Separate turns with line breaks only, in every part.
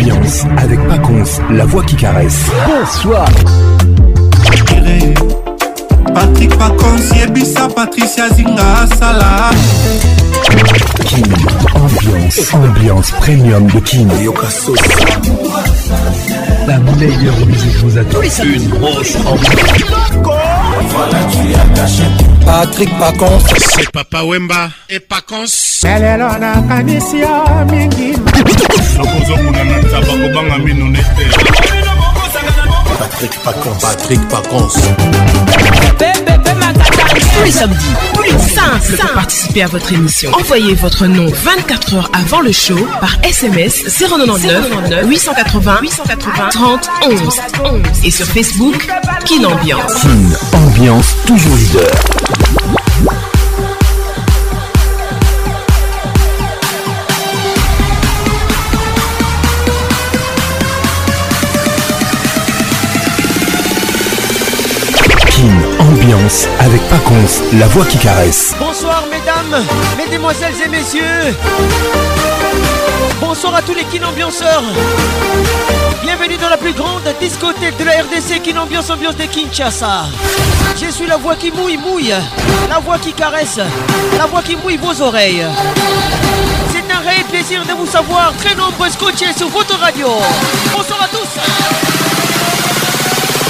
caresse avec Pacons, la voix qui caresse.
Bonsoir.
patrik pacons yebisa patricia zinga asala
Kin, ambiance, ambiance premium de Kin. La meilleure musique vous attend. Une grosse
Patrick Pacons.
C'est Papa Wemba et Pacons.
elelo nakanisi yo mingi
nakozomona na taba kobanga mino ne
Patrick Pacons. Patrick Pacons.
Tous les samedis, plus de 5 pour participer à votre émission. Envoyez votre nom 24 heures avant le show par SMS 099 880 880 30 11 et sur Facebook Kin Ambiance.
Kin, ambiance toujours leader. Kin, ambiance avec Pacons, la voix qui caresse.
Bonsoir mesdames, mesdemoiselles et messieurs. Bonsoir à tous les kinambianceurs. Bienvenue dans la plus grande discothèque de la RDC Kinambiance Ambiance de Kinshasa. Je suis la voix qui mouille, mouille. La voix qui caresse. La voix qui mouille vos oreilles. C'est un réel plaisir de vous savoir très nombreux scotchés sur votre radio. Bonsoir à tous.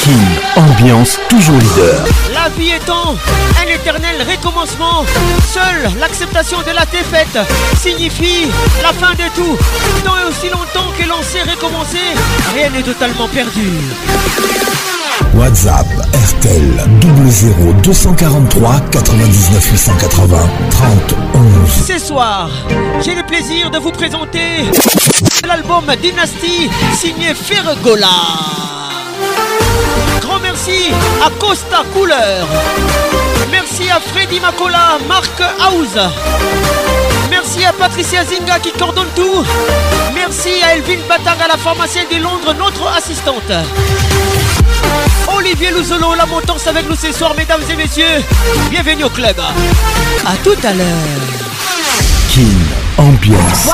Kin, ambiance toujours leader.
La vie étant un éternel recommencement, seule l'acceptation de la défaite signifie la fin de tout. Tant et aussi longtemps que l'on sait recommencer, rien n'est totalement perdu.
WhatsApp RTL 00 243 99 880 30 11.
Ce soir, j'ai le plaisir de vous présenter l'album Dynastie signé Fergola. Grand merci à Costa Couleur. Merci à Freddy Macola, Marc House. Merci à Patricia Zinga qui coordonne tout. Merci à Elvin Batanga, la pharmacienne de Londres, notre assistante. Olivier Louzolo, la montance avec nous ce soir, mesdames et messieurs. Bienvenue au club. À tout à l'heure.
Kin, ambiance,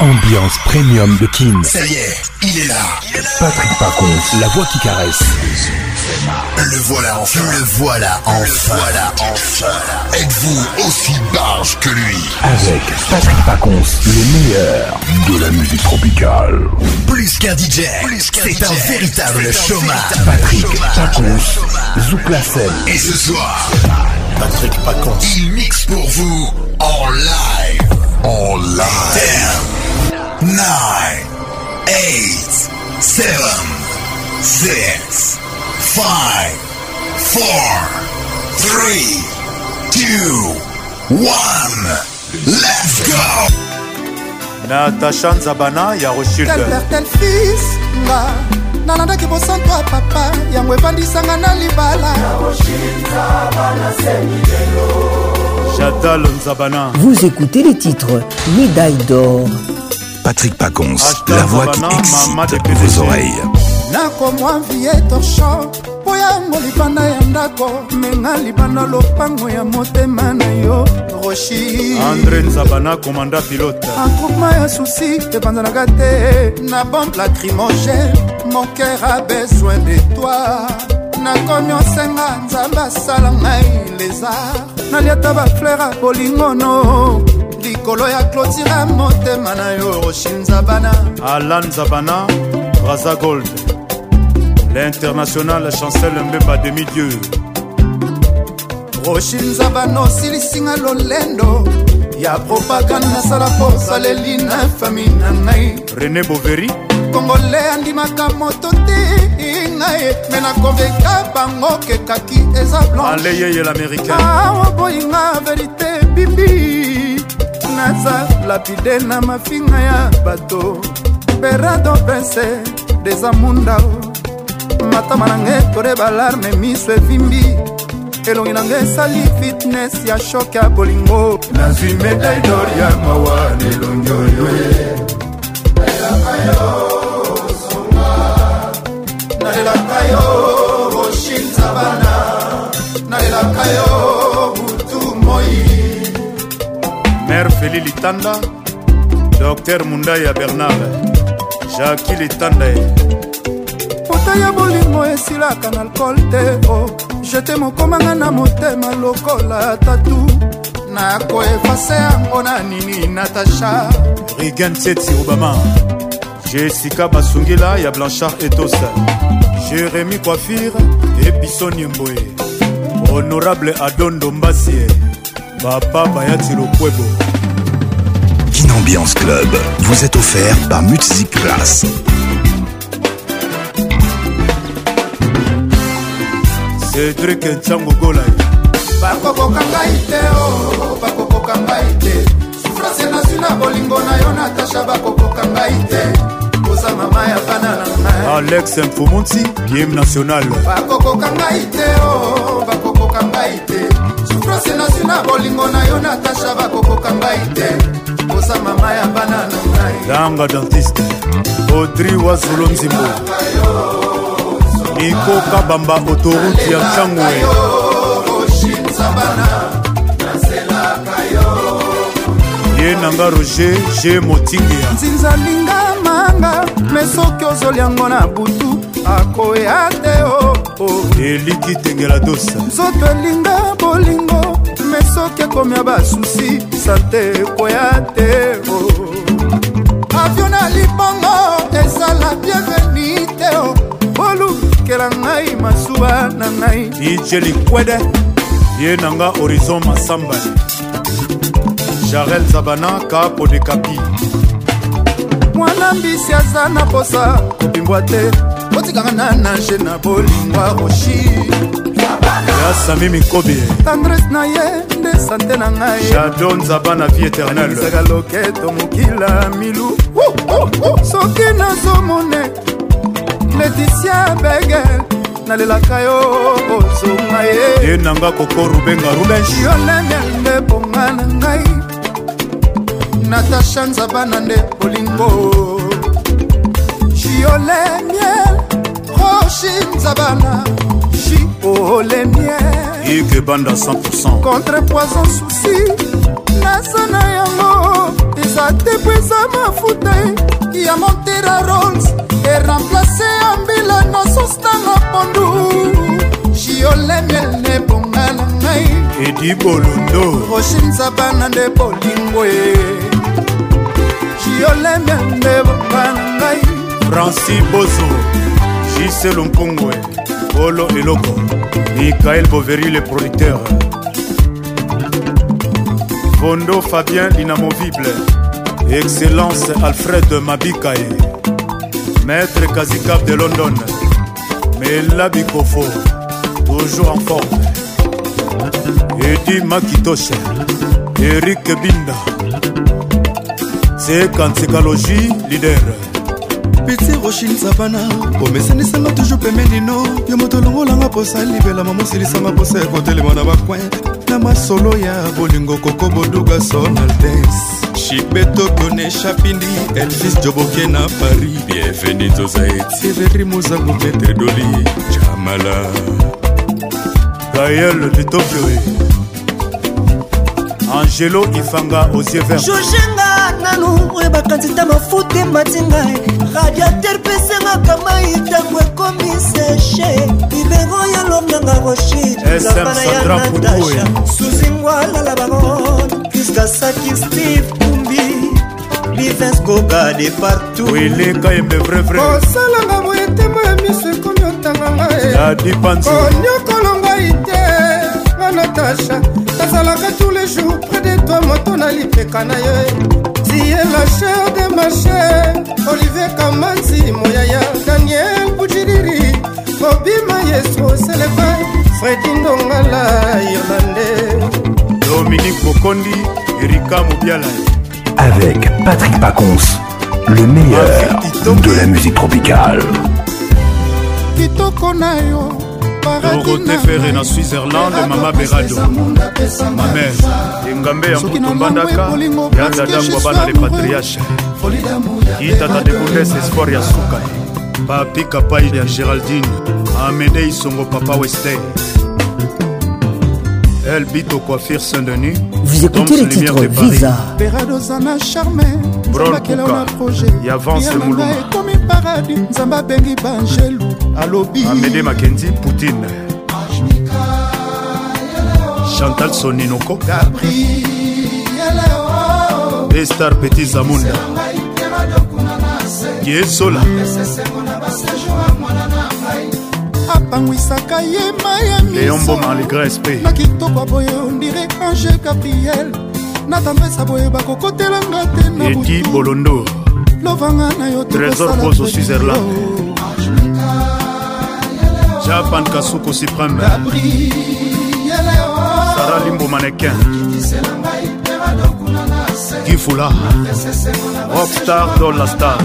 ambiance premium de Kin.
Ça y est, il est là.
Patrick Pacons, la voix qui caresse.
Le voilà enfin. Le voilà enfin. voilà enfin. Êtes-vous aussi barge que lui
Avec Patrick Pacons, le meilleur de la musique tropicale.
Plus qu'un DJ, c'est un véritable chômage.
Patrick Pacons, Zouklassen.
Et ce soir, Patrick Pacons, il mixe pour vous en live. En live. 10, 9, 8, 7, 6, 5, 4, 3, 2, 1. Let's go!
natasha nzabana ya rochilde
albertel fils nga nalandaki bosanto ya papa yango evandisanga na libala
jadal nzabana
Vous écoutez les titres Médaille d'or.
Patrick Pacons,
Ashton
la voix qui
Savana, Mama de
excite
PDG.
vos oreilles.
nakomwa vie torchon mpo yango libanda ya ndako menga libanda lopango ya motema na yo roshi
andre nzabana komanda pilote
engroupema ya susi epanzanaka te na bombe lacrymogène mon cœur a besoin de toi nakomi osenga nzambe asala ngai les arts naliata bafleur ya bolingono likolo ya klotira motema na yo roshinzabana
alan nzabana braza gold l'international chancel mbemba demi-dieu
roshinzabana osilisinga lolendo ya propagande nasala po saleli na fami na ngai
rené boveri
kongole andimaka moto te ngai me nakoveka bango kekaki eza blanche
ale yeye l'américain
awa boyinga verite bibi naza lapide na mafinga ya bato perado prince deza mundao matama nanga ekore balarme miso evimbi elongi nanga esali fitness ya shok ya bolingo nazwi medaille dor ya mawa nelongi oyo e- nalelaka yo boshinza bana nalelaka yo butu moi
mare feli litanda dr mundaya bernard jaki letandae
pota ya bolingo esilaka na alkol te o jete mokomanga na motema lokola tatu nakoefase yango na nini natasha
rigan tieti obama jessica basungila ya blanchard etosa jérémi coiffire ebisoni mboye honorable adondo mbasie papa bayati lokwebo
Kinambiance Club vous est offert par Mutzik Class.
cedrik ntango golai
bakokoka ngai te o bakokoka ngai te sufrase nazwi na bolingo na yo natasha bakokoka ngai te koza mama ya bana na ngai
alex mfumunti game national
bakokoka ngai te o bakokoka ngai te sufrase nazwi na bolingo na yo natasha bakokoka ngai te koza mama ya bana na ngai
danga dentiste audri wazolo nzimbo niko kabamba autoroute ya ntangwe ye nanga roger g motingia
nzinzalinga manga me soki ozoliango na butu akoya te oh, o o.
eliki tengela dosa
nzoto elinga bolingo me soki ekomia basusi sante ekoya te o avio na libongo ezala bienveni te o olukela ngai masuwa na ngai
dj likwede ye nanga horizon masamba jarel zabana kapo de kapi
mwana mbisi aza na posa kobimbwa te otikanga na nage na bolingwa roshi
ya sami mikobe
tendrese na ye nde sante na ngai
jado nzaba na vie éternelle
ezaka loketo mokila milu Wou, wou, wou. soki nazomone leticia bege nalelaka yo kozonga ye
ye nanga koko rubenga rubensh
yo lemel nde bonga na ngai natasha nzabana nde bolingo jiolemiel roshi nzabana oh, jiolemiel
ike banda 100%
contre poison souci naza na yango eza te po eza mafuta ya montera rolls eremplace ya mbila na sostanga pondu jiolemiel ne bonga na ngai
edi bolondo
roshi nzabana nde bolingo ye jiolemiel nde bonga na ngai
franci bozo jise lumpungwe polo eloko mikael boveri le producteur vondo fabien l'inamovible excellence alfred mabikae maître kazikab de london mela bikofo toujours en forme edi makitoshe erik binda c'est kantikalogie leader
piti roshine sabana omesanisanga toujours pemenino yo moto longolanga posa libela mamoselisanga posa ya kotelema na bakwin na masolo ya bolingo koko boduga sonaltes shibetokone chapindi elvis joboke na paris bienveni tozaeti everi mozango metre doli jamala
gaël de tokyo angelo ifanga aux yeux verts
jojenga nanu oyo bakandida mafute matinga radiater pesengaka mai ntango ekomi seche libero ya lomnanga roshid
SM Eh, Sandra Pudue.
suzingwa lala baron kriskasaki steve kumbi bivenscoga de partout
wele kayembe vrevre
kosalanga moyetemo ya miso ekomi otanga ngai
dadi panzi
konyokolo ngai te nga natasha nazalaka tous les jours près de toi moto na lipeka na yo tu es la chair de ma chair olivier kamanzi moyaya daniel bujiriri mobima yesu seleva fredi ndongala irlandais
dominique bokondi erika mobiala
Avec Patrick Pacons, le meilleur de la musique tropicale.
kitoko na yo
dorote fere na switzerland mama berado mamer engambe ya mbutu mbandaka ya dadangwa bana le patriarche itata de bundes espoir ya suka papi kapai ya géraldine amede isongo papa western elbito coiffure saint denis
Vous écoutez
Tom's
le
Lumière
titre
de Paris.
Visa.
beradozana charme nzambakelao na projet
yavance
nanga
moluma
ekomi paradis nzambe abengi bangelu alobi
amede makenzi poutine chantal soninoko estar petit zamunda yesola
apangwisaka ye
leon
mayami
boma legrès mpe
na kitoko boye ondire ange gabriel natambesa boye bakokotelanga te na
edi bolondo
lovanga na yo
trésor
tokosala
poso
te.
switzerland japan kasuko supreme sara limbo manekin gifula rockstar dor la star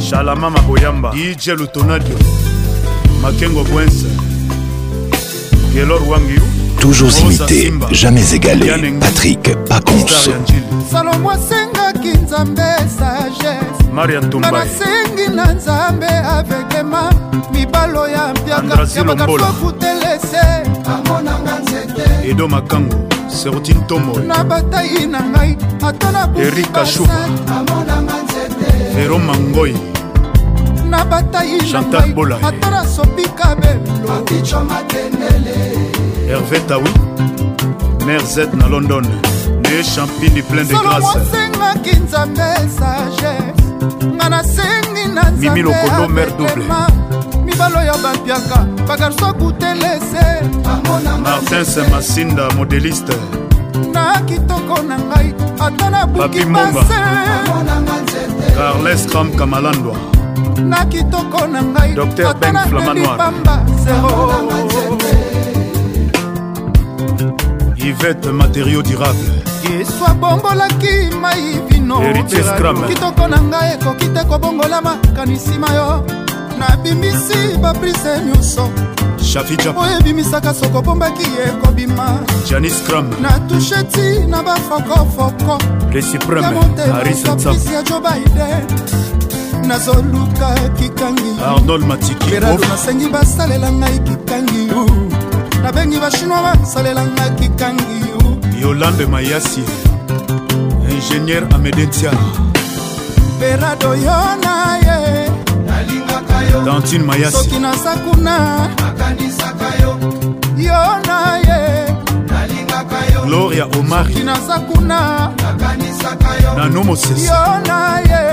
shalama maboyamba dj lutonadio makengo bwense gelor wangiu
Toujours
Rosa
imité,
Simba.
jamais égalé.
Yann Engi.
Patrick Pacons.
salomo asengaki nzambe sagesse
maria
nga
tumbai
nasengi na nzambe avegema mibalo ya mpiaka
Andrasi
ya
Lombola.
bakafokutelese
edo makango serotine tomo
na batai na ngai ata na buki
Eric
basa,
Kashuba. vero mangoi
na batai na
Chantal
ngai
Bolaye.
ata na sopi kabelo
herve tawi mer z na london ne champini plein de
salomo
grâce
asengaki nzambe sagesse nga nasengi na nzambe
Mimi Lokondo, mère
avegema mibalo ya bampiaka bagarso kutelese
martin semasinda modéliste
na kitoko na ngai ata na buki
Papi Mbonga.
base
carles cram kamalandwa
na kitoko na ngai
Docteur
ata
Ben
na
Flamand
teli
Noir.
pamba zero
yvette matériau durable
yesu abongolaki mai vino
Héritier Scrum.
kitoko na ngai ekoki te kobongola makanisima yo nabimisi baprise nyonso
shafi japa
oyo ebimisaka soko bombaki ekobima
janis cram
natushe ti na bafokofoko
le
ya
suprême
motema
haris nsam
kapisi ya jo baiden nazoluka kikangi
arnold matiki
berado nasengi basalela ngai kikangi u nabengi bashinois basalela ngai kikangi u
yolande mayasi ingénieur amedentia
berado yo na ye
dantine mayasi
soki naza kuna yo na ye
gloria omari
soki naza kuna
nano mosese
yo na ye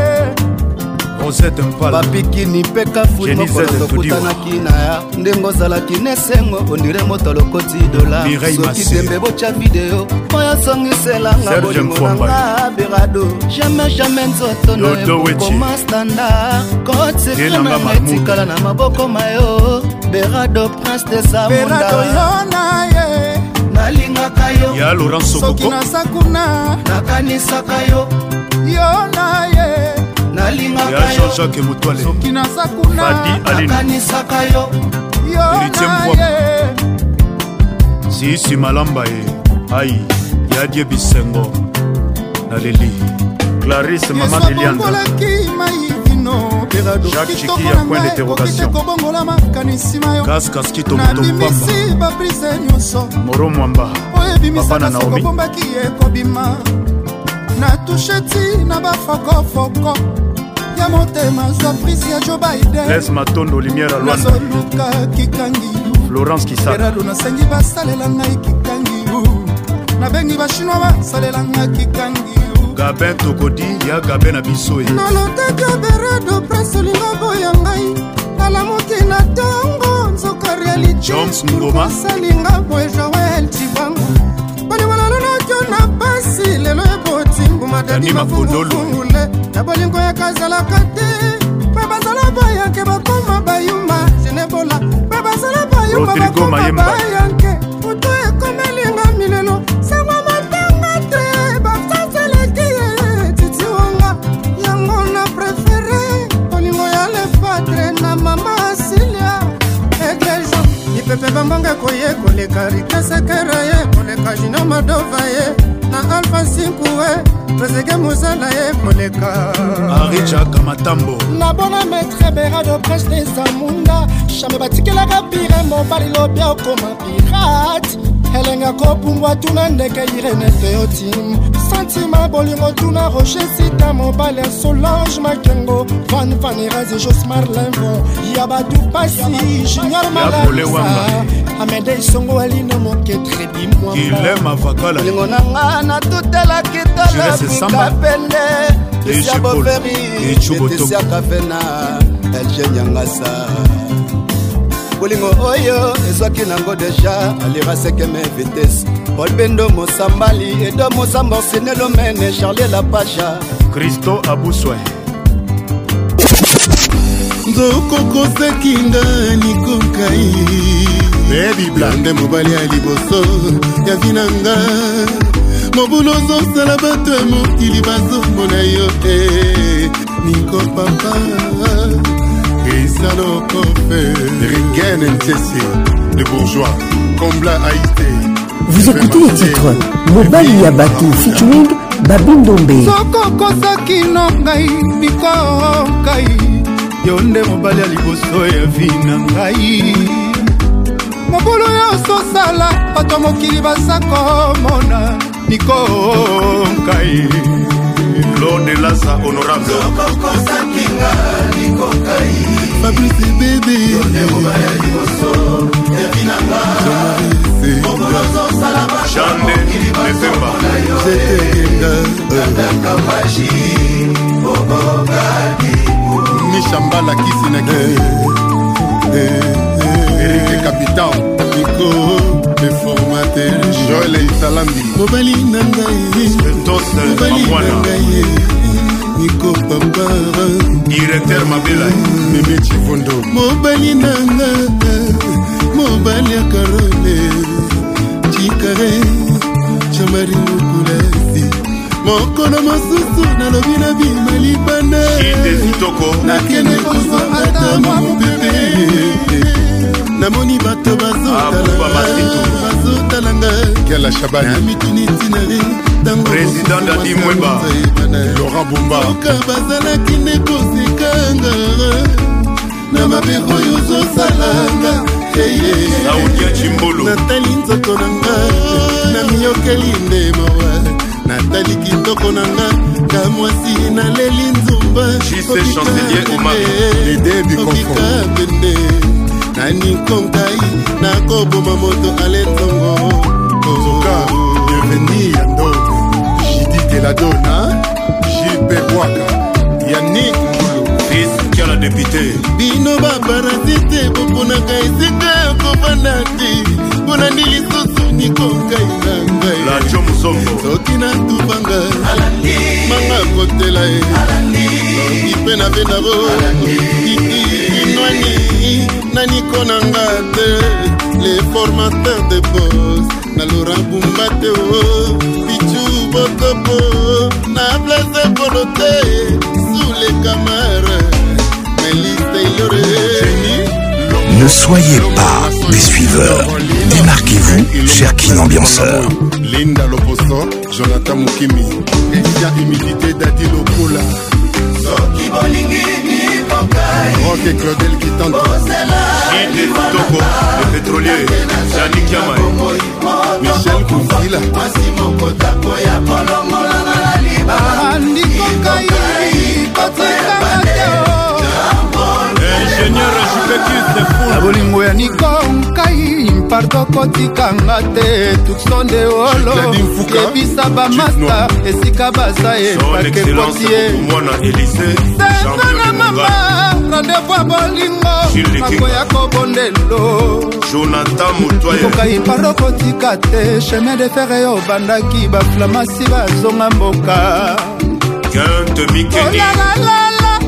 rosette mpala
bapikini mpe kafu
Jenny Z
mokolo
Tudiwa.
tokutanaki na ya ndenge ozalaki na esengo ondire moto lokoti dola
Mireille
soki
Massé.
tembe botya video oyo songiselanga
Serge
bolingo
Mfwamba.
nanga berado jamai jamai nzoto na
Dodo
yo
Wechi.
kokoma standard
Ye nanga
kosekrenanga
Mahmoud.
etikala na maboko mayo berado prince de samunda
berado yo na ye
nalingaka yo
ya laurent
soki
sokoko
naza kuna
nakanisaka yo
yo na ye
nalingaka
ya
yo
jean-jacques motoale
soki naza kuna
fadi alino
nakanisaka yo
yo
Héritier
na
Mbwama.
ye
ziisi malamba ye ai yadie bisengo na leli clarise mama
Yesu
delianda
abongolaki mai vino berado
Jacques
kitoko
Chiki ya
na
point
ngai
d'interrogation.
ekoki te kobongola makanisima yo
gas kaskito motompamba
nabimisi baprise nyonso
moro mwamba
oyo
Papa na
ebimisaka
Naomi.
sokobombaki ekobima natushe ti na bafokofoko ya motema zwa prise ya jo baiden
les matondo lumière alwanda
nazoluka kikangi
florence kisaka
berado nasengi basalela ngai kikangi nabengi bashinois basalela ngai kikangi
gabin tokodi ya gabe na biso ye
nalotaka berado prince olinga boya ngai nalamuki na ntongo nzoka
Jones
realitis
Ngoma.
salinga boye joel tibango bolingo nalonaki na pasi lelo eboti mbuma
Dani
dadi
Mafundolo.
mafungufungule na bolingo yakazalaka te mpe bazala bayake bakoma bayumba jenebola mpe bazala bayumba
Rodrigo
bakoma
Mayemba.
bayanke moto ekomelinga milelo sango matanga te basaseleki ye titi wanga yango na prefere bolingo ya lepatre na mama asilia eglejo lipepe bambonga koye koleka ritasekera ye koleka jino madova ye na alfa sinkuwe presege mozala ye koleka
arijaka matambo
nabona maître berado prese de zamunda jamai batikelaka pire mobali lobia okoma pirate
elenga kopumbwa tuna ndeke irene teotim santima bolingo tuna roger sita mobali ya solange makengo van vaneraze josmar linvon ya badupasi junior malalisa amede isongo alino moketredi
mwambaolingo
nanga natutelaki talabika pende
esia boveri
etesiaka vena elgeniangasa bolingo oyo ezwaki nango deja alirasekeme vitese polbendo mosambali edo mosambo senelomene charlie lapacha
kristo abuswe
nzokokosaki nga likokai bebi blande mobali ya liboso yazi na nga mobulu ozosala bato ya mokili bazomona yo e niko papa esalokofe rigene ntesi le bourgeois combla haïté
Vous écoutez les titres Mobali Yabatou featuring Babindombe.
soko kosakino ngai likokai yo nde mobali ya liboso ya vi na ngai mobulu yososala bato mokili bazakomona Oh. likokai
claude laza honorable
fabrice bebe
jande lefemba
mishambala kisi na kisi erike capitan niko deformater joel isalandi mobali na ngaimobali na ngai niko papa
directeur mabela
meme civondo mobali na nga mobali ya karole cikare jamari mokulasi mokolo mosusu nalobi na bima libanda nakende kozwa ata mwa mopepe namoni bato bazotalanga
kela shabani
mituni tinare
président dadi mweba
laurent bomba
oka
bazalaki nde kosekanga na mabe oyo ozosalanga
saudia cimbolo
natali nzoto na nga na miyokeli nde mawa natali kitoko na nga kamwasi naleli nzumba okika pende nanikonkai nakoboma moto alenzongo
zoka bienveni ya ndongo jidite la dona jpe bwaka yanik ngulu
fils tiala député
bino baparasite boponaka esika ya kofanda te mpona ndi lisusu nikokai na ngai
lajo mosongo
soki natubanga manga kotela e longi mpe na mpe nabo inwani naniko na nga te le formateur de bos na lora bumba te oh. o bicu botopo na place polo te sous les camare
Ne soyez pas des suiveurs. Démarquez-vous, cher Kin Ambianceur.
linda loposo jonathan mokimi esia humidité dadi lokola
soki bolingi mikokai
roke claudel kitando
ide kitoko le pétrolier janikiama
michel kuzila
mwasi mokotako ya kolongolanga na
andikokai
na bolingo ya nikonkai mpardo kotikanga te tuksonde olo yebisa bamasta esika baza
son
epake
excellence
potie
mwana élysée
sengana mama randevo ya bolingo mako ya kobondelo
jonathan motoye
kokai mpardo kotika te chemin de fere yo obandaki baflamasi bazonga mboka
quinte mikeni
olalalala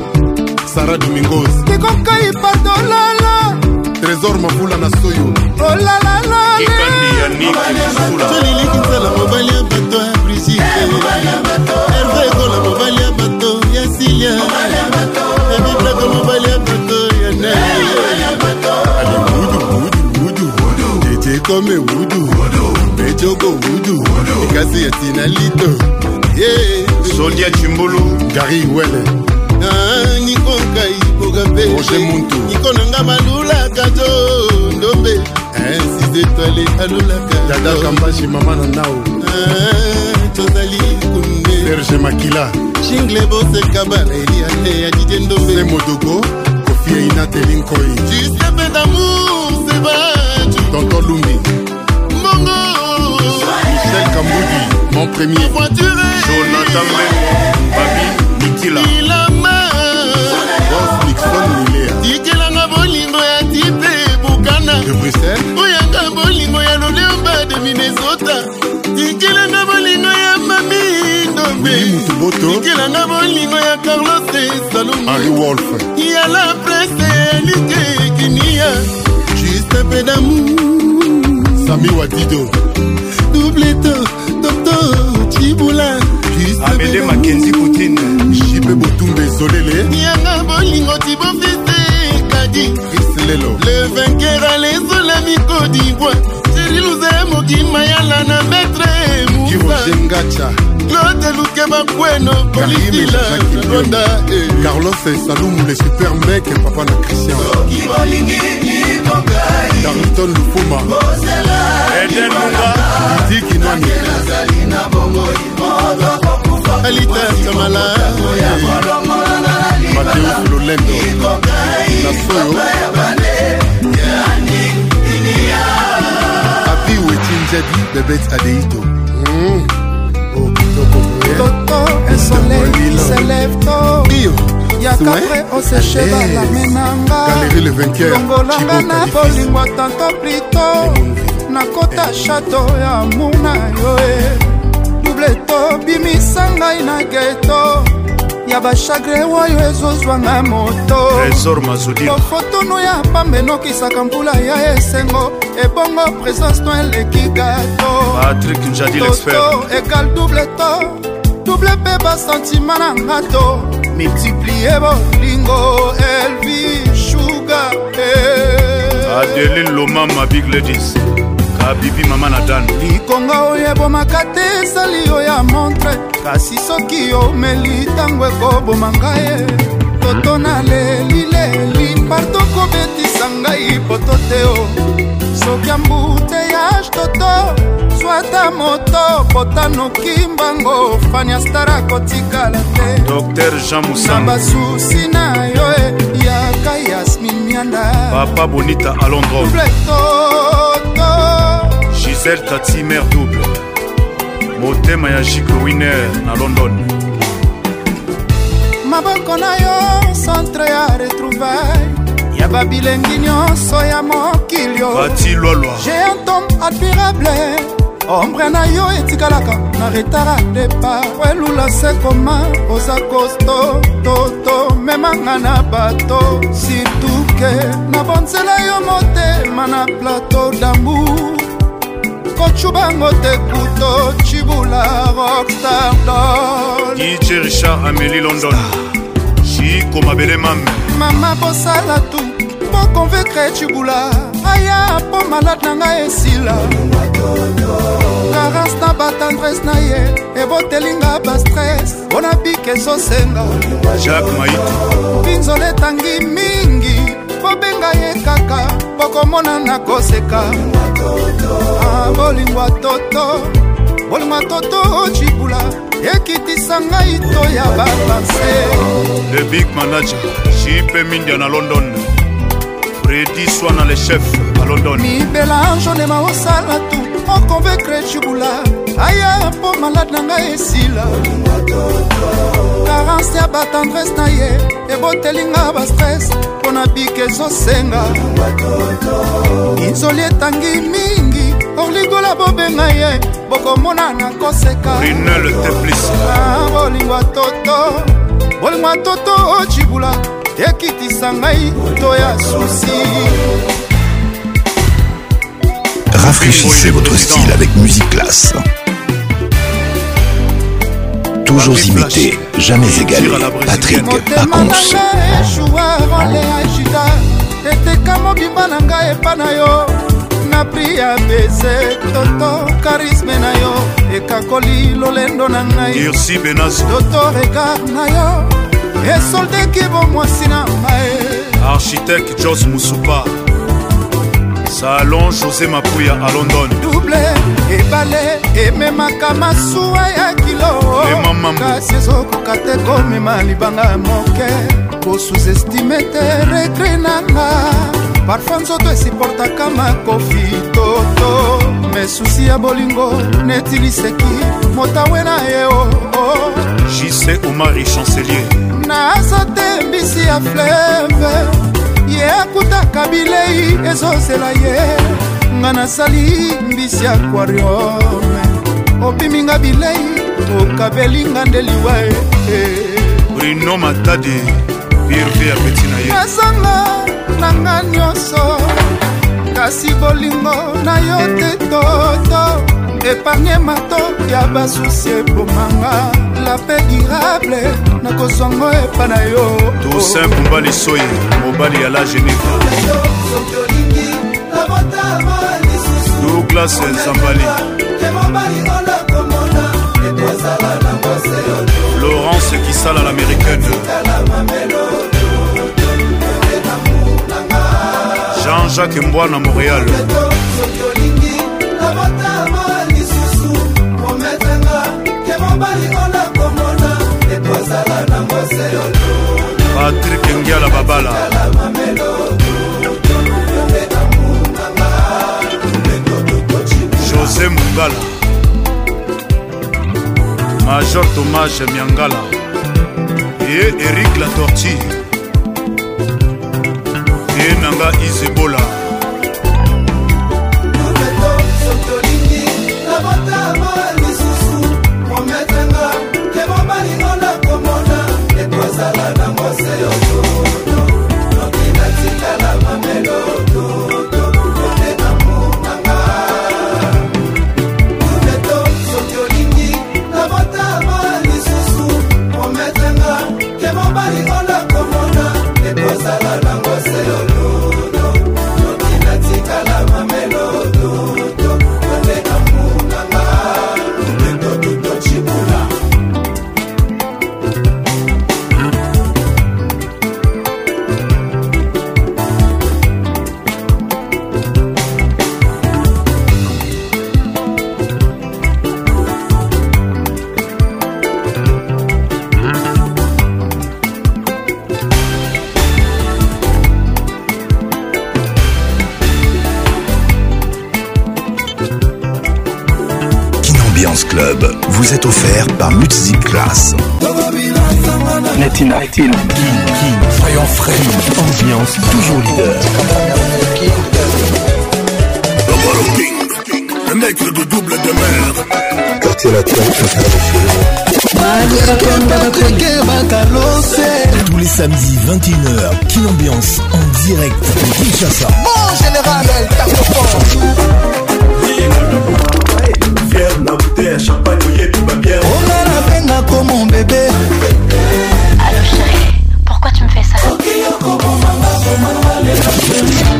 sara domingos
nikokai pardolala
trésor mabula na soyo
olalalala
soliliki nzala mobali ya bato ya brigite herve ekola mobali ya bato ya silia ebiblako mobali ya bato ya netekome wudu bejoko wudu ekasi ya tina lito
sodia cimbulu
gari wele Ah, nikokai boka mpe niko nanga balulaka to ndombe étoile alolaka
dadakambashi mama na nao
tozali kunde
serge makila
shingle boseka baleliane ya didie ndombe
modogo kofie inatelinkoi
justin damour sebatu
tonton lumbi
mongo
michel kambudi mon premier
voiture
jonathan mbengo babi mikila
ilama
bos nixon wilea
tikelanga bolingo ya tipe bukana
de bruxelles
oyanga bolingo ya loleomba de minnesota tikelanga bolingo ya mami
Willy
ndombe
mutuboto
tikelanga bolingo ya carlos de
harry
salomo
wolf
ya la prese elike kinia juste mpe damour
sami wadido
Doubleto, docteur Chibula
amede makenzi poutine
jipe botumbe zolele
yanga bolingo tibofise kadi
rislelo
le vainqueur a les olami codivoire seriluze mokima yala na maître musa
kirojengacha
claude luke bakweno
Karim
polisila
Jacques
ronda
Carlos et Saloum, les super mecs, et papa na Christian. Darmiton Lufuma,
eden lunga
Didi Kinwani,
alitakamala
Mathéus Lolendo, Nasoyo, Abi Wetinjadi, Bebet Adeito. Mm. Oh, kitoko, eh.
Toto et soleil se lève tôt
Rio,
ya
Souhait,
kapre oseche
Alès, Galerie Eh, Le
balamemanga
Vainqueur,
longolanga
Thibaut
na
Kadifis.
bolingo tanto plito
Eh,
nakota chateau ya muna yo e dubleto bimisa ngai na geto ya bachagre oyo ezozwanga moto
trésor mazodira
bafotunu ya pamba enokisaka mbula ya esengo ebongo présence no eleki gato
patrik njadi lexpert
toto eh. ekal double to double mpe basentima na nga to multiplie bolingo elvi shuga
adeline loma mabig ladies kabibi mama na dan
likonga oyo ebomaka te ezali yo ya montre kasi soki omeli ntango ekoboma ngai toto nalelileli parto kobetisa ngai poto te o soki ambuteyage toto swata moto potanoki mbango fania star akotikala te
dr jean
na
musango
basusi na yo e, yaka yasmin mianda
papa bonita alondro
Double toto
gisele tati mare double motema ya jike winer na london
maboko na yo centre ya retrouvaille ya babilengi nyonso ya mokili yo
bati lwalwa
géantom admirable ombre na yo etikalaka na retara depart welula se koma oza kosto toto memanga na bato situke na bonzela yo motema na plateau damour kocubango te kuto cibula roxardol
dj richard ameli london jiko mabele mame
mama bosala tu mpo convekre cibula aya mpo malade na ngai esila carence na batendrese na ye ebotelinga bastres mpona bike ezosenga
jacques maiti
pinzola etangi mingi kobenga ye kaka mpo komona na koseka Ah, bolingwa toto bolingwa toto cibula ekitisa ngai to ya bapanse
le big manager jipe mindia na london fredi swana le chef à london
mibelange onema osala tu oconvekre cibula aya mpo malade na ngai esila karance ya batendrese na ye ebotelinga bastres mpo na bike ezosenga inzoli etangi mingi orligola bobenga ye bokomona na koseka
rinel teplis
Ah, bolingwa toto bolingwa toto oh, ocibula ekitisa ngai to ya susi
Rafraîchissez votre style avec Musique Classe. Toujours imité, jamais égalé. Patrick
motema na
Pacons.
ngai eshuwa role ajida eteka mobimba na ngai epa na yo na pri ya bese toto karisme na yo ekakoli lolendo na ngai
irsi benazo
toto regard na yo esoldeki bomwasi na ngai
architecte jos musupa salon josé mapuya à london
double ebale ememaka masuwa ya kilokasi ezokoka te komema libanga moke kosuzestime te regre nanga parfum nzoto esiportaka makofi toto mesusi ya bolingo neti liseki motawe na ye oo oh,
jc omari chancelier
naza te mbisi ya fleve ye akutaka bilei ezozela ye nga nasali mbisi aquariome opiminga bilei okabelinga nde liwa
brino matadi pirve ya peti na ye
nazanga nanga nyonso kasi bolingo na yo te toto epargne mato ya basusi ebomanga lape durable nakozwango epa na yo
tosin kumbali soyi mobali ya la geneva douglas zambali laurence kisala l'américaine jean-jacques mbwana montréal patrik ngiala babala josé mungala major tomas miangala e erik la torti e nanga izebola
Club vous est offert par Multizip Class.
Netina, King, King,
Soyons frais, ambiance toujours leader.
D'abord King, le mec de double de mer.
Quartier latin,
tous les samedis 21h, Kin Ambiance en direct de Kinshasa.
Mon général, elle tape
bière na bouteille ya champagne oyebi babière
onga nabenga ko mon bébé
allo chéri pourquoi tu me fais ça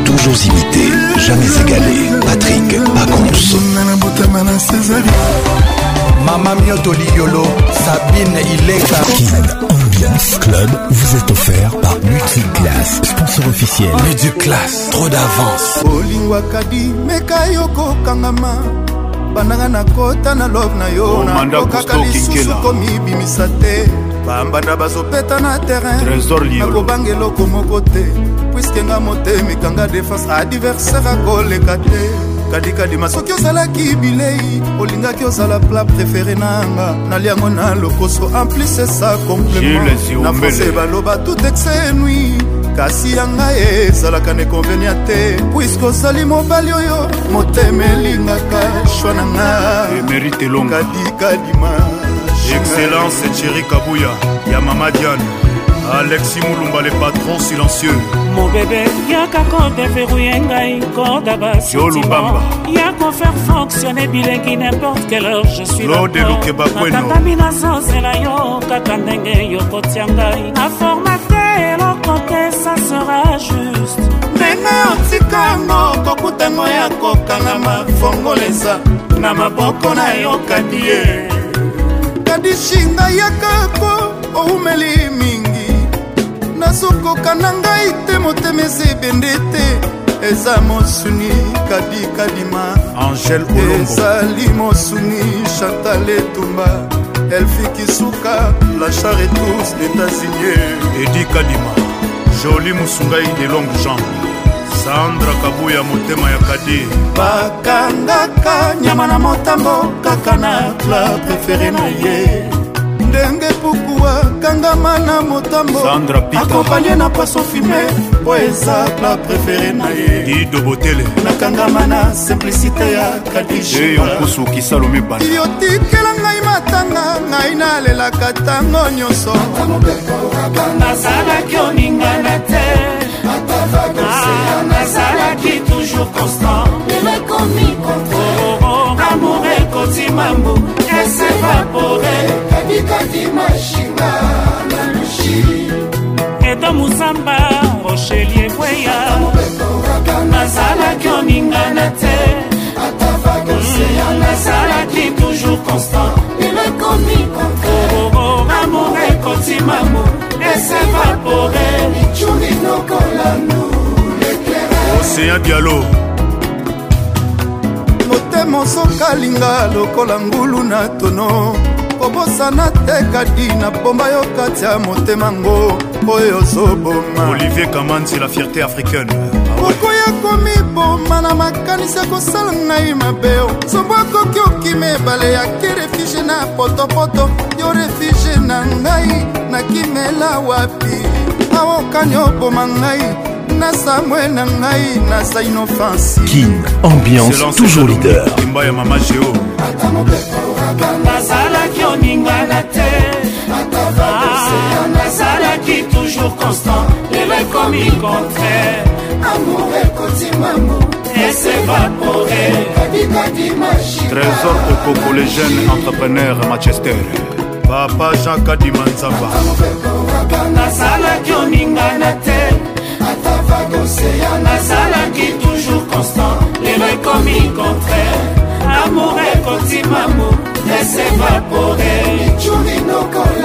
Toujours imité, jamais égalé. Patrick Pacons.
Mama Mioto Liolo, Sabine Ileka.
Kin Ambiance Club vous est offert par Multiclass, sponsor officiel.
Multiclass, trop d'avance.
olingwakadi meka yokokangama bandanga nakota na love na yo nakokaka lisusu komibimisa te bambanda bazopeta na terrain nakobanga eloko moko te puiske nga motema ekanga defense adiversaire akoleka te kadikadima soki ozalaki bilei olingaki ozala pla prefere nanga naliango na lokoso amplis esa complement na france baloba tout exe nui kasi yanga ezalaka na econvenia te puiske ozali mobali oyo motema elingaka shwa na ngakadikadima
excellence thierry kabuya ya mama diane alexi mulumba le patron silencieux
mobebe yaka kodeverouye ngai koda
basolubamba
ya kofaire fonctionne bilengi nimporte quelle heure je suis
lodebukebakwenatangami
nazozela yo kaka ndenge yokotia ngai aformate eloko te sa sera juste
ndenge otikango kokutango ya kokangama fongolesa na maboko na yo kadie kadishinga yakako oumeli mingi nazokoka na ngai te motema eza ebende te eza mosuni kadikadima
angel olombo
ezali mosuni chantal etumba elfikisuka la charetous detasigné
edi kadima joli mosungai de longue jambe sandra kabuya motema ya kadi
bakangaka nyama na motambo kaka na pla prefere na ye ndenge puku akangama na motambo akompanye na paso fume mpo eza pla prefere na ye
didobotele
nakangama na simplicité ya
kadiyonkusu kisalomi bana
yotikela ngai matanga ngai nalelaka ntango nyonso
nazalaki oningana te
Ah,
nazalaki toujours constant
Oh,
amour ekoti mambu esevapore edo musamba rocheli ekweya nazalaki oningana te nazalaki toujours constant amour ekoti mambu
océan dialo
motema osokalinga lokola ngulu na tono kobosana te kadi na bomba yo kati ya motema ngo oyo ozoboma
olivier kamanzi la fierté africaine
okoya komiboma na makanisi akosala ngai mabe sombo akoki okima ebale yake refuge na potopoto yo refuge na ngai nakimela wapi aokani oboma ngai na samwe na ngai naza inoffensi
kin ambiance toujours leader
kimba ya mama geo
nazalaki oningana te nazalaki toujours constant lelo ekomi contraire amour ekotimamu
trésor okoko le jeune entrepreneur manchester papa jean kadima nzamba
nazalaki oningana te nazalaki toujours constant lelo ekomi contraire amour ekotimamu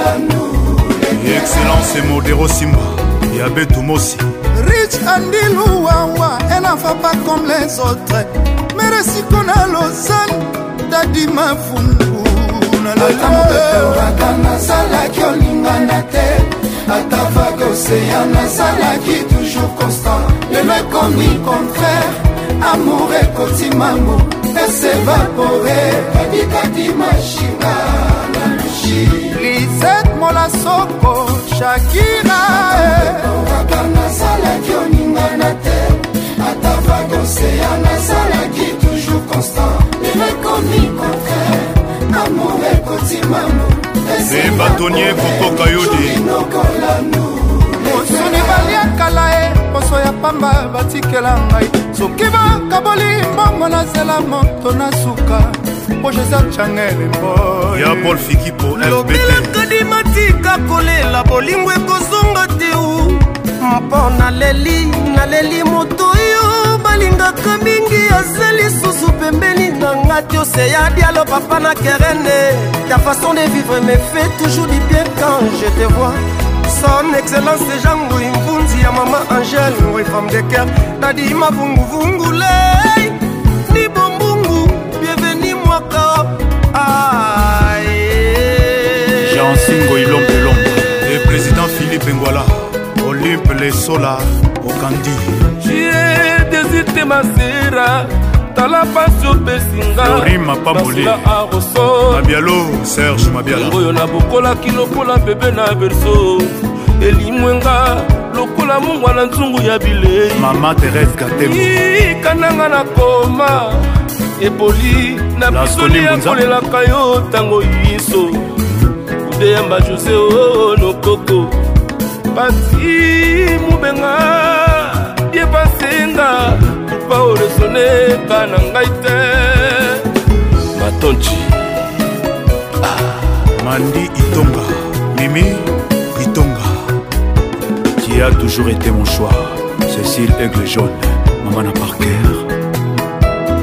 esevapore
excellence modero simba ya betumosi
rich andilu wawa elle n'en fait pas comme les autres merci qu'on a lausanne dadima fundu
ata mopekoraka nazalaki olingana te ata vague océan nazalaki toujours constant lelo ekomi contraire amour ekotimango esevapore kadikadi mashinga na lushi
lisete molasoko eh. shakiraoraka
nazalaki oningana te ata vague océan nazalaki toujours constant lelo ekomi contraire
e batonie kokoka yodi
mosuni baliakala ye e, poso ya pamba batikela ngai soki bakaboli mbongo nazela moto na suka mpo joseph changele
mboya paul fikipo
lokelakadimatika kolela bolingo ekozonga te mpo naleli naleli moto oyo balingaka mingi azali susu pembeni na nga ti oseya dialo papa na kerene ta façon de vivre me fait toujours du bien quand je te vois son excellence jangoi mvunzi ya mama angel ngoi femme de ker dadi mavunguvungulei ni bombungu bienveni mwaka ae
jeansingoi lompe lompe e président philippe ngwala olympe lesola okandi
jie desite masera tala pasi
opesingaorimapamboliga arosomabialo serge mabialaoyo
nabokolaki lokola bebe na berso elimwenga lokola mungwa na nzungu ya bilei
mama terese gatekananga
nakoma eboli na pisoli ya kolelaka yo ntango yiso kudeyamba jose o nokoko pati mobenga ye basenga lupa oresoneka na ngai te
matonci ah. mandi itonga mimi itonga qui a toujours été mon choix cécile aigle jaune mamana parker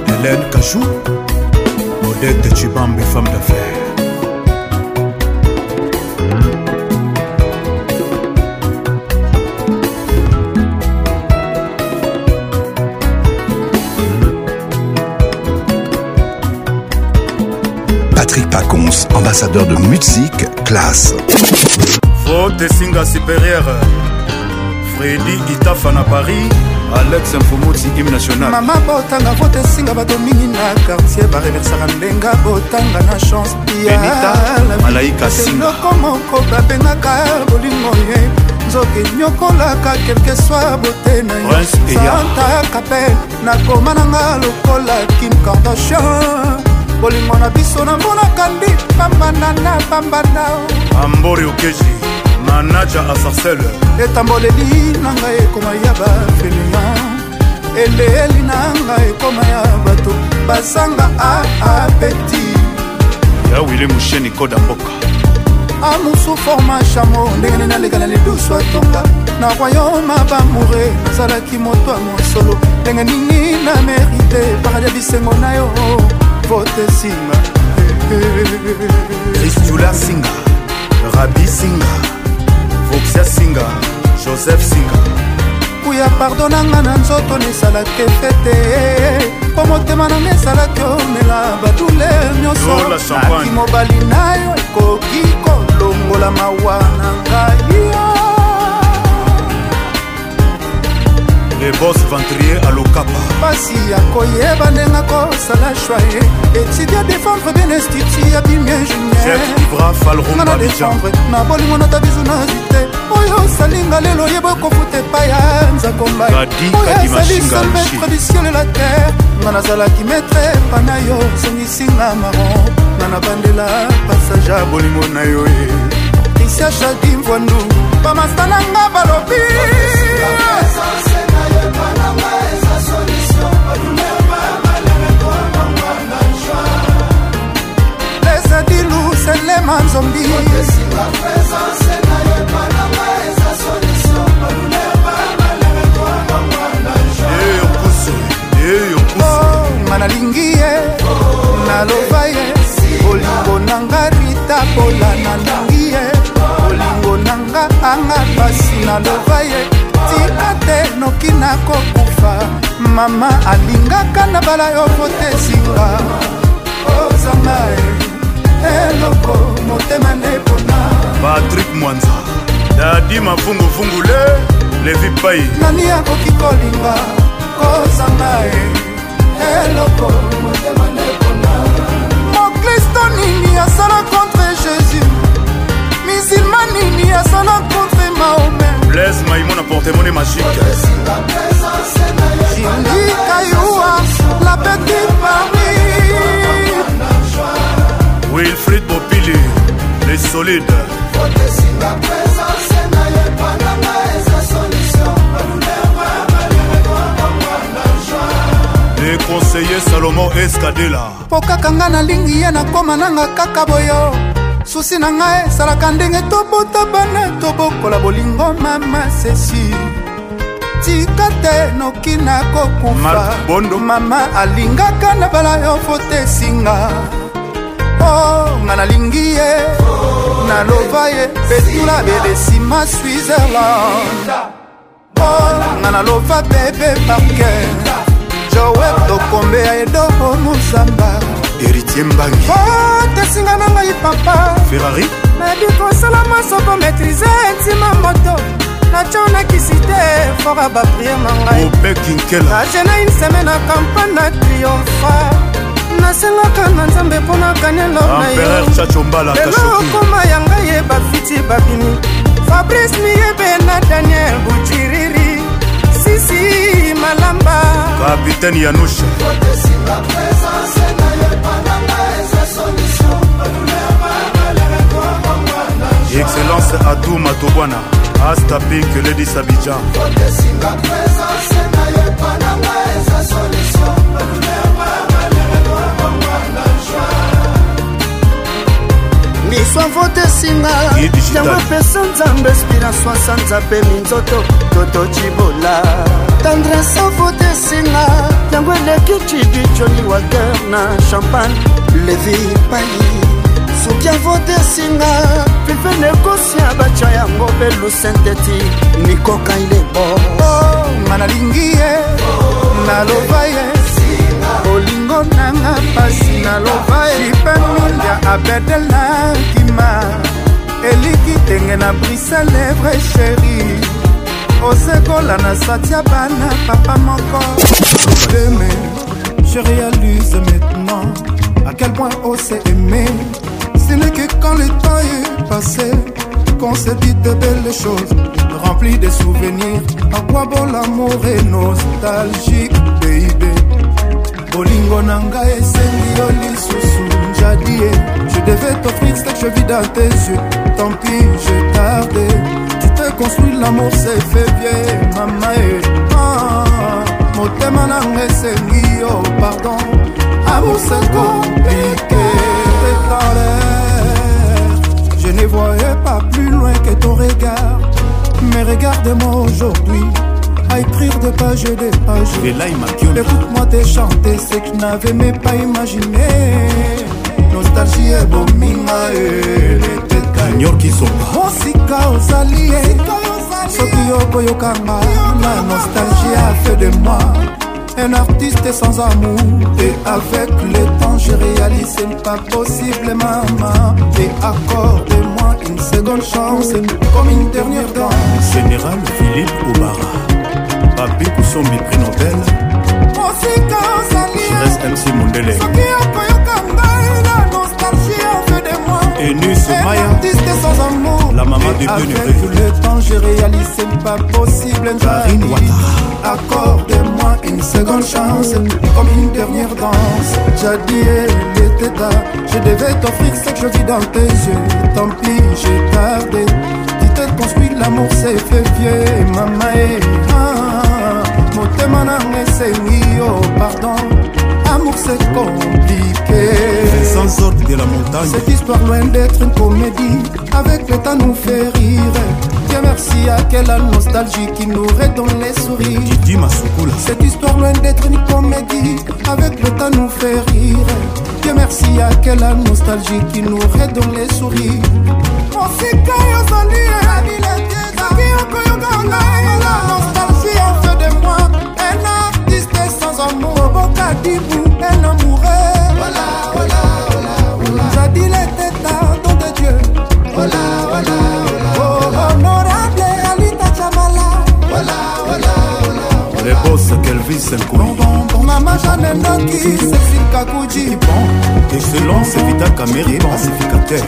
hélène cachou odette chibambe femme d'affaires
ambassadeur de musique classe.
Faute singa supérieure. Freddy Itafa na Paris. alex mfumuti im national
mama botanga vote esinga bato mingi na kartier bareversaka ndenga botanga na chance
yaloko
moko babengaka bolingo ye nzoki nyokolaka kelke swa bote na yo santa kapel nakoma nanga lokola kim kardashian bolingo na biso namonaka ndi pambana na pambana
ambori okeji manaja asarcel
etamboleli na ngai ekoma ya bafelima eleeli na ngai ekoma ya bato basanga aapeti
ya wili musheni koda mboka
amusu forma chamo ndengene nalekana lidusu atonga na royaume bamoure azalaki moto ya mosolo ndenge nini na merite paradi ya bisengo na yo vote singa
kristula singa rabi singa voxia singa joseph singa
kuya pardonanga na nzoto nesalaki fete po motema nanga esalaki omela badouleur nyonso naki mobali na yo ekoki kolongola mawa na ngai
lebos ventrier alokapa
pasi ya koyeba ndenge akosala shwaye etidia défendre bien institut ya bimie
junierngana
défendre na bolingo nata bizu nazwi te oyo osalinga lelo yeba okofuta epai ya nzakombaoyo esalisa maître du ciel e la terre nga nazalaki maître pana yo osongisinga maron nga na bandela passage ya bolingo na yo e isia chadim vwandu bamasta na nga balobi lezadilu selema nzombi nga nalingi ye naloba ye bolingo nanga ritabola nalingi ye bolingo nanga anga pasi naloba ye tika te noki na kokufa mama alingaka na bala yo kotesinga ozanga eloko motema nde mpona
patrik mwanza dadi mavunguvungule levi pai
nani akoki kolinga kozanga eloko motema nde mpona mokristo nini asala contre jésus musulma nini asala contre maomet
blaise maimona portemone magique
jindi kayua la petite paris
wilfrid bopili les solides les conseillers salomon escadela
mpo kaka nga nalingi ye nakóma nanga kaka boyo susi na ngai esalaka ndenge tobota bana tobokola bolingo mama sesi tika te noki na kokufa mama alingaka na bala yo fote esinga o nga nalingi ye naloba ye petula bedesima switzerland o nga naloba bebe parker joel tokombe ya edoko mosamba
héritier mbangi
otesinga na ngai papa
ferrari
nabi kosala masoko maîtrise ntima moto nationakisi te fora baprie na ngaiajena une semaine na campagne na triompha nasengaka na nzambe mpo na kanelo na
yolelo
okoma ya ngai ye bafiti babimi fabrice miyebe na daniel butiriri sisi malamba
kapitaine yanushe excellence adu matobwana astapik ledis abidjan
miso vote esinga yango epesa nzambe inspiration asa nzambe minzoto toto cibola tendrese vote esinga yango eleki cibi joni waker na champagne levi pai soki avote esinga vive nekosia batya yango belu sinteti mikoka ilebo
nga nalingi ye naloba ye bolingo yo nanga pasi naloba elipe mindia abedel nakima eliki tenge na briselevre sheri osekola na satia bana papa moko deme je réalise maintenant à quel point on s'est aimé ce n'est que quand le temps est passé qu'on se dit de belles choses remplies de souvenirs à quoi bon l'amour est nostalgique baby bolingo na ngai esengi yo lisusu jadie eh, je devais t'offrir cette cheville dans tes yeux tant pis je tardé tu t'es construit l'amour c'est fait bien mama e ah, motema na ngai esengi yo pardon amour c'est compliqué dans l'air je ne voyais pas plus loin que ton regard mais regarde-moi aujourd'hui à écrire des pages et des pages. Écoute-moi te chanter ce que je n'avais même pas imaginé. Nostalgie et bominga mosika ozali ye soki okoyokanga na nostalgie a fait de moi un artiste sans amour et avec le temps je réalise c'est pas possible maman et accorde-moi une seconde chance comme une dernière danse
général philippe obara papi kusombi prix nobel
mosika
ozali mc mondele
soki okoyoka ngai na nostalgie enfe de moi
enus maya
artiste sans amour
la maman de bien
avec le temps je réalise pas possible
karine watara
accorde-moi une seconde chance comme une dernière danse jadi était là je devais t'offrir ce que je vis dans tes yeux tant pis j'ai tardé construit l'amour c'est fait vieux mama e ah, motema nanga esengi yo oh, pardon amour c'est compliqué
sans ordre de la montagne
cette histoire loin d'être une comédie avec le temps nous fait rire Dieu merci à quelle nostalgie qui nous redonne les sourires
Didi Masukula
cette histoire loin d'être une comédie avec le temps nous fait rire Dieu merci à quelle nostalgie qui nous redonne les sourires mosika yozali e soki okoyoka ngai la nostalgie en fait de moi un artiste sans amour e bokadibu un amoureux jadi leteta don de dieu honorable alita chamala
le boss kelvis
nkoibon mama janendoki cecil kakuji bon
excellence evita cameri pacificateur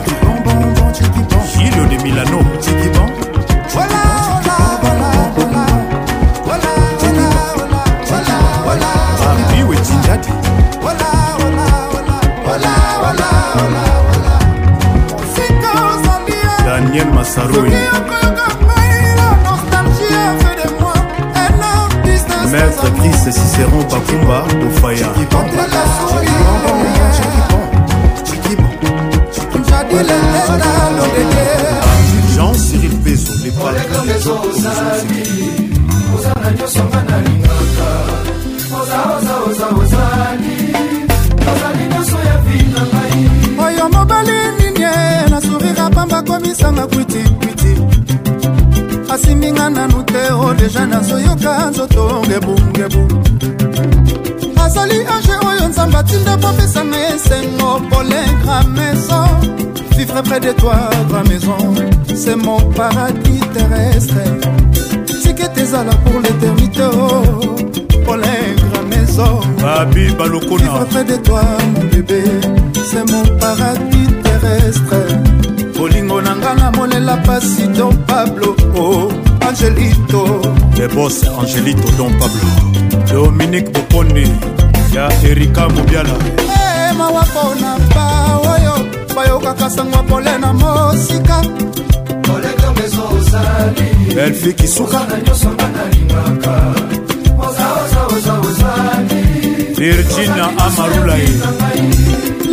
gilio de milano
chikiban voilà, voilà, voilà, voilà, voilà, voilà, voilà, voilà, voilà.
Biwe Jinjati.
Voilà, voilà, voilà, voilà, voilà, voilà. Sika Osalie.
Daniel Massaroui. Maître Chris Cicéron Bakumba Ofaya. Jean-Cyril Bezo, les
oyo mobali nini nasurira pamba komisanga kwitikwiti asiminga nanu te o deja nazoyoka nzoto ngebungebu azali age oyo nzambe atinda popesanga esengo polengra maison vivre près de toi, ma maison, c'est mon paradis terrestre. C'est que t'es là pour l'éternité, oh, pour l'ingre maison.
Babi Balokona.
Vivre près de toi, mon bébé, c'est mon paradis terrestre. bolingo na nga namonela pasi don pablo o oh, angelito
le bos angelito don pablo dominique bokonde ya erika mobiala
hey, mawapona Eh, pa oyo bayokaka sango pole na mosika
elfi kisuka virginia amarulai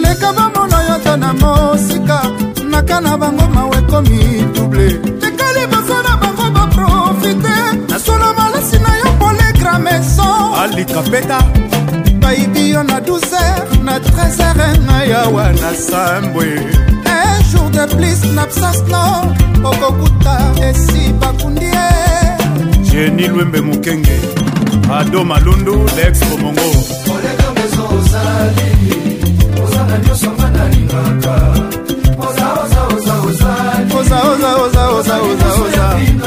leka bamona yota na mosika naka na bango mawa ekomi duble tekali baza na bango baprofite nasolo malasi na yo polegra maison
alikapeta
bayibi yo na 12h na 13h ngai awa na sambwe un jour de plus na absasno okokuta esi bakundi e. ye
jeni lwembe mokenge ado malundu lex bomongo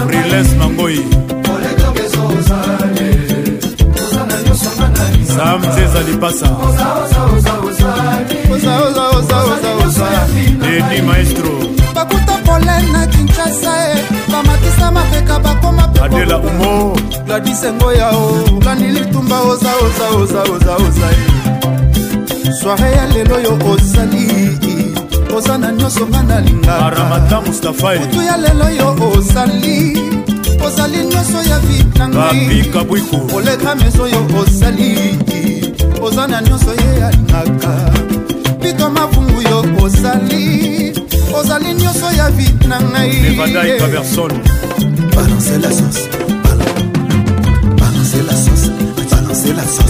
riles nangoi samti ezali pasa dedi maestro
bakuta pole na kinshasa
eh.
e bamatisa mapeka bakoma
adela umo
gladisengoya o landilitumba ozaozaozaozaoza eh. soare ya lelo yo ozali eh. oza na nyonso nga
nalingaramata mustafaekutu
ya lelo yo ozali ozali nyonso ya
vitangaikabwiku
oleka meso yo ozali eh. oza na nyonso ye alingaka pito mavungu yo ozali ozali nyonso ya vi na
ngaievadaikaverson
balance la sauce balance la sauce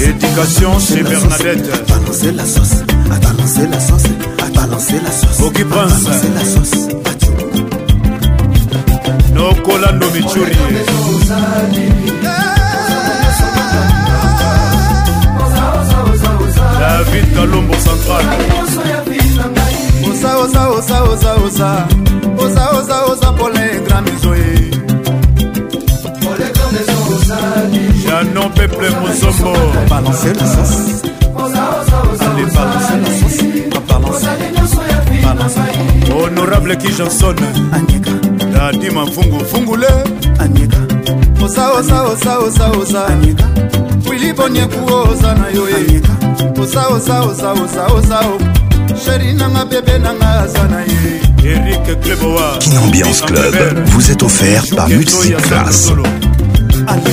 Éducation chez Bernadette.
Balancer la sauce, à balancer la sauce, à balancer la sauce.
Boki Prince.
Balancer la sauce.
No Colando Michuri. David Kalombo Central.
Osa osa osa osa osa. Osa osa osa pour les grands maisons.
Janon peuple Mozombo
Balancer la sauce Allez balancer la sauce Balancer Balancer
Honorable qui Johnson
Anyeka
Dadi Mafungu Fungule
Anyeka Osa osa osa osa osa Anyeka Wili bonyeku osa na yo eh. Anyeka Osa osa osa osa osa oh. Chéri nanga bébé nanga asa na ye
Eric Kleboa
Kin Ambiance Club vous est offert par Multiclass
alema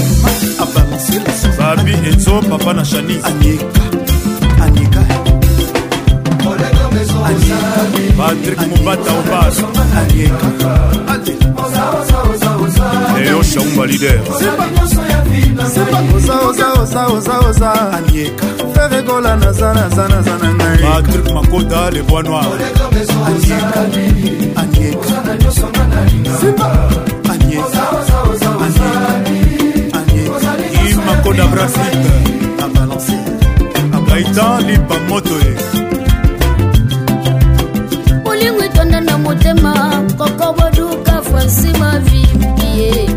abalancer la sauce
babi ezo papa na chanis
anyeka anyeka
patrik mubata obas
anyeka
leo shaumba lider
anyeka fevekola naza naza naza na ngai
patrik makota le bois noir
anyeka anyeka anyeka
makoda brasite gaitan lipa moto ye
bolingo etonda na motema koko boduka franci mavipie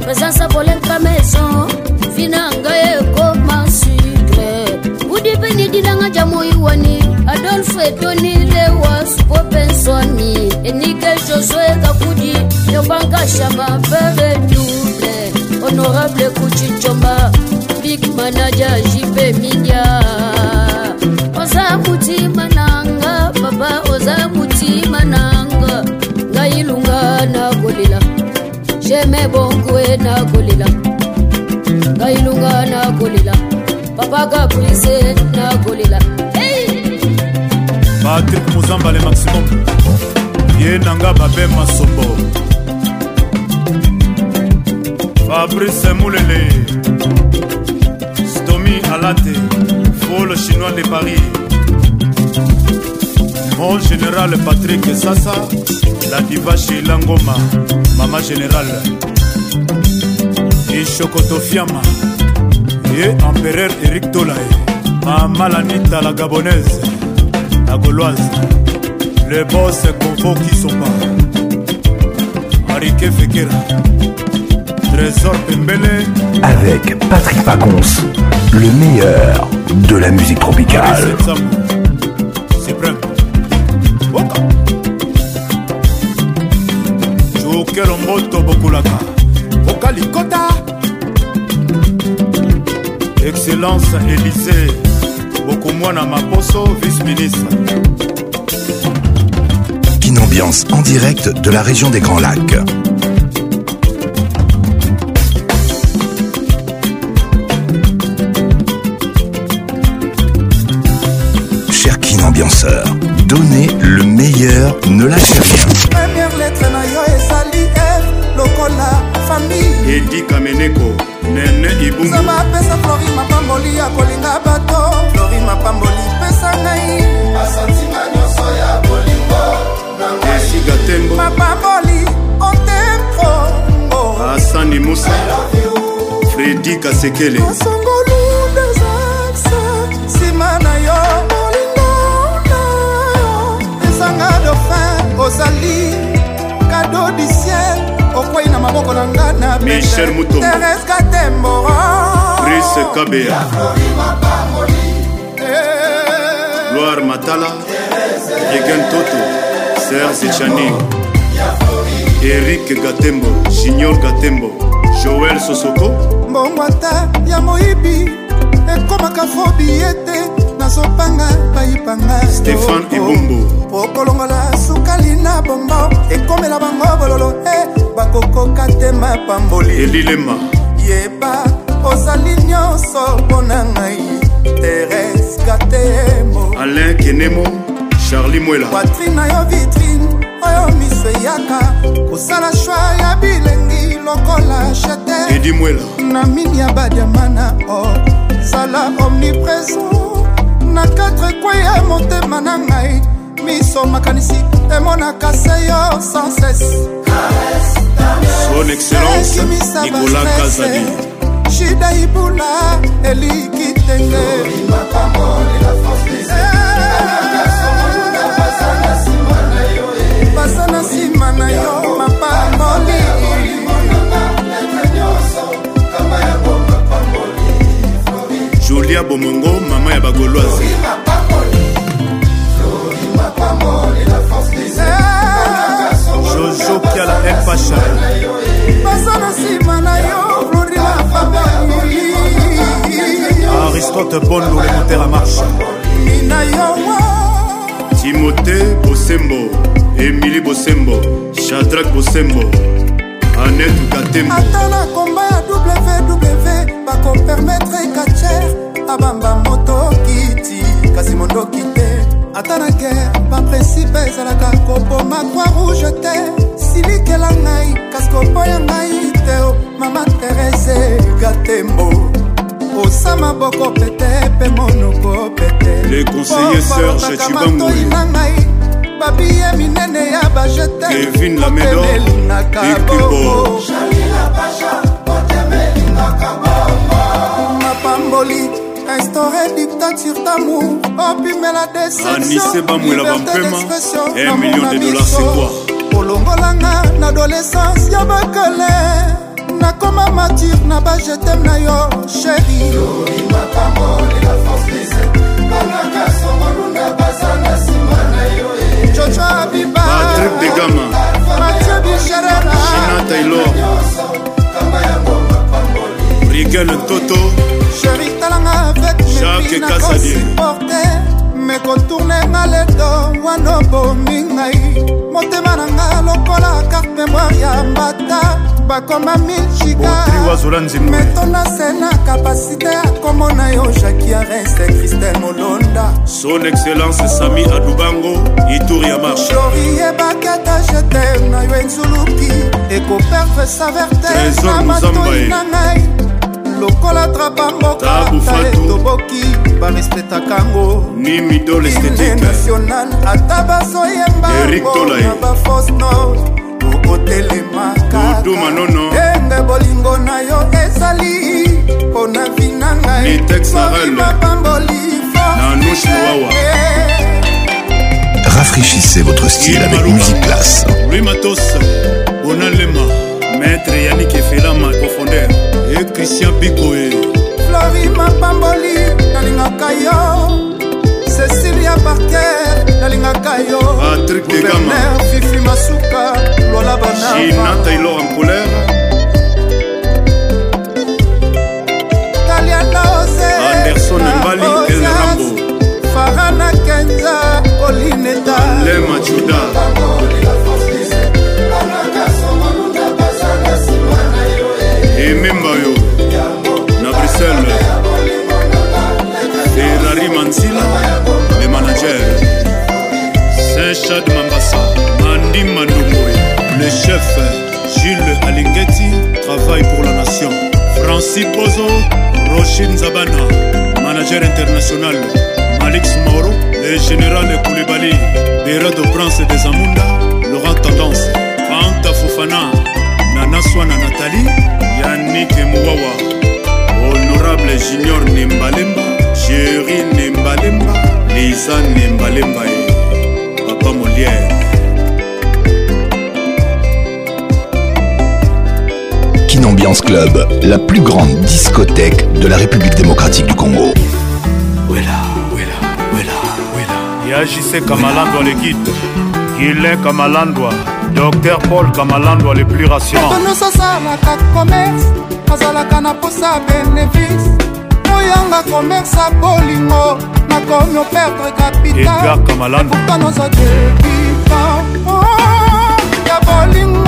presence kolenka maison vinanga ekoma sucre udipenidinanga jamoiwani adolfe etoni lewas popensoni enike josue kakudi yobanka shama pere double honorable kuchichomba big manaja jipe midia oza mutima nanga papa oza mutima nanga ngai lunga nakolela jeme bonkue nakolela ngai lunga nakolela papa kaprise nakolela hey!
patrik mozambale maximum ye nanga babe masombo fabrice mulele stomi alate fo le chinois de paris mon général patrik sasa la diva sheila ngoma mama général ishokotofiama ye empereur erik tolae mama lanita la gabonaise la gauloise le boss convo kisopa marike fekera Trésor Pembele
Avec Patrick Pacons, le meilleur de la musique tropicale.
Suprême. Boka. Joker Moto Bokulaka.
okalikota
Excellence Élysée. Bokumwana Maposo, vice-ministre.
Kin Ambiance en direct de la région des Grands Lacs. Kin Ambianceur, donnez le meilleur, ne lâchez rien.
première lettre na yo ezali f lokola famille
edi kameneko nene ibungu
zama apesa flori mapamboli ya kolinga bato flori mapamboli pesa ngai asantima nyonso ya bolingo
esiga tembo
mapamboli otempongo
asani musa fredi kasekele
asongolu desaxe nsima na yo bolingo na yo
maboko na nga na
Michel Mutombo.
Thérèse Katembo
Brice Kabea Loire Matala Yegen Toto Serge Chaning Eric Gatembo Junior Gatembo Joël Sosoko
mbongo ata ya moyibi ekomaka fobi ete nazopanga bayipanga
Stéphane Ibombo
okolongola sukali na bongo ekomela bango bololo e bakokoka te mapamboli
Elilema
yeba ozali nyonso mpo na ngai teres katemo
Alain Kenemo Charlie Mwela
poitrine na yo vitrine oyo miso eyaka kosala shwa ya bilengi lokola chete
Edi Mwela
na mini ya badiama na o zala omnipresent na katre kwe ya motema na ngai miso makanisi emonaka se yo sans cesse
Son Excellence
Ekimisa
Nicolas
ba stress.
Kazadi
shida ibula eliki tenge baza na nsima na yo mapamboli
Julia Bomongo mama ya bagoloise Jojo Piala El Pacha
baza na nsima na yo flori mapamboli
Aristote Bondo le moteur à marche
mina yo wa
Timothée Bosembo Émilie Bosembo Shadrach Bosembo Annette Katembo
ata na komba ya ww bakopermetre kacher abamba moto kiti kasi mondoki te ata na guerre baprincipe ezalaka koboma kwa rouge te silikela ngai kasi koboya ngai te o, mama terese gatembo osa maboko pete mpe monoko pete
Le conseiller Serge
matoi
Chibangwe
na ngai babiye minene ya bajete
Kevin Lamedo Ikibo
mapamboli instaure dictature d'amour opimela
Anise Bamwela Bampema 1 million de dollars c'est quoi
olongolanga na adolescence ya bakele nakoma matire na bajetem na yo sheri jojo abiba
Patrick de Gama
matie bigerera
Gina Taylor Rigel Toto
sheri talanga avec
Jacques
mépris,
Kassabier.
nakosuporte mekotournenga ledo wana obomi ngai motema na nga lokola carte mémoire ya mbata bakoma milchika
Botri Wazola Nzimbo
metona se na kapasité ya komona yo jakiarense kristel molonda
Son Excellence Sami Adubango Itour Yamarche
shori ebaketa jete na yo enzuluki ekoperdre saverte
Trésor eh.
na matoi
Muzambaye.
na ngai lokola drapa mboka
Tabu
ta
Fatou.
etoboki barespetaka ngo
Nimi Dol
Hymne
Esthétique
national ata
Eric Tolae.
bazoyembana bafosse nord okotelemaka
Dudu Manono
ndenge bolingo na yo ezali mpo na vi na ngai
Nitex Narel.
mapamboli
Nanouche Wawa
Rafraîchissez votre style avec Musique Classe.
Louis Matos Bonan Lema Maître Yannick Efelama Profondeur Et Christian Picoé
flori mapamboli nalingaka yo cecilia barker nalingaka yo
Patrick Degama
guverner fifi masuka lwala
Gina
banaa
Taylor en colère
taliana
Anderson Mbali El Rambo
farana kenza kolineta
Lema Juda Aimé Mbayo Na Bruxelles Ferrari Mansila Le manager Saint-Chad Mambassa Mandi Mandomboy Le chef Jules Alingeti Travaille pour la nation Francis Bozo Rochin Zabana Manager international Malix Moro Le général Koulibaly Berado Prince des Amunda Laurent Tendance Fanta Fofana Nana Swana Nathalie Yannick Mouawa honorable junior nembalemba jeri nembalemba lisa nembalemba ye papa moliere
Kin Ambiance Club, la plus grande discothèque de la République démocratique du Congo.
yajc kamalandwa l'équipe gilin kamalandwa dr paul kamalandwa le plus rassurant
bato nyonso asalaka commerce azalaka na posa ya bénéfice moyanga commerce ya bolingo nakomi operdre
edgar
capital
kamalandwa
pourtant noza debitan Oh, ya bolingo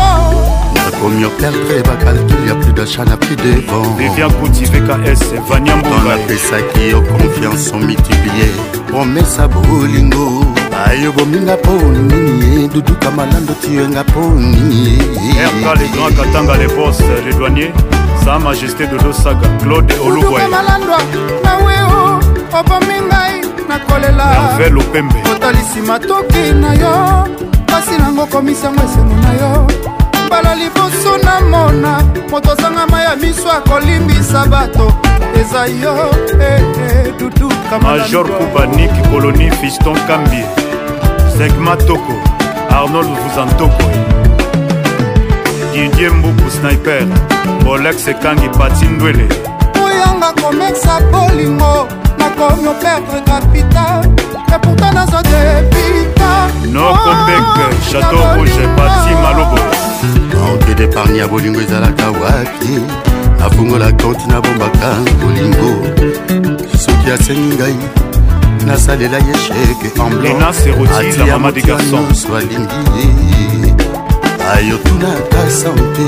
Comme au perdre bacalcul, y a plus d'achat, n'a plus de vent.
Vivian Kouti, VKS, Vania
Dans la
Moubaye.
pesaki yo confiance sont multipliés promesa bolingo ayo bominga mpo nini duduka malando tiyenga mpo nini
rk le grand katanga le boss le douanier sa majesté de dosaga claude
duka
olubwaye
malandwa oh, naweo obomi ngai nakolela
herve lopembe
otalisi matoki na yo mpasi nango komisango esengo na yo mbala liboso namona moto azangama ya miso akolimbisa bato eza yo eh, eh, dudu
major kubanik koloni fiston kambie segma toko arnold vuzantoko didier mbuku sniper bolex ekangi pati ndwele
oyanga komekisa bolingo nakomi operdre capital e pourtant naza depita Oh,
nokobek chateau rouge pati malobo
manke depargne ya bolingo ezalaka wapi afungola konti nabombaka bolingo soki asengi ngai nasalela ye sheke en blanc.
Lena Seroti,
Atia
la mama des
moto ya
garçons.
nyonso alingi ye. ayo tunaka sante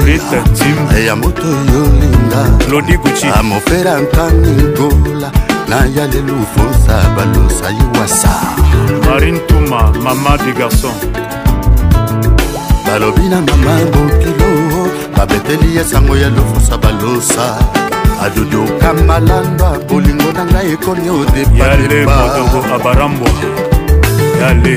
Eh, ya moto yolinga
lodi guci
amofela ntaningola naya lelufonsa balosa yiwasa
marine tuma mama de garçon
balobi na mama bokilo babeteli ye sango ya lofosa balosa aduduka malanda bolingo na ngai ekomi
yale
odepadepa
motongo abarambwa yale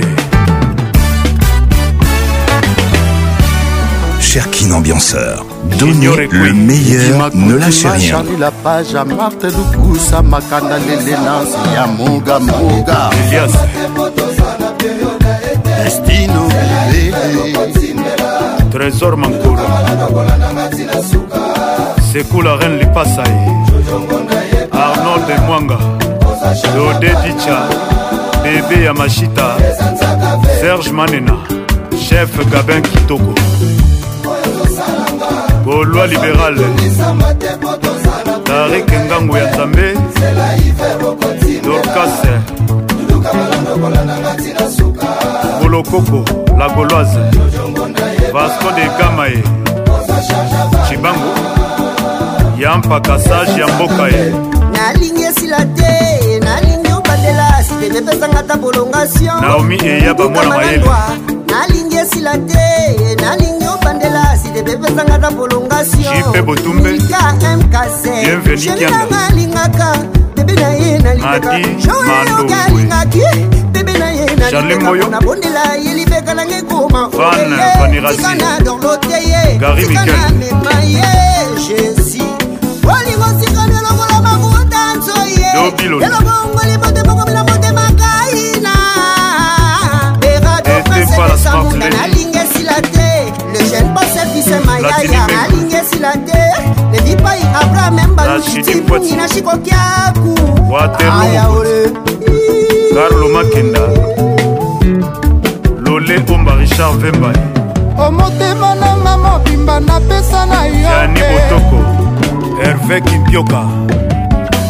Cherkin Ambianceur, donnez le meilleur, ne lâchez rien.
charli la page ya marte lukusa makanda lele nansi ya mogamoga
Elias.
destino
eh, trésor mankolo sekula reine lipasai arnold de mwanga dode dicha bebe ya mashita serge manena chef gabin kitoko bolwa libéral tarik ngango ya nzambe dorkas bolokoko la gauloise vasco de gamae cibango ya mpakasage ya mboka ye
nalingi esila te nalingi obandela sitene pesanga ta prolongation
Naomi eya bamwana mayele.
nalingi esila te nalingi obandela sitene pesanga ta
jipe
prolongation
botumbe
ka mkc
Bienvenue, Kianda.
nanga alingaka bebe na ye nalingaka
Madi
joeloki
Mandongwe.
alingaki bebe na ye
Charlie Moyo.
nalingaka nabondela ye libeka nanga ekoma
Van Vanirasi.
tikana dorlo te ye
Gary
tikana
Michael.
mema ye jésus olingo sikana elokola mafuta nzoye
Dobiloni.
elobongoli motema komela motema kaina
Etepa la Smart
eradopasepesambunda
Lady.
nalinga esila te le jeune pasefise mayaya
Platini Memba.
nalinga esila te levi pai abraham
Rashidi
mbaluti
Kwati.
mungi na shikokiaku
waterlo karlo makenda lole omba richard vembai
omotema Oh, nanga mobimba napesa na yo
yani
te
botoko herve kimpioka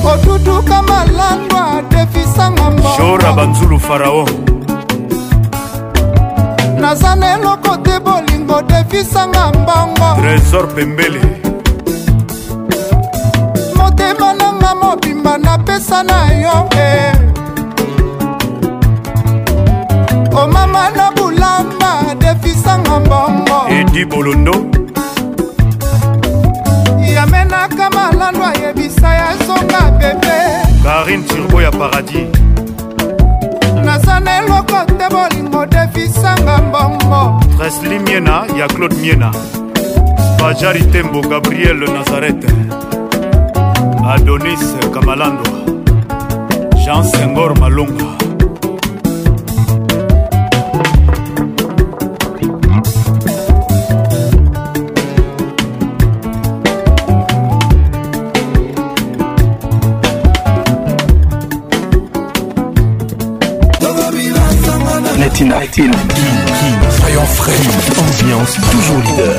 otutuka malandwa defisanga
jora
mbo
banzulu faraon
naza na eloko te bolingo defisanga mbongo
trésor pembele
motema nanga mobimba napesa na yo e omama Oh, na bulamba defisanga mbongo
edi bolondo
yamenaka malandwa ayebisa ya zonga bebe
karine turbo ya paradis
naza na eloko te bolingo defisanga mbongo
tresli miena ya claude miena bajari tembo gabriel nazareth adonis kamalando jean sengor malonga
Netina King King Soyons frais Ambiance toujours leader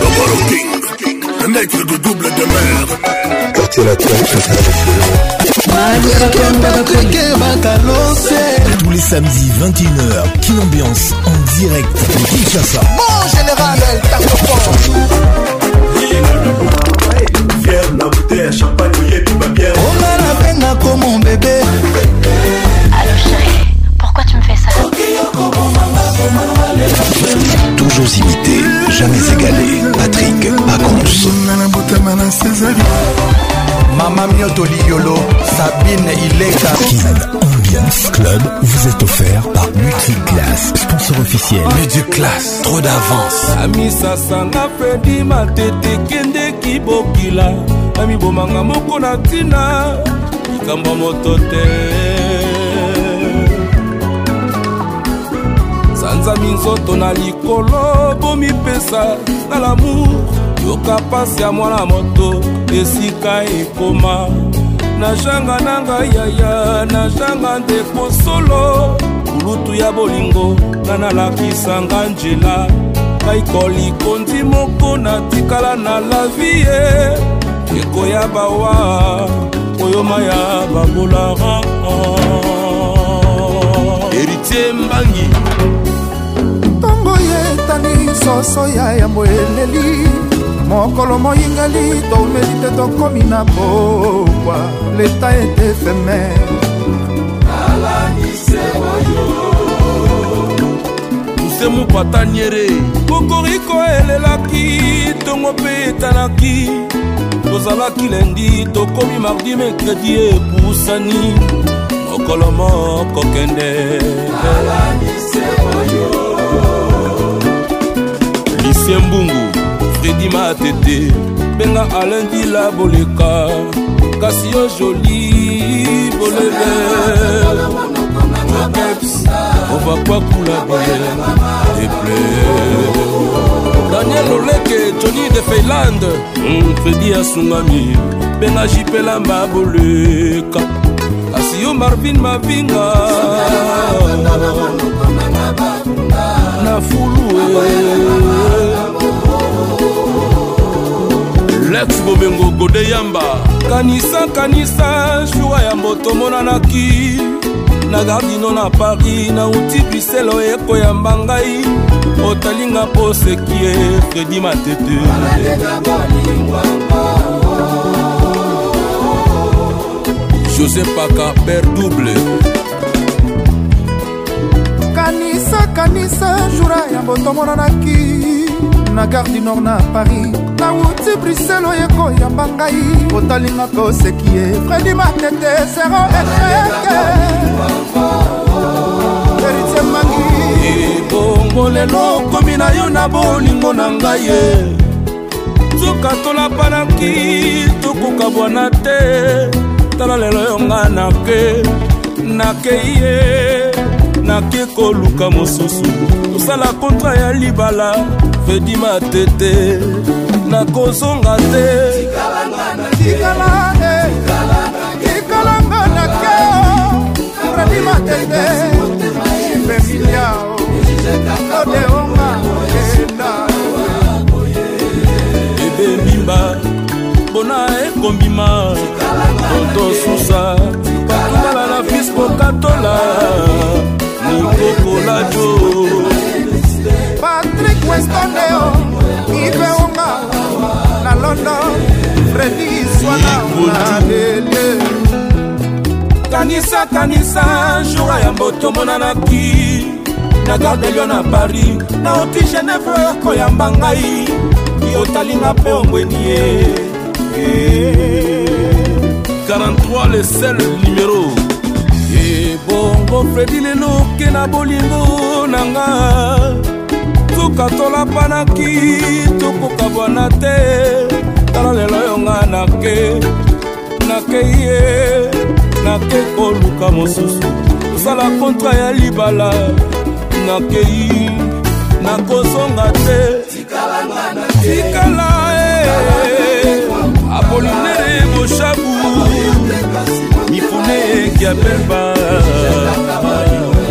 Domoro King Un nègre de double de mer
Quartier latin
Tous les samedis 21h, Kin Ambiance en direct de Kinshasa.
Mon général, elle
fier na bouteille ya champagne oyebi babière
onga napenda ko mon bebe
Allô chérie, pourquoi tu me fais ça
Toujours imité, jamais égalé. Patrick Pacons.
Nana botama na Césarine
Mama Mioto Liolo, Sabine Ileka. Ambiance Club vous est offert par Multiclass, sponsor officiel. Multiclass, trop d'avance.
amisasanga fredi matete ekendeki bokila amibomanga moko na ntina likambo ya moto te sanza minzoto na likolo bomipesa na lamour yoka pasi ya mwana moto esika ekoma na janga na ngai yaya na janga ndeko solo kulutu ya bolingo nga nalakisanga njela ngai kolikondi moko natikala na lavi ye ekoya bawa koyoma ya babolara eritie mbangi
ntongo yetani soso ya yambo eleli mokolo moyingali toumeli te tokomi na pokwa leta ete efemere
tuse mopata niere kokoriko elelaki ntongo mpe etanaki tozalaki lendi tokomi mardi mekredi epusani mokolo moko kende lisie mbungu fredi matete benga alendila boleka kasi yo joli bolebe Okeps, on va pas couler les plaies. Daniel Oleke, Johnny de Finlande, mm, Freddy Asungami, Bena Jipela Maboleka, Asio Marvin Mavinga, na eh. Fulu, Lex Bomengo Godeyamba, kanisa kanisa juwa ya moto monanaki na gardino na paris nauti briselo ekoyamba ngai otalinga mpo seki ye fredi matete josé paka ber double
kanisa kanisa jura yango tomonanaki na gare du nord na paris nauti briselo ekoyamba ngai otalinga koseki ye fredi matete zero etreke eritie mangi
ebongo lelo komi na yo na bolingo na ngai ye suka tolapanaki tokoka bwana te tala lelo yonga nake nakei ye nake koluka mosusu kosala kontra ya libala fedi matete nakozonga te
tikala e tikalanga na eh. ke oh. fredi matete ipemiliao oh. odeonga enda
ebembimba mpona ekombima otosusa patungala na fispo katola nikokolajo
patrik westoneo ipeonga oh. na london fredi swana na lele
kanisa kanisa jura ya mboto monanaki na gardelio na paris na oti geneve oyo koyamba ngai yotalinga mpe ongweni ye Eh, 43 le sel numero ebongo fredi Eh, lelo ke na bolingo na nga tuka tolapanaki tokoka bwana te tala lelo yonga nake nakei ye nake koluka mosusu kosala kontra ya libala nakei nakozonga te tikala e apolinere boshabu mifune kiapelba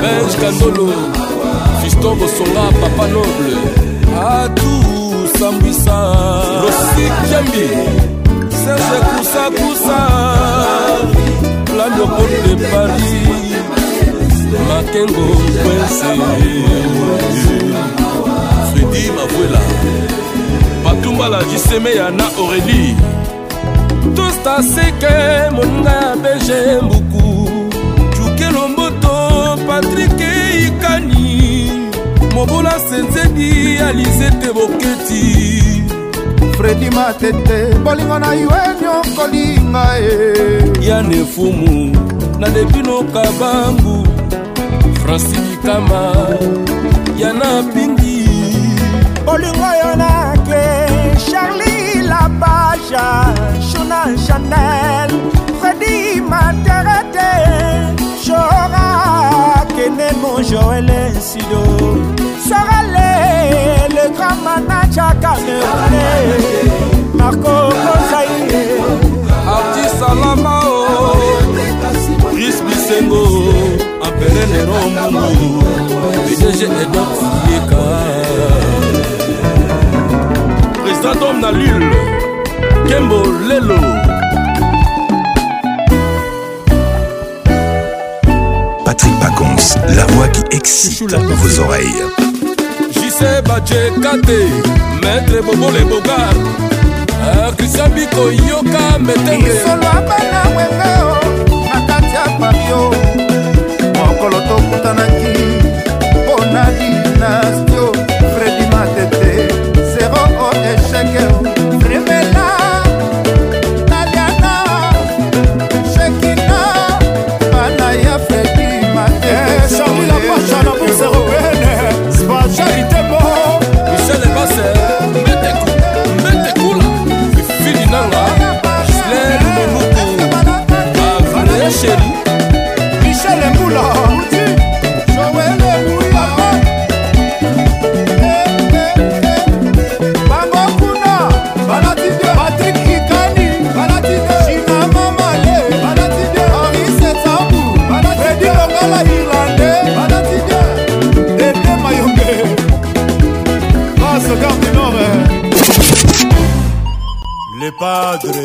george kandolo fiston bosonga papa noble atu sambwisa losikiambi serge kusakusa plan de pole de paris makengo kwese fredi mavwela patumbala jiseme ya na aurélie tosta seke moninga ya bege mbuku jukelomboto patrik ikani mobola senzedi alizete boketi
fredi matete bolingo na yo enyokolinga e
ya nefumu na debino kabambu franciki kama yana pingi
bolingo yo nake charli labaja shona chanel fredi materete jora kenemo joele sido sorale le grand manaja camerounais marco kosaie
artisalamao bris oh. bisengo apere nero mungu pdg edok fieka président dom na lule kembo lelo
Patrick Pacons, la voix qui excite vos oreilles.
jise badje kate maître bobole bogar christian biko yoka
metengesolabana wengeo na kati ya pavio mokolo tokutanaki mpona dinastio fredi matete zero o echeke remela taliana shekina bana ya fredi matetearité
bo michel ebase meteku metekula fili nanga gisler monuku avrie sheri
michel embula joel ebuya bango kuna balati de patrik ikani balati de jina mamale balati de arise tambu balati de longala irlande balati de dede mayonge grâce gare du nord
le padre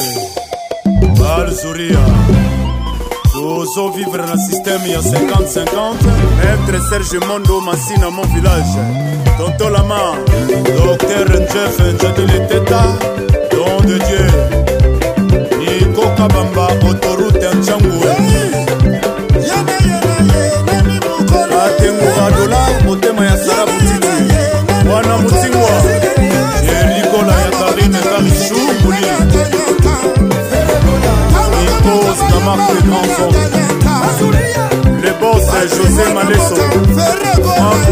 balzoria tozovivre na systeme ya 50-50 maître serge mondo masi na mon village tontolama docteur jeff njadele teta don de dieu niko kabamba autoroute nchangue atenguka dola motema ya sara mutingi wana mutingwa erikola ya karine karishu muli ipose na marke manson le bos josé maleso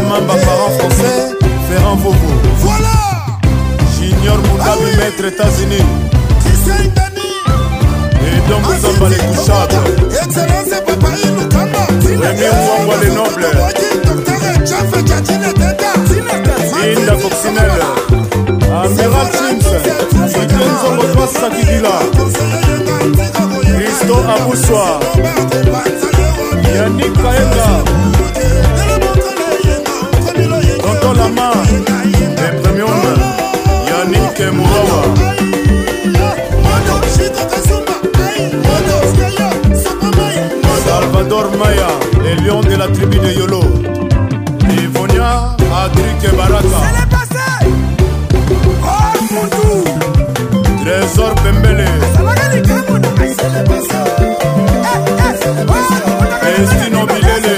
mamamba parent français ferrand vovo junior mudabi maître états-unis edombuzamba le couchable remi mvangwa le noble inda coccinelle amiral chims iklenzongo twasakidila kristo abuswa yanik kayenga tonton lama epremium yanik murawa salvador maya le lion de la tribu de yolo ivonia adrike baraka trésor pembele estino bilele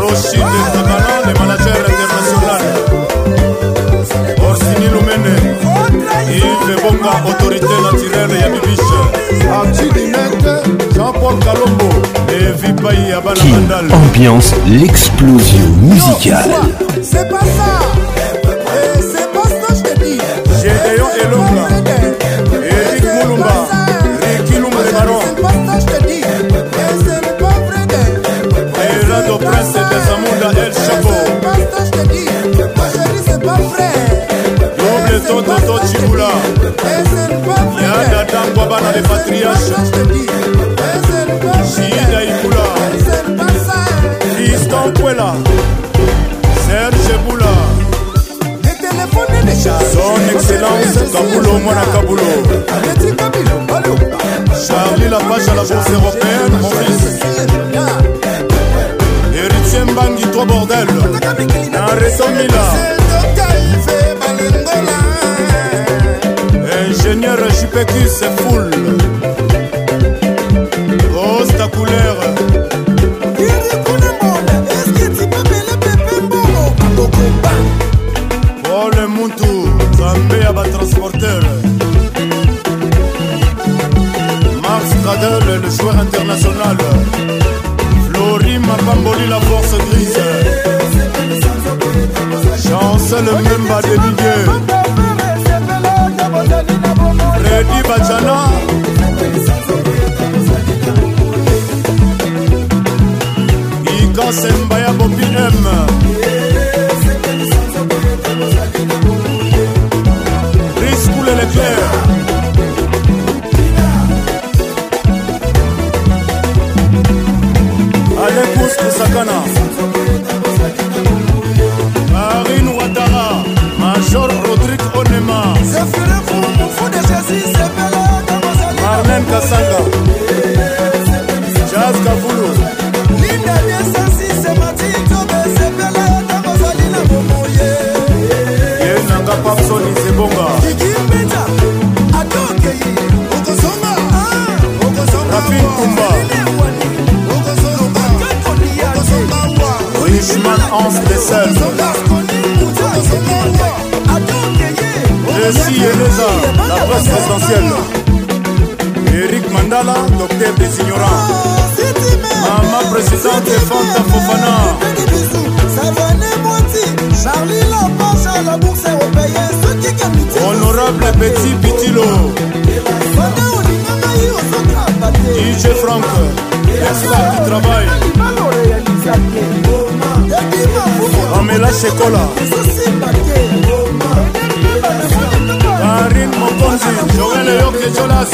roshi de sakana le manager international orsini lumene ive bonga autorité naturelle ya bibishe abdinete jean-paul kalombo evi pai ya bana
Kin
mandal
ambiance l'explosion musicale.
C'est pas ça Eh, C'est pas ça je te dis
Gédéon Elonga Eric Moulumba Ricky Lumba le baron Eirado prince de Zamunda El Chapo Double ton Toto Chibula Yada Dangwa Bana les patriarches Shida Ikula Fils son excellence kabulo mwana kabulo charli la page à la bourse européenne mon fils héritier mbangi toi bordel na resomila ingénieur jupécu c'est foule rose ta couleur pole mutu nzambe ya batransporteur mars cadel le joueur international flori mapamboli la force grise chancel memba debidie fredi bajana ikasemba ya bobi m Riscoule Leclerc Alekus Kusakana Marine Ouattara Major Rodrigue Onema Marlène Kassanga Jazz Kavulu yenanga papsoni zebonga rapin kumba richman ans desel jesi yeleza la presse présidentielle eric mandala docteur des ignorants mama présidente fanta fofana
Charlie Lapache à la bourse européenne, ce qui est
Honorable Petit Pitilo DJ Franck Expert qui travaille Pamela Chekola Karine Mokonzi Joël Yoke Jolas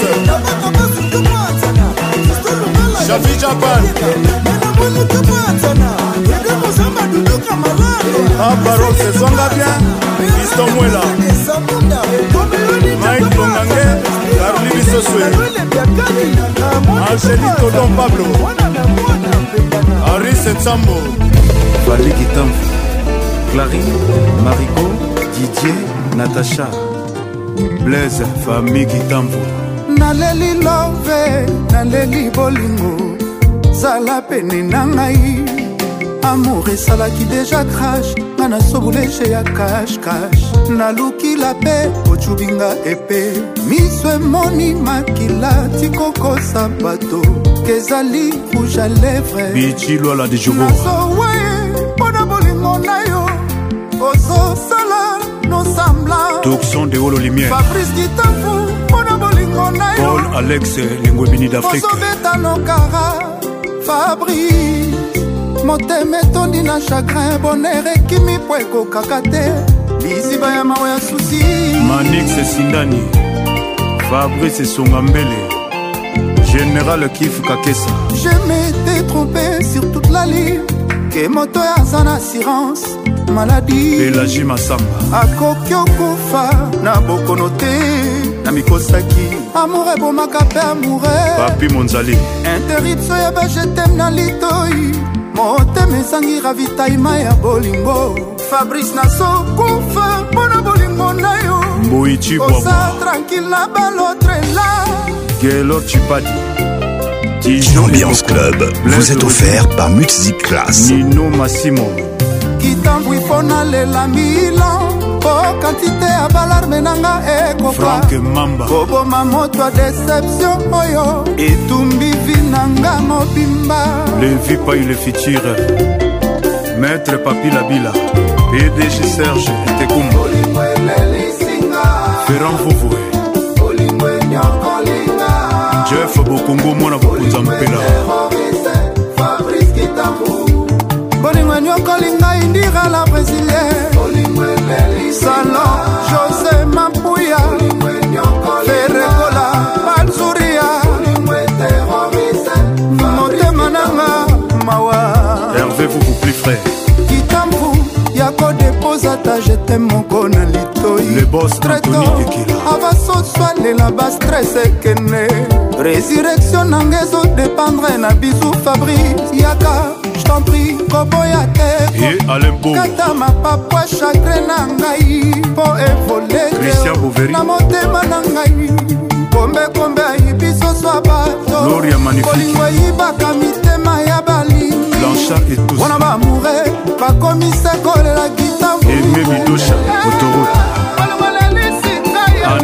Shafi Japan Ah, parole se songa bien Fiston Mouela Mike Bongange Carly Bissoswe Angelito Don Pablo Harris Etsambo
Valérie Kitamf Clarine Marico Didier Natacha Blaise Famille Kitambo
naleli love naleli bolingo zala pene na ngai amour esalaki deja crash nga nasobuleche ya kashkash naluki lape ocubinga epe miso emoni makila tikokosa bato kezali rouge a
Bijilwala de Jobo
lèvrenazowe mpona bolingo na yo ozosala nosambla
Toxon de Holo Lumière
fabrice kitafu mpona bolingo na yo
Paul Alex Lingwebini d'Afrique
ozobeta nokara fabrice motema etondi na chagrin boner ekimi mpo ekokaka te liziba ya mawa ya susi
Manix Sindani Fabrice Songambele Général Kif Kakesa
je m'étais trompé sur toute la ligne ke moto aza na assurance maladi
Elagi Massamba
akoki okufa na bokono te na mikosaki amour ebomaka mpe amoure
Papi Monzali
interruption ya bajetem na litoi motema ezangi ravitaima ya bolingo fabrice nasokufa mpona bolingo na yo
Mboyi Chibwabwa
oza tranquille na balotrela
Gaylord Chipadi Dijon
L'ambiance club vous est offert par Music Class.
Nino Massimo
kitambwi mpo nalela milan mpo kantite ya balarme nanga ekoka
Frank Mamba
koboma moto ya deception oyo etumbi vi nanga mobimba
Levi Paille le futur Maître Papi Labila PDG Serge Tekumbo Ferrand Fofoué Jeff Bokongo mwana bokonza mpela
bolingo enyokoli ngai ndira la brésilien salon josé mampuya ferrekola banzuria motema nanga mawa
Hervé Vuvu plus frère
kitambu ya kodeposa ta jete moko na li avasoswalela bastres ekende résurrection nanga ezodépendre na bisu fabrice yaka jtempri koboya te kata mapapwa chagre na ngai mpo evolete na motema na ngai kombekombe ayibi soso a batokolingo eyibaka mitema ya balingwana bamoure bakomisa kolela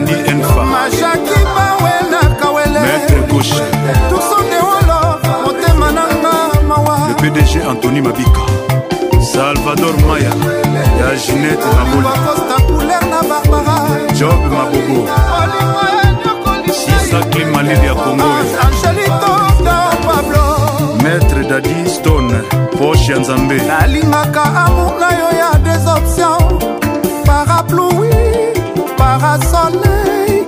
kitambumaaki bawena kaweletusundeolo motema nanga mawa
le pdg antony mabika salvador maya ya ginete
mabolikosta couler na barbara
job mabobo sisaki malili ya
angelitoda pablo
maître dadi stone poche ya nzambe
nalingaka amour na yo ya des options paraplui parasoleil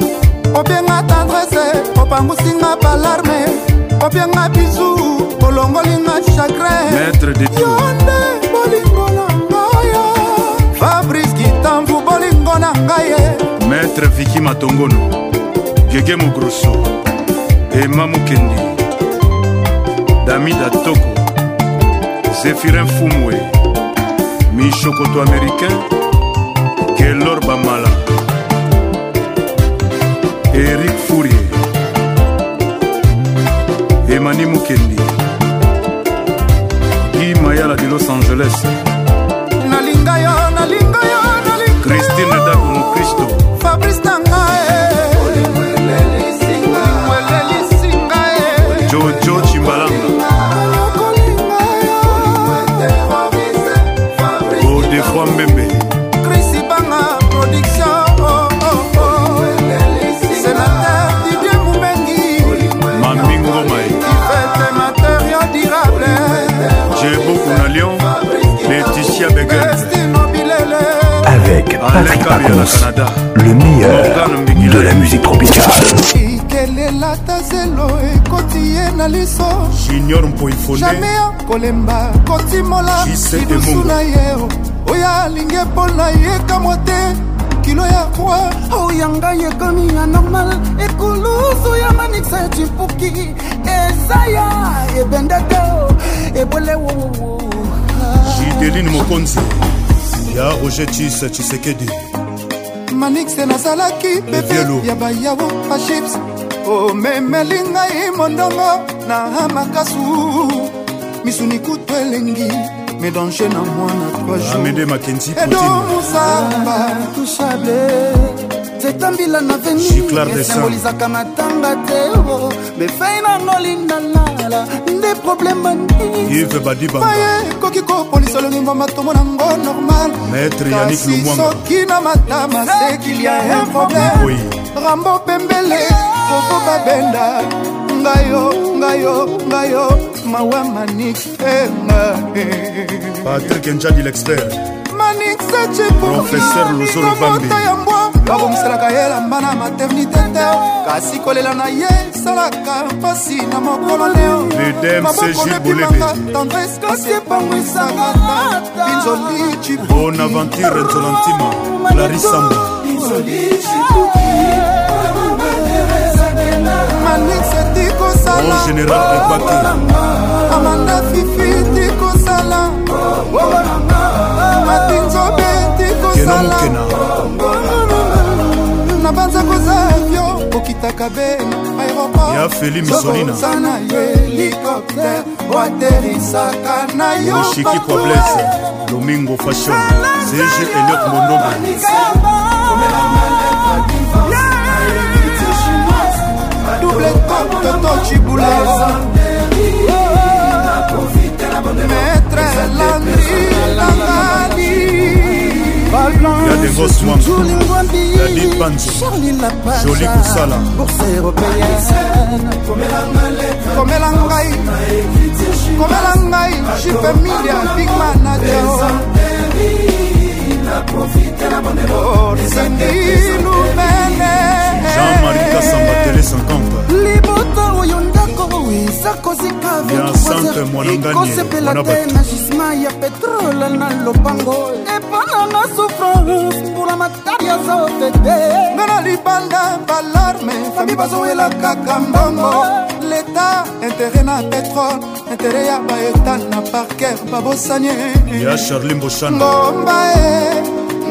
obenga tendrese opangusinga balarme obenga bizu olongolinga
Maître de
chagrin
tout.
yo nde bolingo na ngaya fabrice kitambu bolingo na ngaye
maître viki matongono gege mogroso ema mokendi damida toko zéphirin fumwe michokoto américain kelor bamala erik fourier emani mokendi i mayala de los angeles
nalinga yo nalinga yo nalinga
christine dakomo kristo
fabrice nanga welelisinga e
jojo chimbalanga odefroi mbembe
krisi banga production oh, oh, oh. senateur didie mubengi
mamingo mai
ivete materio durable
jebo kuna lion leticia begel
nobilele
Avec Patrick Pacons, le meilleur de la musique tropicale.
ikelela ta zelo ekoti ye na liso
junior mpoifone
jamai akolemba kotimola
J.C.
lidusu
Emongo.
na ye oh. oyo alingi mpona yekamwa te kilo ya roi
oyanga ekomi ya normal ekulusu ya maniksa ecipuki ezaya ebende te ebolewowowo
jideline mokonzi ya roger tis tshisekedi
manixe nazalaki pepe ya bayawo baships omemeli ngai Oh, mondongo na makasu misuni kutu elengi médange na mwana trois jours
amede makenzi
edo
Ah, poutine
musamba
touchable zetambila na
Giclar de
venirsembolisaka matanga te
oh,
o mefei nango lindalala nde probleme
ive badibanga
maye ekoki kopolisa olongingo matomo nango normal
maître yanik
kasi
lumwanga
soki na matama sekil ya un
Oui.
problème rambo pembele koko babenda ngayo ngayo ngayo mawa eh, manix enga eh.
patrik njadi lexpert
manix
Professeur Lozolo Bambi.
cepumota ya mbwa babomiselaka ye elamba na maternité te kasi kolela na ye esalaka mpasi na mokolo leo
Vedem,
Maboko
c'est Jules
mepimaka
Bolebe.
tendresse kasi epangwisaka ta binzoli cibo
bonaventure nzolantima larisamba
manixeti kosala
o général ebake
amanda fifiti kosala matinzobe ti
keno
kosala
mokena
na banzakoza avio okitaka be na
Ya Feli Misonina.
Zokoza na yo helicoptere oaterisaka na yo
oshiki
partout.
pobles domingo fashion cg eliot mondobe
double top toto cibule maître landri
ya devos mwam
Julingwambi,
ya dit banzo
Charlie Lapacha,
Joli Koussala.
Bourse européenne.
komela ngai komela ngai jipemilia
jean-marie
bigmanajasendilumene
kasamba tele 50
libota oyo ndako eza kozika
ya centre
ekosepela te na gisma ya petrole na lopango eponanga souffrance mpula matari azofete
nga na libanda balarme fami bazowela kaka mbongo leta intere na petrole intere ya baeta na parker babosani
ya charli
mboshanngomba e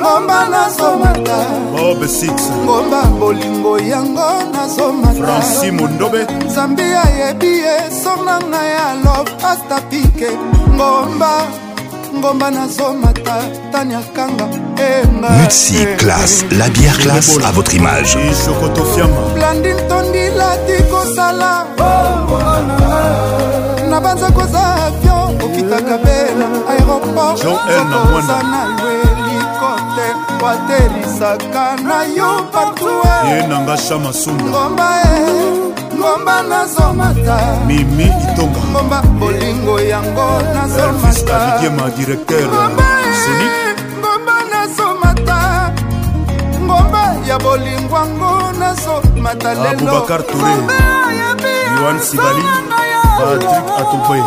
ngomba nazomata
bob 6
ngomba bolingo yango
franci
nazomata
mondobe
nzambe ayebi ye songa ngai ya love pasta pike ngomba ngomba nazomata tani akanga
Mutsi classe, la bière classe à votre image.
blandi ntondi lati kosala na banza koza avion okitaka mpe na aéroport
Jean L. Namwanda.
Sokoza na yo hélicoptère waterisaka na yo partout
ye nanga sha masunda
ngomba e ngomba nazomata
mimi itonga
ngomba bolingo yango
elvis
nazomata
kavidiema directeur seni
ngomba nazomata ngomba ya bolingo yango nazomata lelo
abubakar touré yohan sibali patrik atupe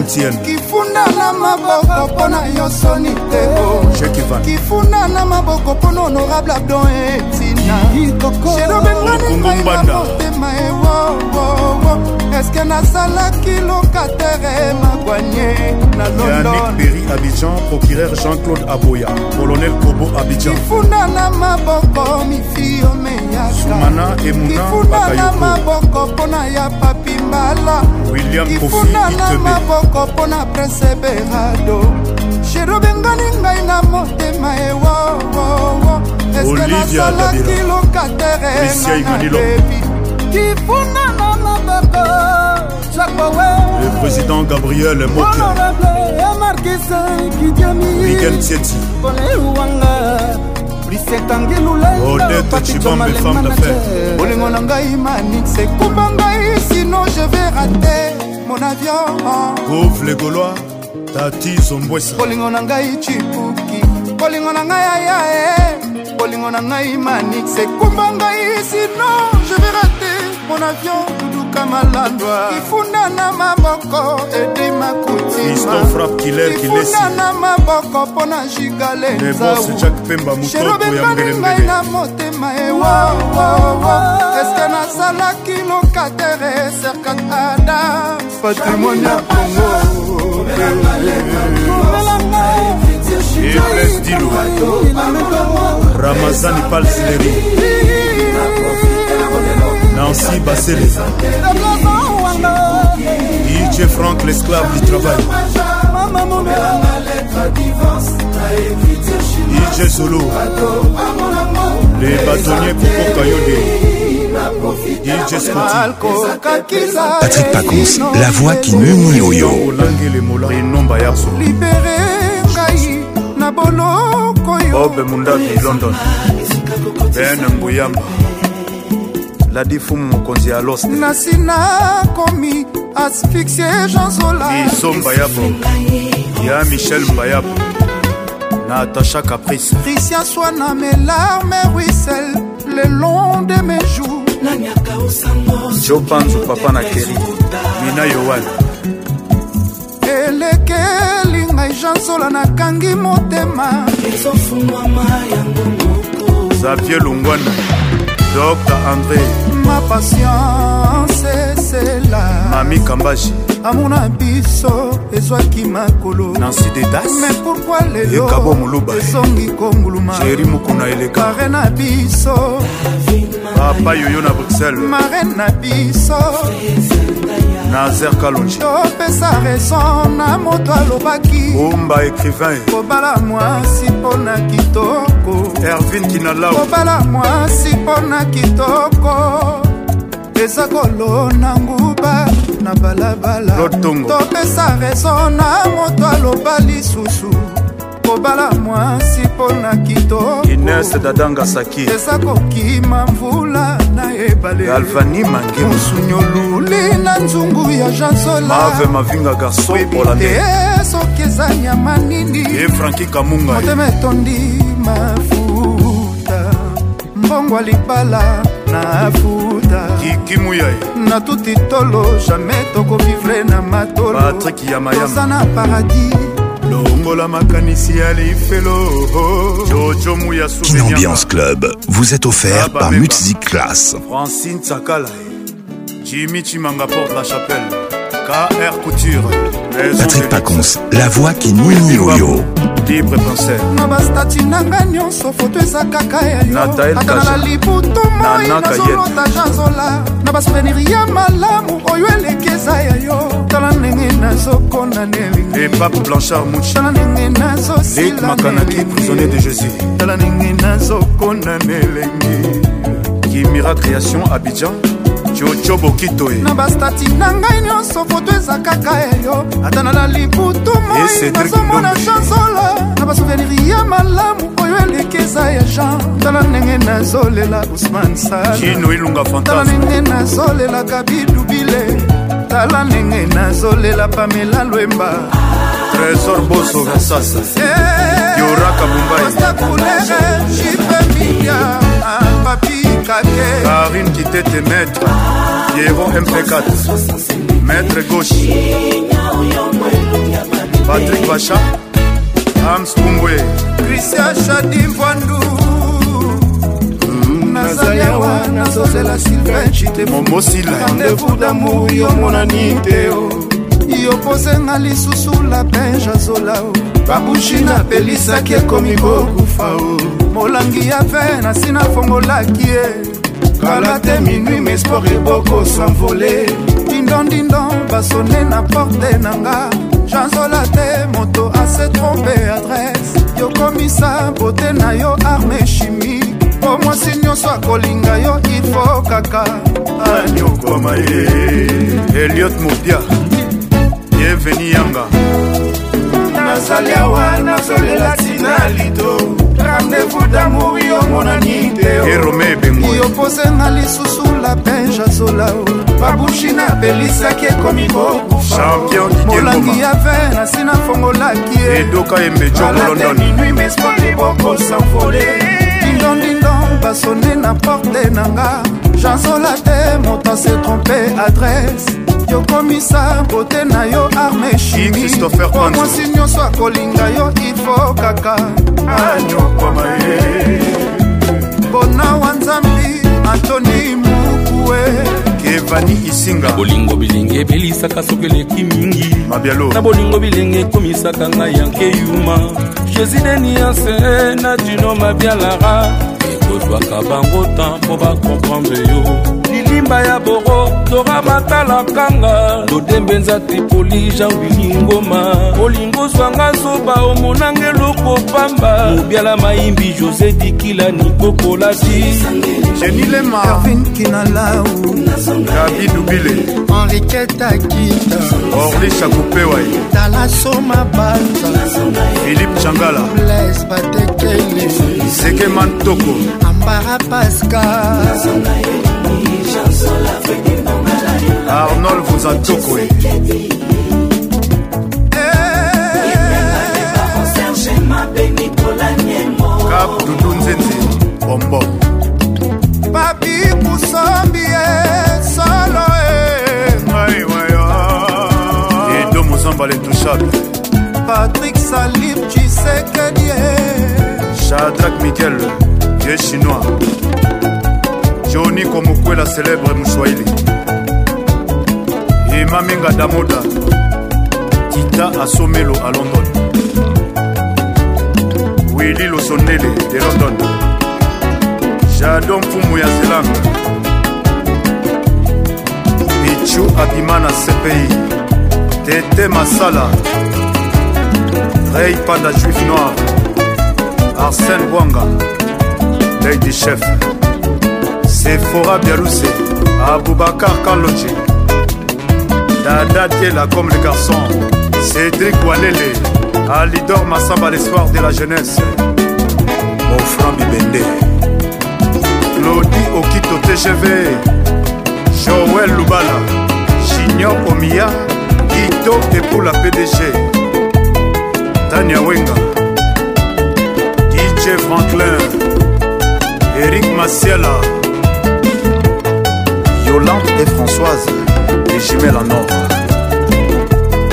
mtn
kifunda na maboko mpo na yo soni tebo
jekivan
kifunda na maboko mpo na honorable abdon etina
Okungu Mbanda.
jerobengwaningaiaotema ewowowo eske nasalaki lokatere magwanie na
yannick
london
peri abidjan procureur jean-claude aboya colonel kobo abidjan
kifunda na maboko mifio meyaka
Soumana Emouna
kifunda na
Bakayoko.
maboko mpo na ya papi mbala
william kofi
kifunda na
itebe
maboko mpo na prince berado sherobengani ngai na motema e ewowowo eske
Olivia
nasalaki
Dabira.
lokatere
Licia
nga na
Imanilo.
bebi kifunda na maboko jakowe
le président gabriel mokia rigen tieti Odette Chibambe, femme d'affaires.
bolingo na ngai manix ekumba ngai sino je vais rate mon avion
gove le gaulois tati zombwesa
bolingo na ngai chipuki bolingo na ngai ayae bolingo na ngai manix ekumba ngai sino je vais rate mon avion duduka malandwa ifunda na maboko edi
liston
makutima
frappe kiler kilesi
ifunda na maboko mpo na jigale
le boss
nzau
jack pemba mutoko ya
sherobengani ngai na
mbelembele
motema eh, ewowowo eske nasalaki lokatere serkat adams patrimoine ya kongo
efes dilo ramazani palsileri nancy basele dj frank l'esclave du travail dj solo le bâtonnier popo kayode dj
kokakisa
Patrick Pacons, la voix qui muni au yo.
scotinomba yaso
libere ngai na boloko yo
bob mundaki london ben ngoyamba ladifumu mokonzi ya loste
na sina komi asfixie janzola
iso mbayabo ya michel mbayabo na atasha caprice
Christian Swana, mes larmes ruissellent le long de mes joues.
jo panzo papa na keri mina yowan
elekeli ngai jansola nakangi motema
xavier lungwana dr andré
ma patience esela
mami kambashi
amour na biso ezwaki makolo
nancy dedas
mais pourquoi lelo
yekabo moluba
ezongi konguluma
jeri mokuna eleka
mare na biso
papa yoyo na bruxelles
mare na biso
nazer kalonji
topesa raison na moto alobaki
bomba écrivain
kobala mwasi mpo na kitoko
ervin kinalau
kobala mwasi mpo na kitoko eza kolona nguba na balabala
Lotongo.
topesa rezo na moto aloba lisusu kobala mwasi mpo na kitoko
ines dadanga saki
eza kokima mvula na ebale
galvani mangemo
mosunyoluli na nzungu ya jansola
mave mavinga garçon
te
olandais
soki eza nyama nini
ye franki kamunga
motema etondi mafuta mbongo ya libala na afuta
kikimuyae
na tuti tolo jamai tokovivre na
patrik ya
matoloza
mayama
na paradis
longola makanisi ya lifelo jojo muya
Kinambiance Club vous est offert par Music Class.
francine tsakala jimi chimanga porte la chapelle kr couture maison
Patrick Pacons, la voix qui nie yo.
de libre penseur
na bastati na ngai nyonso foto eza kaka ya yo
Nathael
ata na
Kaja.
libutu moi
Nana
nazolota nazola na basouvenir ya malamu oyo eleki eza ya yo tala ndenge nazokona nelingi
et pape blanchard mouch
tala ndenge
lik
nazosila
makanaki prisonnier de jésus
tala ndenge nazokona nelingi
kimira création abidjan jojo bokitoe
na bastati na ngai nyonso foto eza kaka ya yo ata na lalibutu moi
Cédric
nazomona
Ndombe.
chanzola na basouvenir ya malamu oyo eleki eza ya jean tala ndenge nazolela usman sala
kino ilunga
tala
fantasme
ndenge nazolelaka bidubile tala ndenge nazolela pamela lwemba
trésor boso gasasa
Eh,
yoraka bumbai
kulere jipemia papi kake
karine kitete maître piero mp4 maître gauche patrik bacha ams pumbwe
krisia shadi mbwandu nazali awa nazozela sylvain
momosila
rendez-vous d'amour yo monani te o yopozenga lisusu oh. lapin jazola o babushi napelisaki ekomi kokufa o molangi ya vin na nsina fongolaki e kala te minui mespor eboko sanvole dindondindon basone na porte na nga janzola te moto ase trompe adrese yokomisa bote na yo arme chimie mpo mwasi nyonso akolinga yo ifo kaka
anyokoma ye eliot modia bienveni yanga
nazali awa nazolela tina lido rendez-vous d'amour yo monani oh.
e rome ebengwe
yopozenga lisusu lapin jazola babushi napelisaki ekomi kokufa
Champion Didier
molangi
Ngoma.
ya vin na nsina fongolaki ye
edoka embejongo london
dindondindon basone na porte na nga janzola te moto ase trompe adrese yokomisa bote na yo arme
Guy
chimi
Christopher Panzo.
mwasi nyonso akolinga yo ifo kaka
anyokoma ye
bona wa nzambi antoni mukue
kevani isinga
bolingo bilenge epelisaka soki eleki mingi
mabialo
na bolingo bilenge ekomisaka ngai yanke yuma jésus deniase na dino mabialara ekozwaka bango tan mpo bakomprendre yo lilimba ya boro tora matalakanga lodembenza tripoli jean-wili ngoma bolingo zwanga zoba omonange lokopamba mobiala mayimbi josé dikila nikokolasi
jenilema
kinalau
gabi dubile
henriketakita
orli shakupewai
talasoma banza
philipe changala
bles batekele
zekeman toko
ambara pascal
arnold voza tokoe kap dudu nzenze bombo
papi kusombi e solo e
ngai waya edo mozamba lintouchable
patrik salib cisekedi e
shadrak mikel ye chinois joni komokwela célèbre moswahili emaminga damoda tita asomelo a london willi losonele de london jado mfumu ya zelande michu abima na cpi tete masala rey panda juif noir arsène bwanga l'œil du chef sephora bialouse aboubacar kanloje dada tiela comme le garçon cédric walele alidor masamba l'espoir de la jeunesse ofran bibende lodi okito tgv joel lubala junior omiya kito epula pdg tania wenga DJ Franklin, Eric Maciela, et Françoise, les jumelles en or.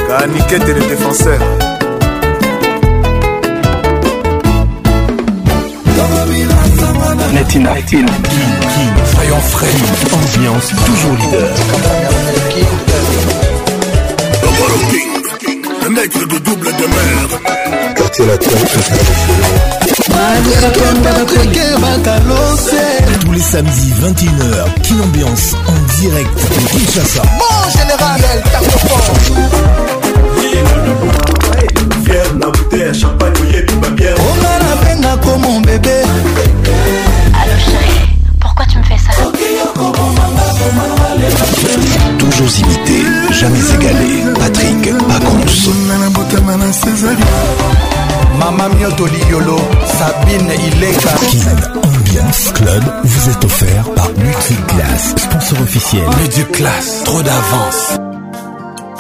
Ganiquette et le défenseur.
Netina, King, King, Soyons frais, ambiance toujours leader.
Tomorrow King, le maître de double demeure. Quartier latin,
Tous les samedis 21h, Kin Ambiance en direct de Kinshasa.
Mon général, elle
Fier na bouteille à champagne oyebi babière
onga nabenga komo bebe
Allô chérie, pourquoi tu me fais ça
Toujours imité, jamais égalé. Patrick Pacons.
Mama Mioto Liolo, Sabine Ileka. Kin Ambiance Club vous est offert par Multiclass, sponsor officiel. Multiclass, trop d'avance.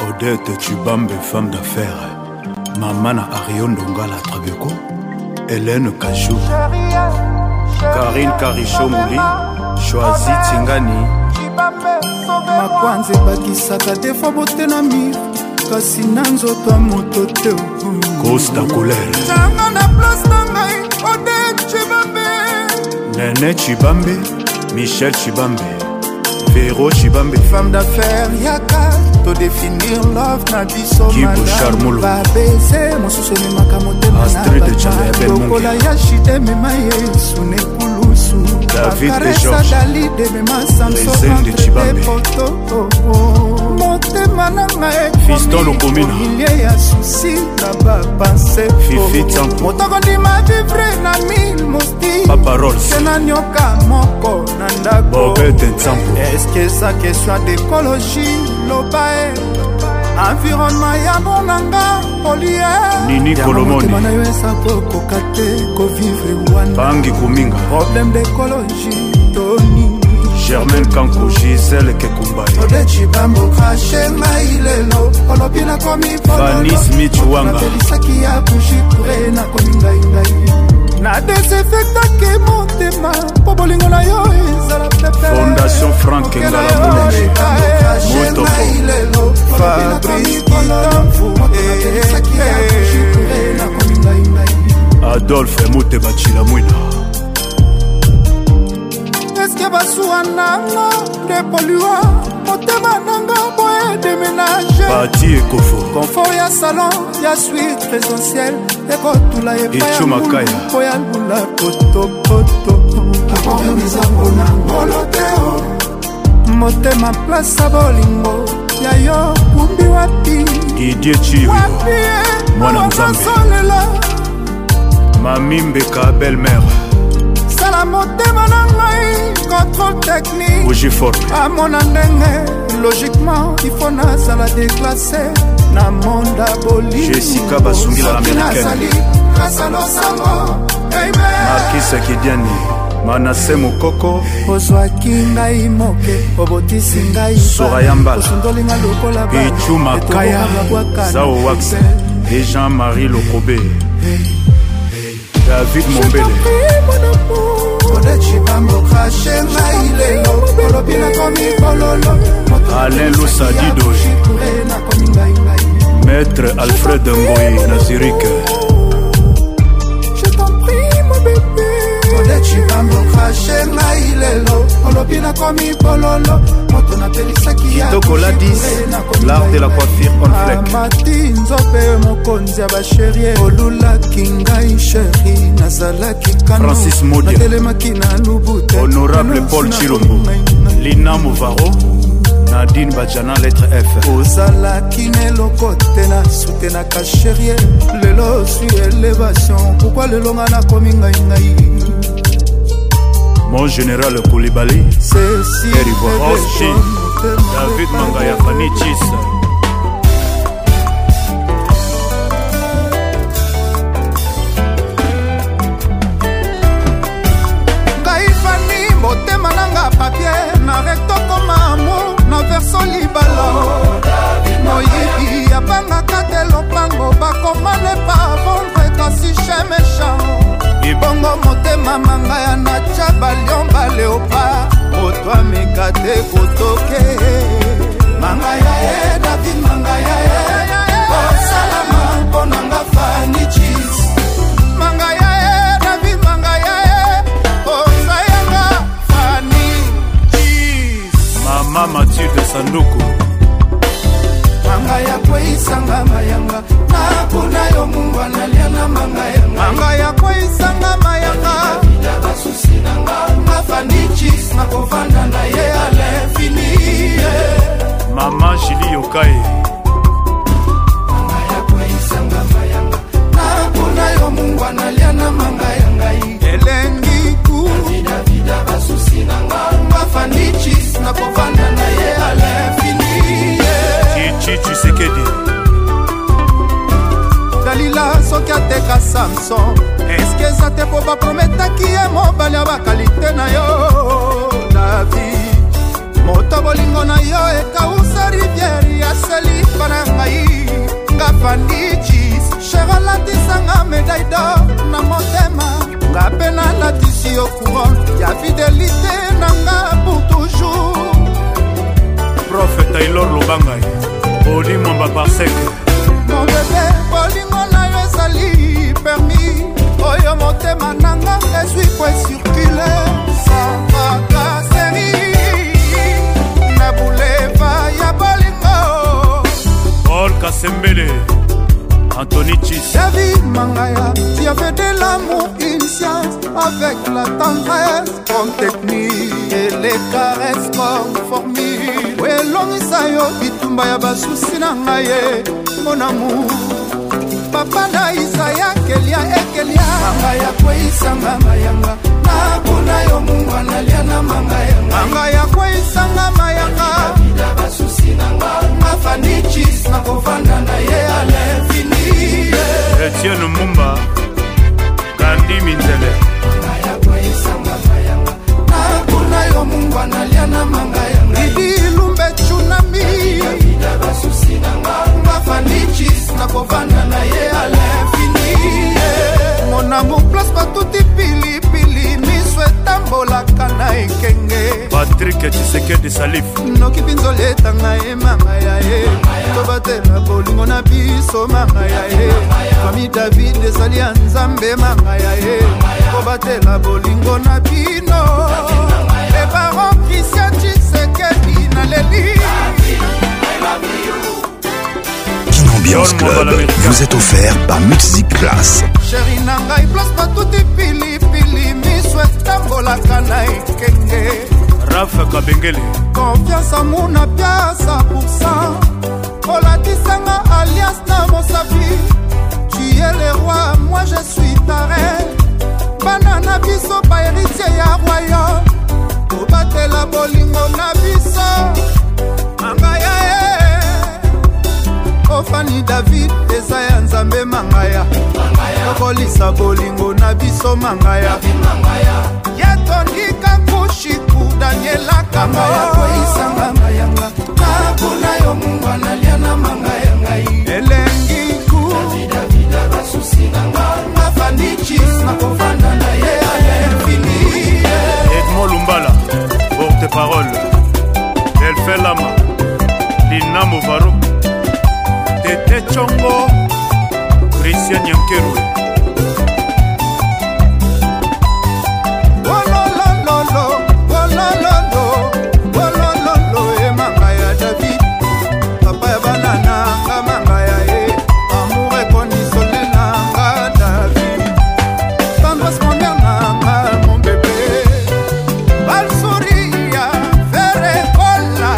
Odette Tubambe, femme d'affaires. Mamana Arion Dongala Trabeco. Hélène Kajou. Karine Karicho Mouli. Choisi Tingani.
makwanza ebakisaka defo botena mir kasi na nzoto ya moto te
Costa Colère.
tanga na place na ngai odecibambe
Nene Chibambe. Michel Chibambe. Véro Chibambe.
femme d'affaire yaka todéfinir love na biso
Guy Bouchard Molo.
babese mosusu ememaka motema na
Astrid de Tchad
bato.
ya Belle Mongue.
lokola ya shide emema yesu nekulusu
David de
bakaresa
Georges.
dalide emema
Rezende Chibambe.
poto motema na ngai
Fiston Lokomina.
milie ya susi na bapanse
Fifi Tsanko.
motokondima vivre na mil mosti
Papa Rolls.
te na nioka moko na ndako
Bobette Nsambo.
eske sa question d'écologie loba e environnement ya monanga polie
Nini Kolomoni.
motema na yo esako okoka te kovivre wana
Bangi Kuminga.
problème d'écologie toni
Germaine Kanko. Gisèle Kekumbaye.
odecibambo krashe ngai lelo olobi nakomi
Fanny Smith Wanga.
napelisaki ya bushi pre nakomi ngaingai na desinfektaki motema mpo bolingo na yo ezala pepe
Fondation Franck Ngala Moulenge. Motoko. eh, Adolphe Moute Bachila Mouina.
eske basuwa nanga nde polua motema nanga e boye deménage
Pati Ekofo.
konfort ya salon ya suite présentiel ekotula epai ya
Echu Makaya.
mundu mpo ya lula potopoto motema plasa bolingo ya yo kumbi wapi e?
Didier Chiyo. Mwana Nzambe.
solela
Mami Mbeka, belle-mère.
sala motema na ngai contrôle technique
Bougie forte.
amona ndenge logiquement ifo nazala déclassé na monda
Jessica Basungila, l'américaine.
kasa losango
Marquis Akidiani. Manassé Mokoko.
ozwaki ngai moke obotisi ngai
Soraya Mbala.
osundolinga lokola bana.
Pichu Makaya.
Etobokabwaka na
Zao Wax. Et Jean-Marie Lokobé. David Mombele. Alain Loussa Dido. Maître Alfred Ngoye Naziric.
olobi nakomi bololo moto napelisaki ya
Kitoko Ladis. L'art de la coiffure Conflec.
amati nzope mokonzi ya basherie olulaki ngai sheri nazalaki kano
Francis Modia.
natelemaki na lubu te
Honorable Paul Chilombo. Lina Mouvaro. Nadine Badjana, lettre F.
ozalaki na eloko te na sute na kasherie lelo sui elevation pourkui lelo nga nakomi ngai ngai
Mon général Koulibaly.
Ceci.
Rose G. David Mangaya Fanny Chis.
ngai fani motema nanga papie na rektokoma amour na verso libala moyibi yabangaka te lopango bakoma le pavondre kasi cheme chango ebongo motema manga ya nacha baliomba leopa moto bato ameka te kotoke mangaya ye david mangaya ye osalama mpo nanga fanichis mangaya ye e, david e, mangaya ye osayanga fanichis
mama matilde sanduku
mangaya kweisanga mayanga nakuna yo mungwa nalia na mangaya mangaya kweisanga mayanga basusi nanga mafanichis nakovanda na ye alinfini
mama jili yokae
mangaya kweisanga mayanga nakuna yo mungwa nalia na mangaya ngai elengi ku davida basusi nanga mafanichis nakovanda na ye alinfini
chichi chisekedi
dalila soki ateka samson eske eza te po baprometaki ye mobali ya bakalite na yo david moto bolingo na yo ekausa riviere ya selipa na ngai nga fandicis sheralandisanga medaille dor na motema nga mpe nalatisi yo couron ya fidelite na nga pour toujours
profe taylor lobangai oli mwamba parseke
mobebe bolingo na yo ezali permi oyo motema na nga ezwi po esirkule sambaka seri na buleva ya bolingo
paul kasembele antoni chis
david mangaya tu avais de l'amour une science avec la tendresse comme technique et les caresses comme formule elongisa yo bitumba ya basusi na ngai ye monamu papa na isaya kelia ekelia manga ya kweisanga mayanga nakuna yo mungwa nalia na manga yanga manga ya kweisanga mayanga bida basusi nanga mafanichis nakovanda na ye alinfini
etienne mumba kandi minzele
manga ya kweisanga mayanga nakuna yo mungwa nalia na manga yanga dilumbe tsunami basusi nanga mafanichis nakovanda na ye alinfini monamo place batuti pilipili miso etambolaka na ekenge
patrik cisekedi salif
noki binzoli etanga ye manga ya ye tobatela bolingo na biso manga ya ye fami david ezali ya nzambe manga ya ye tobatela bolingo na bino E ebaro kristien cisekedi
Kin Ambiance Club vous est offert par Music Class.
sheri na ngai place batuti pilipili miso etambolaka na ekenge
raf kabengele
konfiance amour na piasa pourcent olatisanga alliance na mosapi tu es le roi moi je suis ta reine bana na biso baheritier ya royaume kobatela bolingo na biso mangaya e ofani david eza ya nzambe mangaya tokolisa bolingo na biso mangaya yatondika kushiku danielaka moyakoisanga mayanga nakuna yo mungwa nalia na manga ya ngai elengi ku mafanichis nakovanda na ye alenfini
edmond lumbala porte parole delfe lama lina movaro tete congo christian yankeru
Wolololo, wolololo, wolololo, e manga ya David. Papa ya banana, nga manga ya ye. Amour inconditionnel na nga, David. Tendresse mon air na nga, mon bébé. Balsuria, Verekola,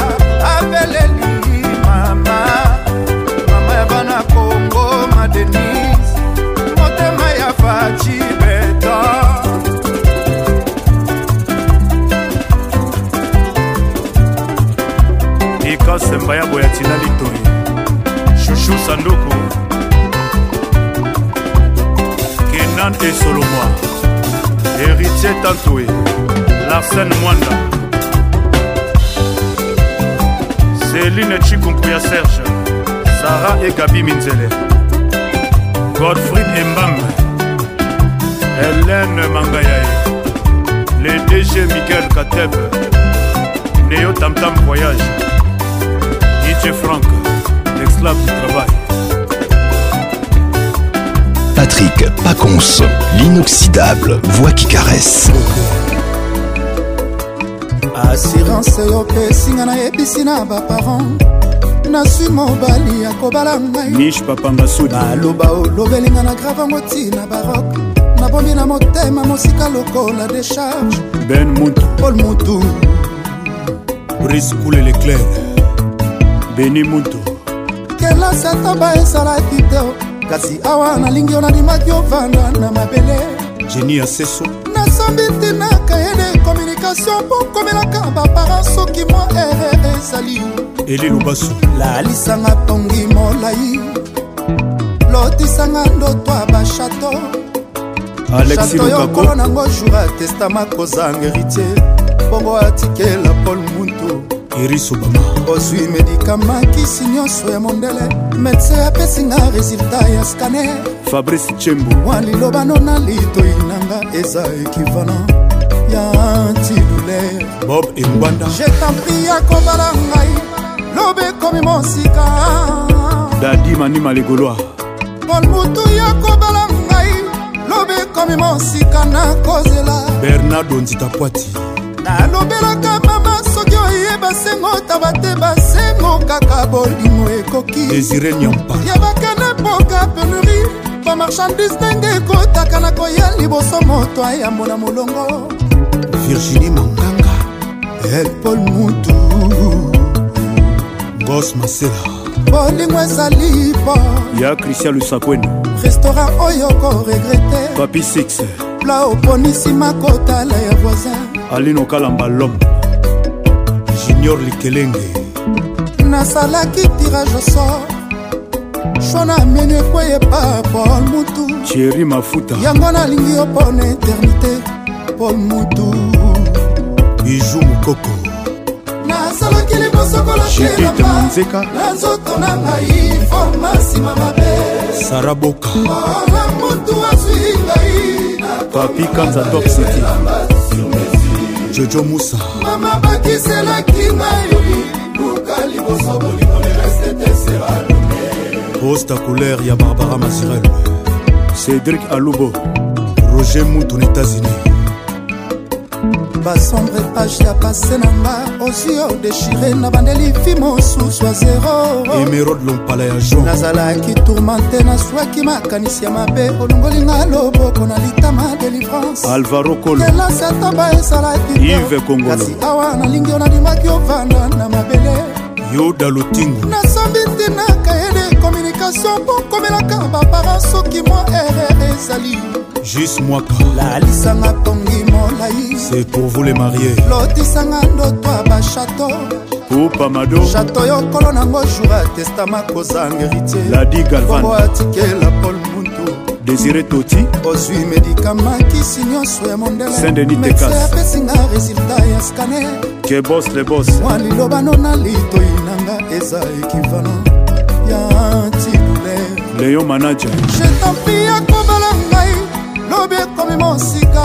Abeleli, mama. Mama ya bana Congo, ma Denise. Motema ya Fachi Beto.
ika semba ya boya tina litoi shushu sanduku kenan e solomoi héritier tantoe larsen mwanda celine chikunku ya serge sara e gabi minzele godfrid embambe helene mangayae le dg michael katebe
neyo tamtam voyage dj frank l'esclave du travail
Patrick Pacons, l'inoxydable voix qui caresse.
assurance oyo mpe esinga nayebisi na baparent nasui mobali akobala
niche papanga sudi
baloba olobelinga na grave yango ntina barok nabomi na motema mosika lokola décharge
ben muntu
paul mutu
brise coule leclair beni muntu
kelasi atomba ezalaki te kasi awa nalingi yo nandimaki ovanda na mabele
jeni aseso
nasombi ntina kayede communication mpo komelaka bapara soki mwa erreur eh, ezali
eli lubasu
lalisanga tongi molai lotisanga ndoto ya bashato
alexi
shato yo
lukako
nkolo nango jour atestama kozanga héritier bongo atikela paul muntu
eris obama
ozwi medikama kisi nyonso ya mondele medse apesinga resultat ya scanner
fabrice chembo
mwa liloba no na litoi nanga eza equivalent ya antidouleur
bob engwanda
jetampi ya kobala ngai lobe ekomi mosika
dadi manima legoloa
pol mutu ya kobala ngai lobe ekomi mosika na kozela
bernardo nzita poati
nalobelaka mama soki oyeba sengo taba te basengo kaka bolingo ekoki
désiré nyampa
yebaka na mpoka penuri bamarchandise ndenge ekotaka na koya liboso moto ayambo na molongo
virginie manganga
el pol mutu
gos masela
bolingo ezali po
ya christian lusakwenu
restaurant oyo koregrete
papi 6
pla oponisi makotala ya voisin
aline okalamba lom junior likelenge
nasalaki tirage au sort shwa na meni ekweyepa pol mutu
thierry mafuta
yango nalingi yo mpo na eternité pol mutu
biju mokoko
nasalaki libosokola
judite manzeka
na nzoto na ngai formasima mabe
saraboka
ona mutu azwi ngai na
papi kanza top city jojo musa
mama bakiselaki ngai luka liboso bolingo le reste tesera
posta couleur ya barbara masirel cédric alubo roger mutu na états-unis
basombre page ya pase na nga osi odeshire na bandeli fi mosusu ya zero
emerode lompala ya jean
nazalaki tourmente naswaki makanisi ya mabe olongoli nga loboko na litama délivrance
alvaro kolo
kelasi atamba ezalaki te.
Yves Kongolo.
kasi awa nalingi yo nandimaki ovanda na mabele
yoda lotingo
nasombi ntina kayede communication mpo komelaka bapara soki mwa erreur ezali
jus mwaka
lalisanga tongi molai
c'est pour vous les mariés
lotisanga ndoto ya bashato
poupamado
chato yo kolo nango jour atestama kozanga héritier
ladi
bongo
galvan
atikela pol mutu
désiré toti
ozwi medikama kisi nyonso ya
Saint-Denis Texas.
apesinga resultat ya scanner
kebos lebos
mwa lilobano na litoi nanga eza equivalent ya antidouleur
leon manaja
jetampi ya kobala ngai lobi ekomi mosika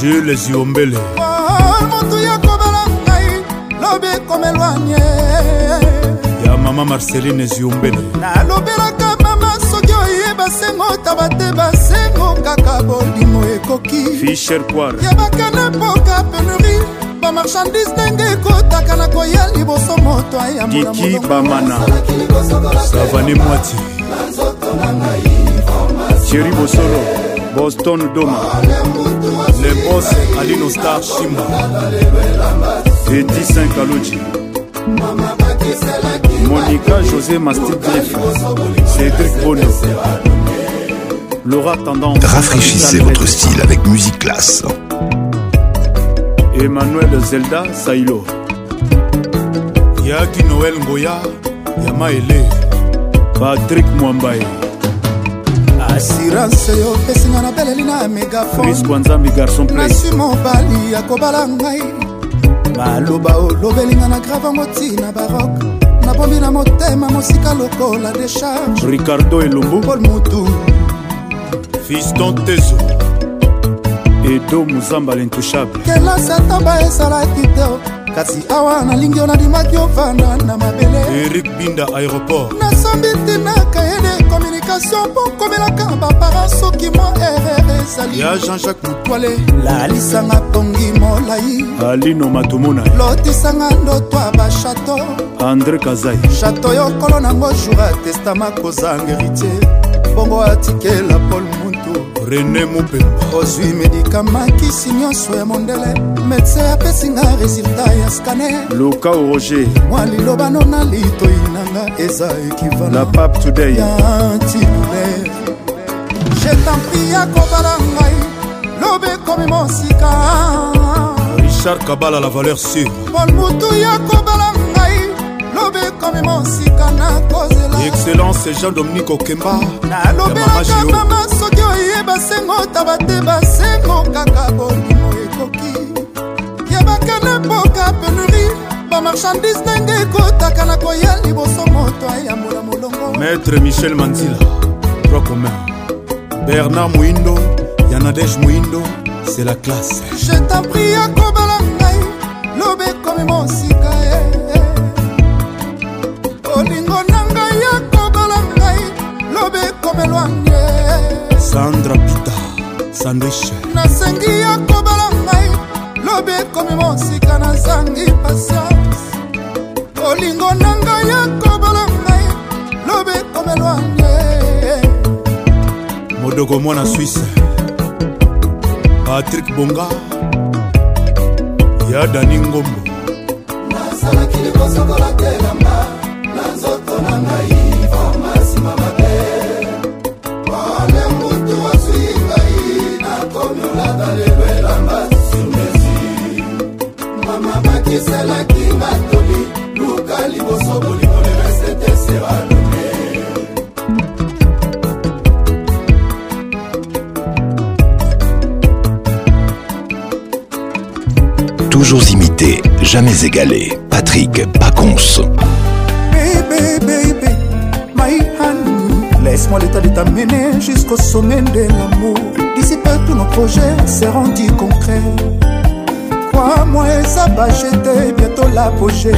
jules iombele
Pol mutu Oh, ya kobala ngai lobi ekomelwanye
ya mama marceline ziombele
nalobelaka mama soki oyeba sengo taba te basengo kaka bolingo ekoki
fisher poir
yebaka na mpoka penuri bamarchandise ndenge ekotaka na koya liboso moto ayambo na
diki
molongo.
bamana savane mwati thierry bosolo boston doma le bos alino star shimba edi saint kaloji monica josé mastigrif cédric bono laura tendance
Rafraîchissez votre style avec musique classe.
emmanuel zelda sailo yaki noel ngoya ya maele patrik mwambae
assurance oyo esinga na beleli na
pris
megafone
kwanzambi garçon play
nasi mobali ya kobala ngai maloba olobelinga na grave yango ntina barok nabombi na motema mosika lokola décharge
ricardo elombo
pol mutu
fiston teso edo mozamba l'intouchable
kelasi ata baesalaki te kasi awa nalingi onandimaki ovanda na mabele
erik binda aéroport
nasombi ntina kayede communication mpo komelaka bapara soki mo erreur ezali
ya jean-jacques
motwale lalisanga tongi molai
alino matomona
lotisanga ndoto ya bashato
andré kazai
shato yo nkolo nango jour atestama kozanga héritier bongo atikela paul muntu
rené mopemba
ozwi medikama kisi nyonso ya mondele medse apesinga resultat ya skane
luka roger
mwa lilobano na litoi nanga eza
la pape today
ya antilulaire jetanpri ya kobala ngai lobekomi mosika
richard kabala la valeur sûre
paul mutu ya kobala ngai lobekomi mosika na kozela
excellence jean dominique okemba
nalobelaka mama soki oyeba sengo taba te basengo kaka bolimo ekoki yebaka na mboka penuri bamarchandise ndenge ekotaka na koya liboso moto ayambola molongo
maître michel manzila droit commun bernard moindo yanadege moindo c'est la classe
je tapri ya kobala ngai lobekomi mosika e eh, bolingo na ngai ya kobala ngai lobe ekomelwange
sandra pita sandwich
nasengi ya kobala ngai lobe ekomi mosika nazangi patience bolingo na ngai ya kobala ngai lobe ekomelwange
modoko mwana swisse patrik bonga ya dani ngombo
nasalaki libosokola telamba na nzoto na ngai famasi mamabe ole mutu azwi ngai nakomi olata lelo elamba sumesi mama bakiselaki ngatoli luka liboso bolingo le resete seranome
Toujours imité, jamais égalé. Patrick Paconce.
bébé, my honey. Laisse-moi l'état de t'amener jusqu'au sommet de l'amour. D'ici peu, tous nos projets seront dits concrets. Crois-moi, ça va jeter bientôt l'apogée.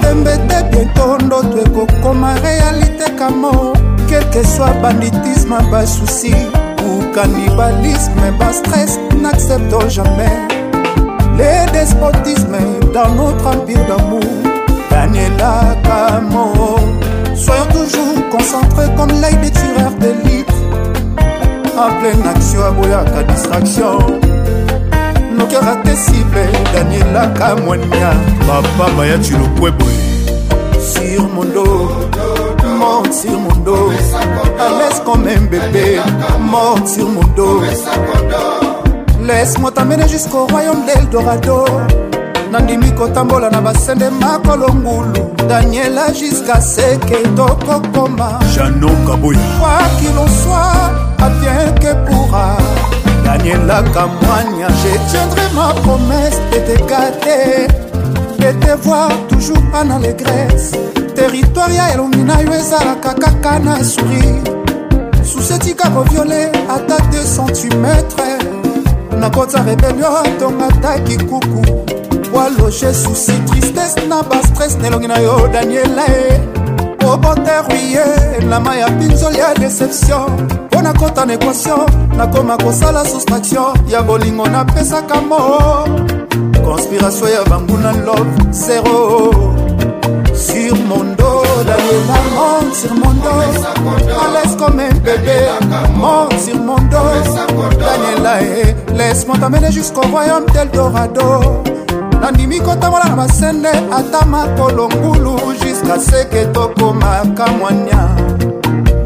tembete bientôt ndoto ekokoma réalité kamo kelke soit banditisme basusi ou cannibalisme bastress n'accepto jamais le despotisme dans notre empire d'amour Daniela Camo. Soyons toujours concentrés comme l'œil des tireurs d'élite. En pleine action, aboyaka distraction. Nos cœurs à tes cibles, Daniela Camonia.
papa bayati lokweboe
Sur mon dos, monte sur mon dos. À l'aise comme un bébé, monte sur mon dos. Laisse-moi t'amener jusqu'au royaume d'Eldorado. nandimi kotambola na basende makolo ngulu daniela jiska seke tokokoma
janon kaboya
quoi qu'il en soit advien que pourra daniela kamwanya je tiendrai ma promesse de te gâter de te voir toujours en allégresse territoire ya elongi na yo ezalaka kaka na souri susi etika koviole ata 2 cm nakota rebelio tongataki kuku waloge susi tristesse na bastress na elongi na yo daniela e oboteruye lama ya pinzoli ya déception mpo nakota na équation nakoma kosala soustraction ya bolingo napesaka mo conspiration ya banguna love zero sur mon dos daniela monte sur mon dos alaise comme un bébé monte sur mon dos daniela e laisse-moi t'amener jusqu'au royaume d'eldorado nandimi kotambola na basende ata makolo ngulu juska seke tokomaka mwanya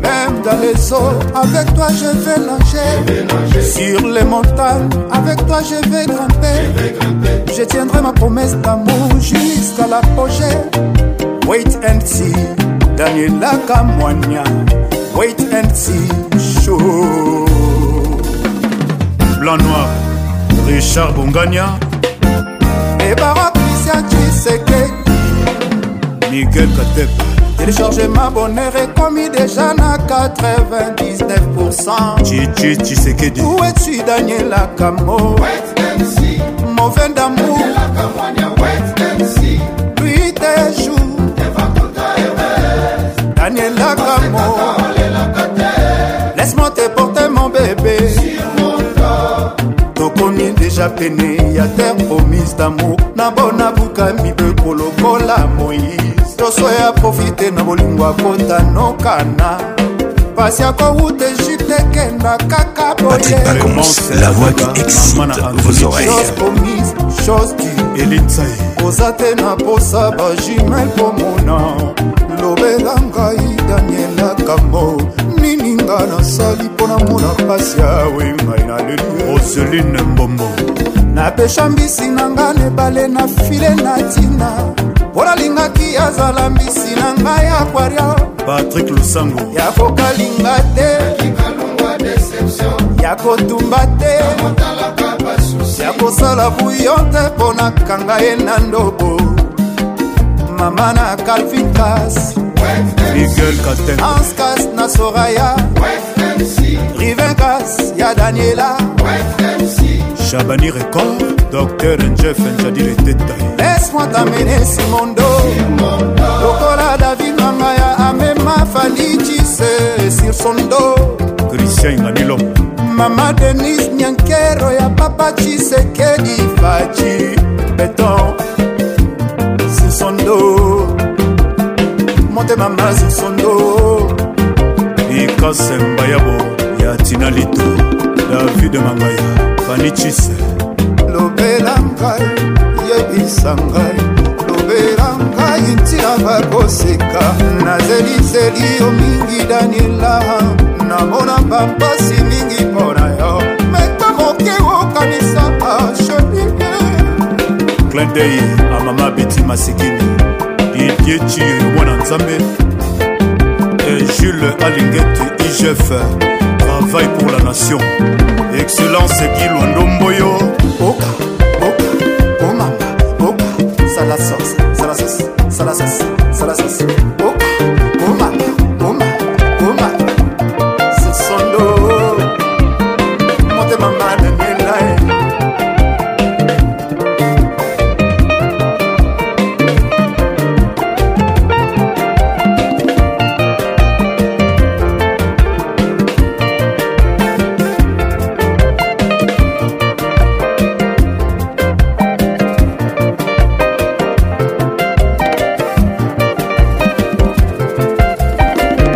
même dans les eaux avec toi je vais nager sur les montagnes avec toi je vais grimper je tiendrai ma promesse d'amour jusqu'à la projet wait and see danielaka mwanya wait and see show
blanc noir richard bongania
ebarokrisia cisekeki
miguel katep
télécharge ma bonheur ekomi deja na 99%
cicichisekedi
où es-tu daniel akamo mauvais d'amour lui des jours daniel akamo laisse-moi te porter mon bébé tokomi deja pene ya terre promise d'amour na bona bukami beko lokola moïse toso ya profite na bolingo akota nokana pasi akowuta egipte ekenda kaka
Patrick Pacons, la voix qui excite vos oreilles.
promise chose du koza te na posa bajumel pomona lobela ngai daniela kambo nini nga nasali mpona mona pasi yawe ngai naleli
roseline mbombo
napesha mbisi na nga na ebale na file na ntina mpo nalingaki azala mbisi na ngai aquarior
patrik lusango
ya kokalinga te ya kotumba te ya kosala buyon te mpo nakanga ye na ndobo mama na calvin kas
miguel katen
anskas na soraya rivin kas ya daniela
shabani record docteur njef njadi le détail
laisse-moi t'amener simondo lokola david manga ya amema falicise sur son dos
christian nganilo
mama denis nyankero ya papa chisekedi faci beton sisondo motema ma sisondo
ikasemba yabo ya tina lito david mangaya fanicise
lobela ngai yebisa ngai lobela ngai ntina bakoseka nazeliseli yo mingi daniela namona bampasi mingi mpo na yo meta moke okanisaka shedie
clin dei amama biti masikini didie ciyo mwana nzambe e jules alingeti igf travail pour la nation excellence gilondo mboyo
boka boka bomamba boka salasos salasos salasos salasos boka bomamba boma boma sesondo motema manenela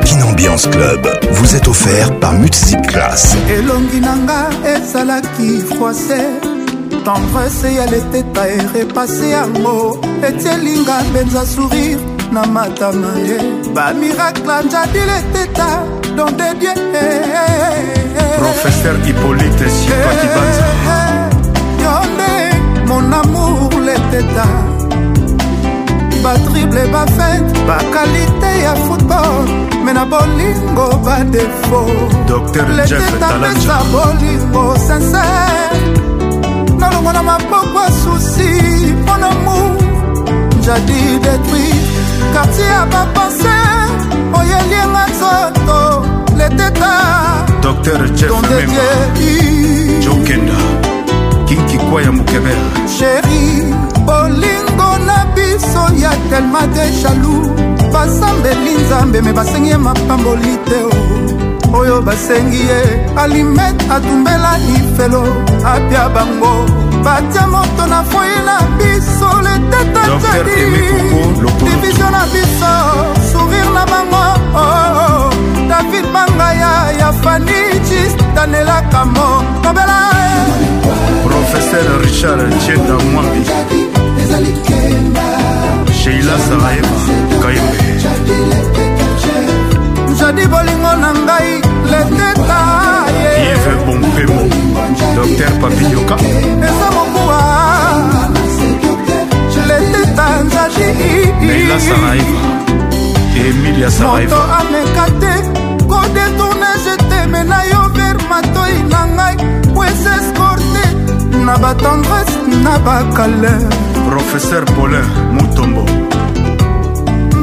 Kin Ambiance Club vous est offert par Music Class.
elongi na nga ezalaki froise tendrese ya leteta erepase yango etielinga mpenza sourire na matama ye bamirakle njadi leteta dondedie
professeur hippolyte sipakibanza
yo nde mon amour leteta batrible bafete bakalite ya football me na bolingo badefo
docteur jeff
leteta
talanja
pesa bolingo sincere nalongo na maboko susi mpo na mu jadi détruit kartier ya bapense oyelienga nzoto leteta
docteur jeff memba
dondedie
jokenda kinkikwa ya mokebera
sheri bolingo na biso ya telma de jalou basambeli nzambe me basengi ye mapamboli te o. oyo basengi ye alimet atumbela lifelo apia bango batia moto na foye na biso leteta
Dr.
jadi.
Aimé Koko, Lokolo.
divizio na biso sourire na bango oh, oh. david bangaya ya fanicis danelaka mo nobela eh.
professeur richard tienda mwambi sheila saraeva kaimbe
jadi bolingo na ngai leteta ye
ive bompemo docteur papiyoka
eza mokuwa leteta
leila
nzadi
saraeva emilia
moto
saraeva
ameka te kodetourne jeteme na yo ver matoi na ngai puesescorte na batendrese na bakaleur
professeur paulin mutombo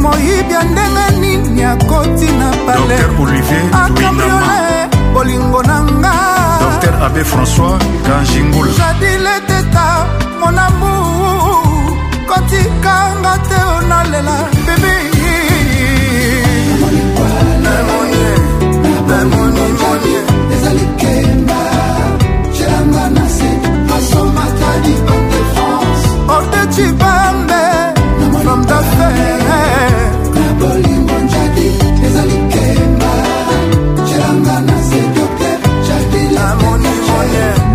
moyibi ya ndenge nini akoti na pale akabriole bolingo na nga
Dr Abbé François Kanjingula
jadile teta monamu kotikanga te onalela bibi Chibambe from the fair.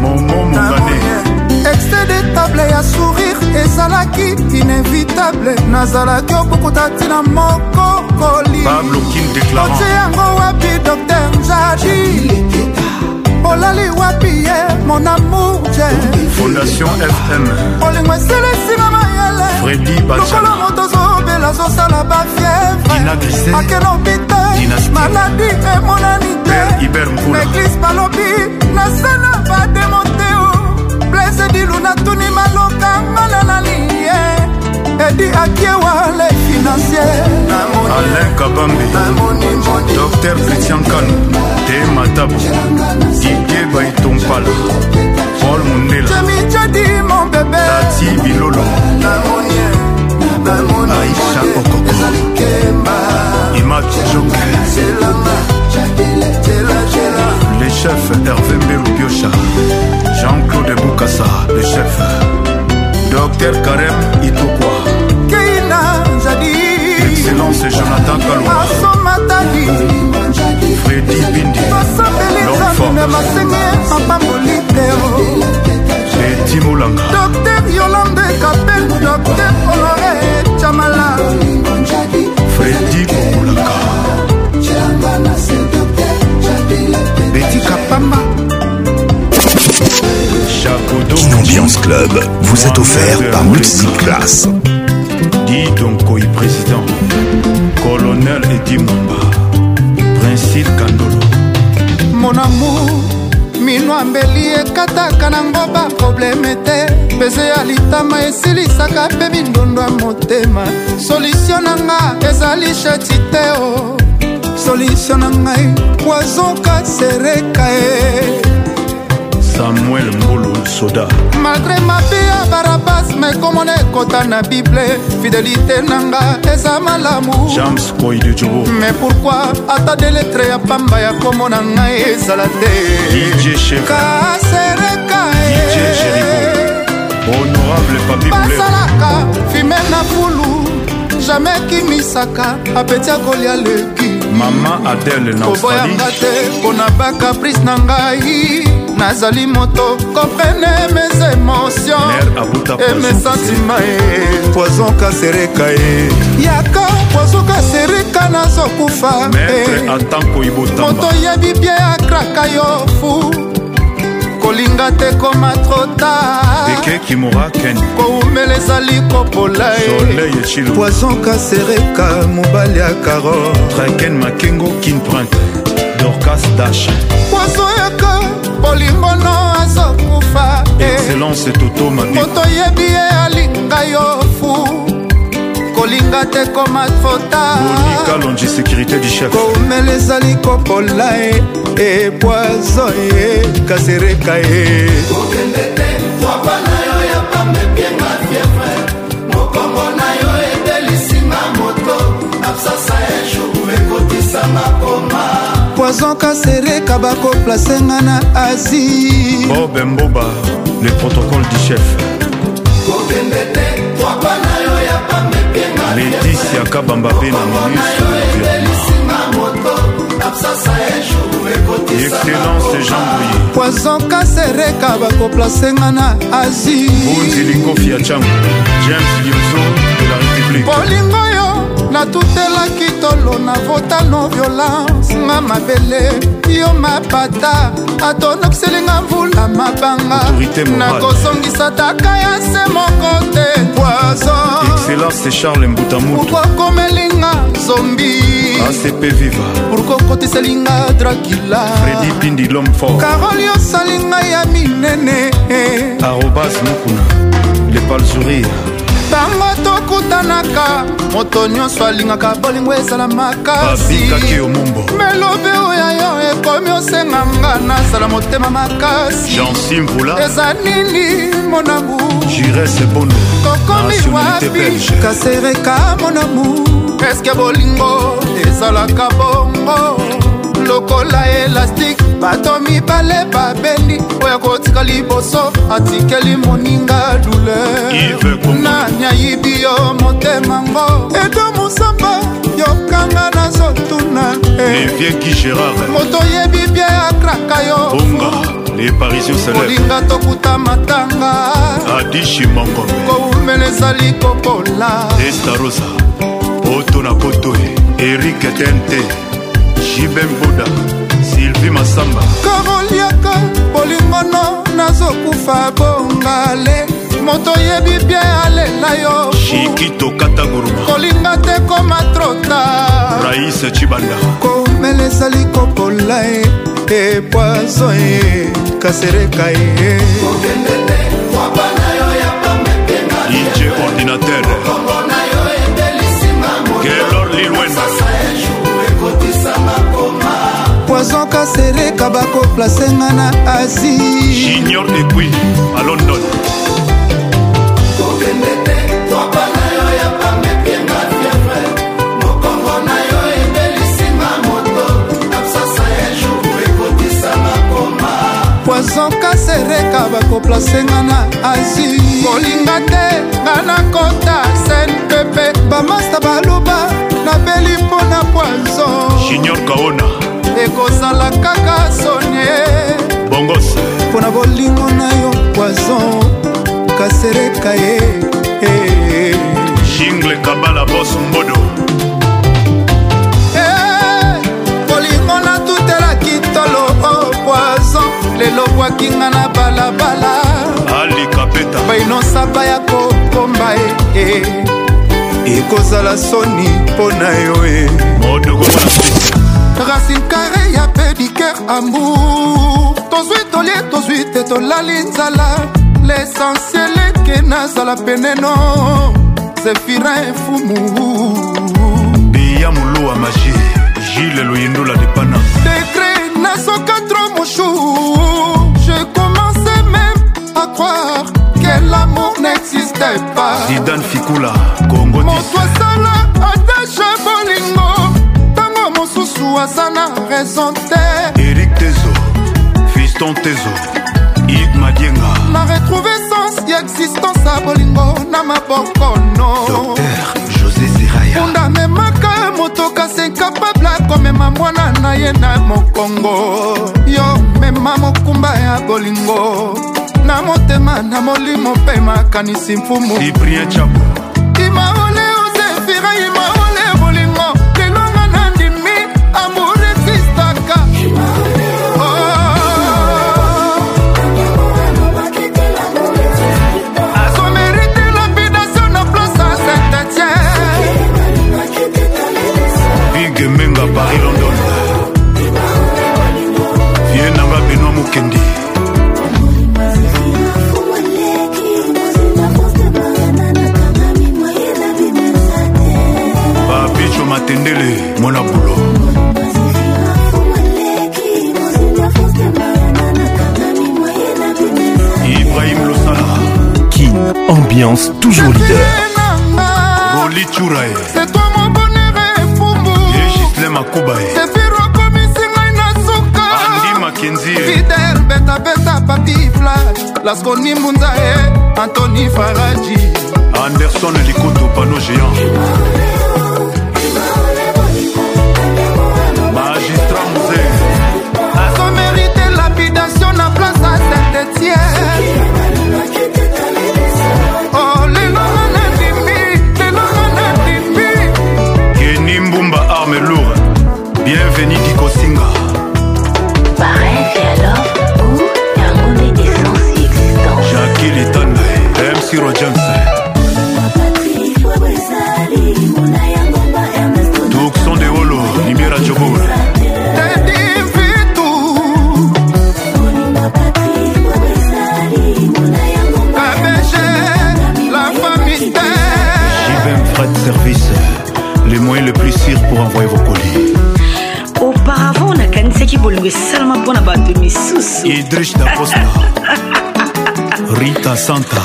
momo mongane
excès de table ya sourire ezalaki inévitable nazalaki okokuta ntina moko
pablo kin déclarant
kotie yango wapi docteur jadi olali wapi ye mon amour je
fondation fm
olingo eselesi na mayele
freddy
lokolo
bachana
moto ozobela azosala
Dina Grisel.
bafievre akena
Dynastie.
hôpital maladi emonani te
iber nkula
eglise balobi nasala bademoteo blesedilu natuni maloka ngana nani ye edi akiewa le financier
alain kabambe dr christian kano te matabo didie baitompala paul mundela
jemi jadi mon bebe
tati bilolo aisha okoko imak le chef hervé mbelu piocha jean-claude bukasa le chef dr karem itokwa
keina jadi
excellence jonathan kalwa
asomatadi
fredi bindi
basambeli nzambe masenge mapamboli teo
eti molanga
docteur yolande kapel docteur honore chamala
fredi kokolaka
beti kapamba
Kin Ambiance Club vous est offert par Multiclass.
didonkoyi président colonel edi momba principe kandolo
monamu mino ambeli ekataka nango baprobleme te pese ya litama esilisaka mpe mindondo ya motema solutio na nga ezali shati te o solutio na ngai wazoka sereka e
samuel mbulu soda
malgré mabe ya barabas mekomona ekota na bible fidelité na nga eza malamu
james koyi de jobo
mais pourkui ata deletre ya pamba ya komona ngai ezala
dj chef
kasereka
dj
e
jeribo honorable papi boulero
basalaka fime na fulu jamai ekimisaka apetia kolia leki
mama adele na australie
koboyanga te mpona bakaprise na ngai nazali moto kopene mes émotion
mare abuta
emesantima e poison kasereka e yaka poison kasereka nazokufa e
maître atanko ibotamba
moto oyebi bie akraka yo fu kolinga te koma trota
beke kimora ken
koumela ezali kopola e
soleil echilo
poison kasereka mobali ya karo
traken makengo kinprint dorcas dash
poison yaka bolingono azokufa e
excellence toto mabiko
moto oyebi ye alinga yo fu kolinga te koma trota
bonika longi sécurité du chef
koumela ezali kopola e e poison ye kasereka e
e
poison kasereka bakoplasenga na asie
bob mboba le protocole du chef ledis ya kabamba mpe na monus excellence jean boye
poison kasereka bakoplasenga na asie
bunzilikofi ya chango james lioso de la république
bolingo oyo natutelaki tolo na vota non violence nga mabele yo mapata atonokiselinga mvula mabanga
Autorité morale.
nakosongisa taka ya se moko te poison
excellence charles mbutamutu
pourkua komelinga zombi
acp viva
pourkua okotiselinga drakila
fredi pindi l'homme fort
karoli osalinga ya minene
arobas mokuna le palzourire
ntango tokutanaka moto nyonso alingaka bolingo ezala
babikaki yo mombo
melobi oya yo ekomi osenga nga nazala motema makasi
jansimvula
eza nini monamu
jires bono
kokomi
nationalité
wapi
belge
kasereka monamu eske bolingo ezalaka bongo lokola elastike bato mibale babendi oyo kotika liboso atikeli moninga
Yves
douleur nani ayibi yo motema ngo edo mosamba yokanga nazotuna
les vieux qui gérard
e. moto yebi bie akraka yo
bonga les parisiens célèbres
kolinga tokuta matanga
adishi mangombe
koumela ezali kokola
estarosa poto na poto erik tente jibem boda sylvie masamba
karoliaka bolingono nazokufa bongale moto yebi bie alela yo
shikito kataguruma
kolinga te koma trota
raïs cibanda
komela ezali kopola e epoazo e kasereka e
ije ordinateur gelor lilwenda
e
poazo kasereka bakoplasenga na asie
junior ekui à london
e
poison kasereka bakoplasenga na asie kolinga te nga na kota snpp bamasta baloba nabeli mpo na poison
junior kaona
ekozala kaka sonie
bongos
mpo na bolingo na yo poison kasereka ye eh, eh.
jingle kabala bos mbodo
Eh, kolingo natutelaki tolo o oh, poison lelo bwakinga na balabala
alikapeta
bainosaba ya kokomba e eh, eh. ekozala soni mpo na yo e racine kare ya pediker amour tozwi tolie tozwi te tolali nzala l'essentiel eke nazala peneno zefira efumu
biya moluwa magi gile loyindula depana
degré nasoka tro moshu je commençais même à croire que l'amour n'existait pas
zidane fikula kongo
moto asala adache bolingo ntango mosusu aza na raison te
erik tezo fiston tezo ik madienga
na retrouve sens ya existence ya bolingo na mabokono
josé zeraya
mpunda memaka moto kasi incapable akomema mwana na ye na mokongo yo mema mokumba ya bolingo na motema na molimo mpe makanisi mfumu
cyprien chapo
imaole ozefira imaole bolingo lelonga na ndimi amour existaka Oh. azomerite lapidation na place a saint etienne
big menga paris london vie nanga benoi mokendi babicho matendele mwana bulo ibrahim losala
Kin, ambiance toujours leader.
roli curae
c'est toi mon bonheur et fumbu
egitle makubae
sefiro akomisi ngai na suka
andi makenzie
fider betabeta papi flash lasconi mbunza e antony faraji
anderson likoto pano géant magistrat muze
azomerite lapidation na place a saint etienne Oh, lelonga na ndimi lelonga na ndimi
keni mbumba arme lourde bienvenu dikosinga jaki litanda mc rojames tukson de olo nimiera jobo
tedivitu kabeje la famistère
bras de service le moyen le plus sûr pour envoyer vos colis
auparavant nakanisaki bolingo esalama mpo na bato misusu
idrish dacosta rita santa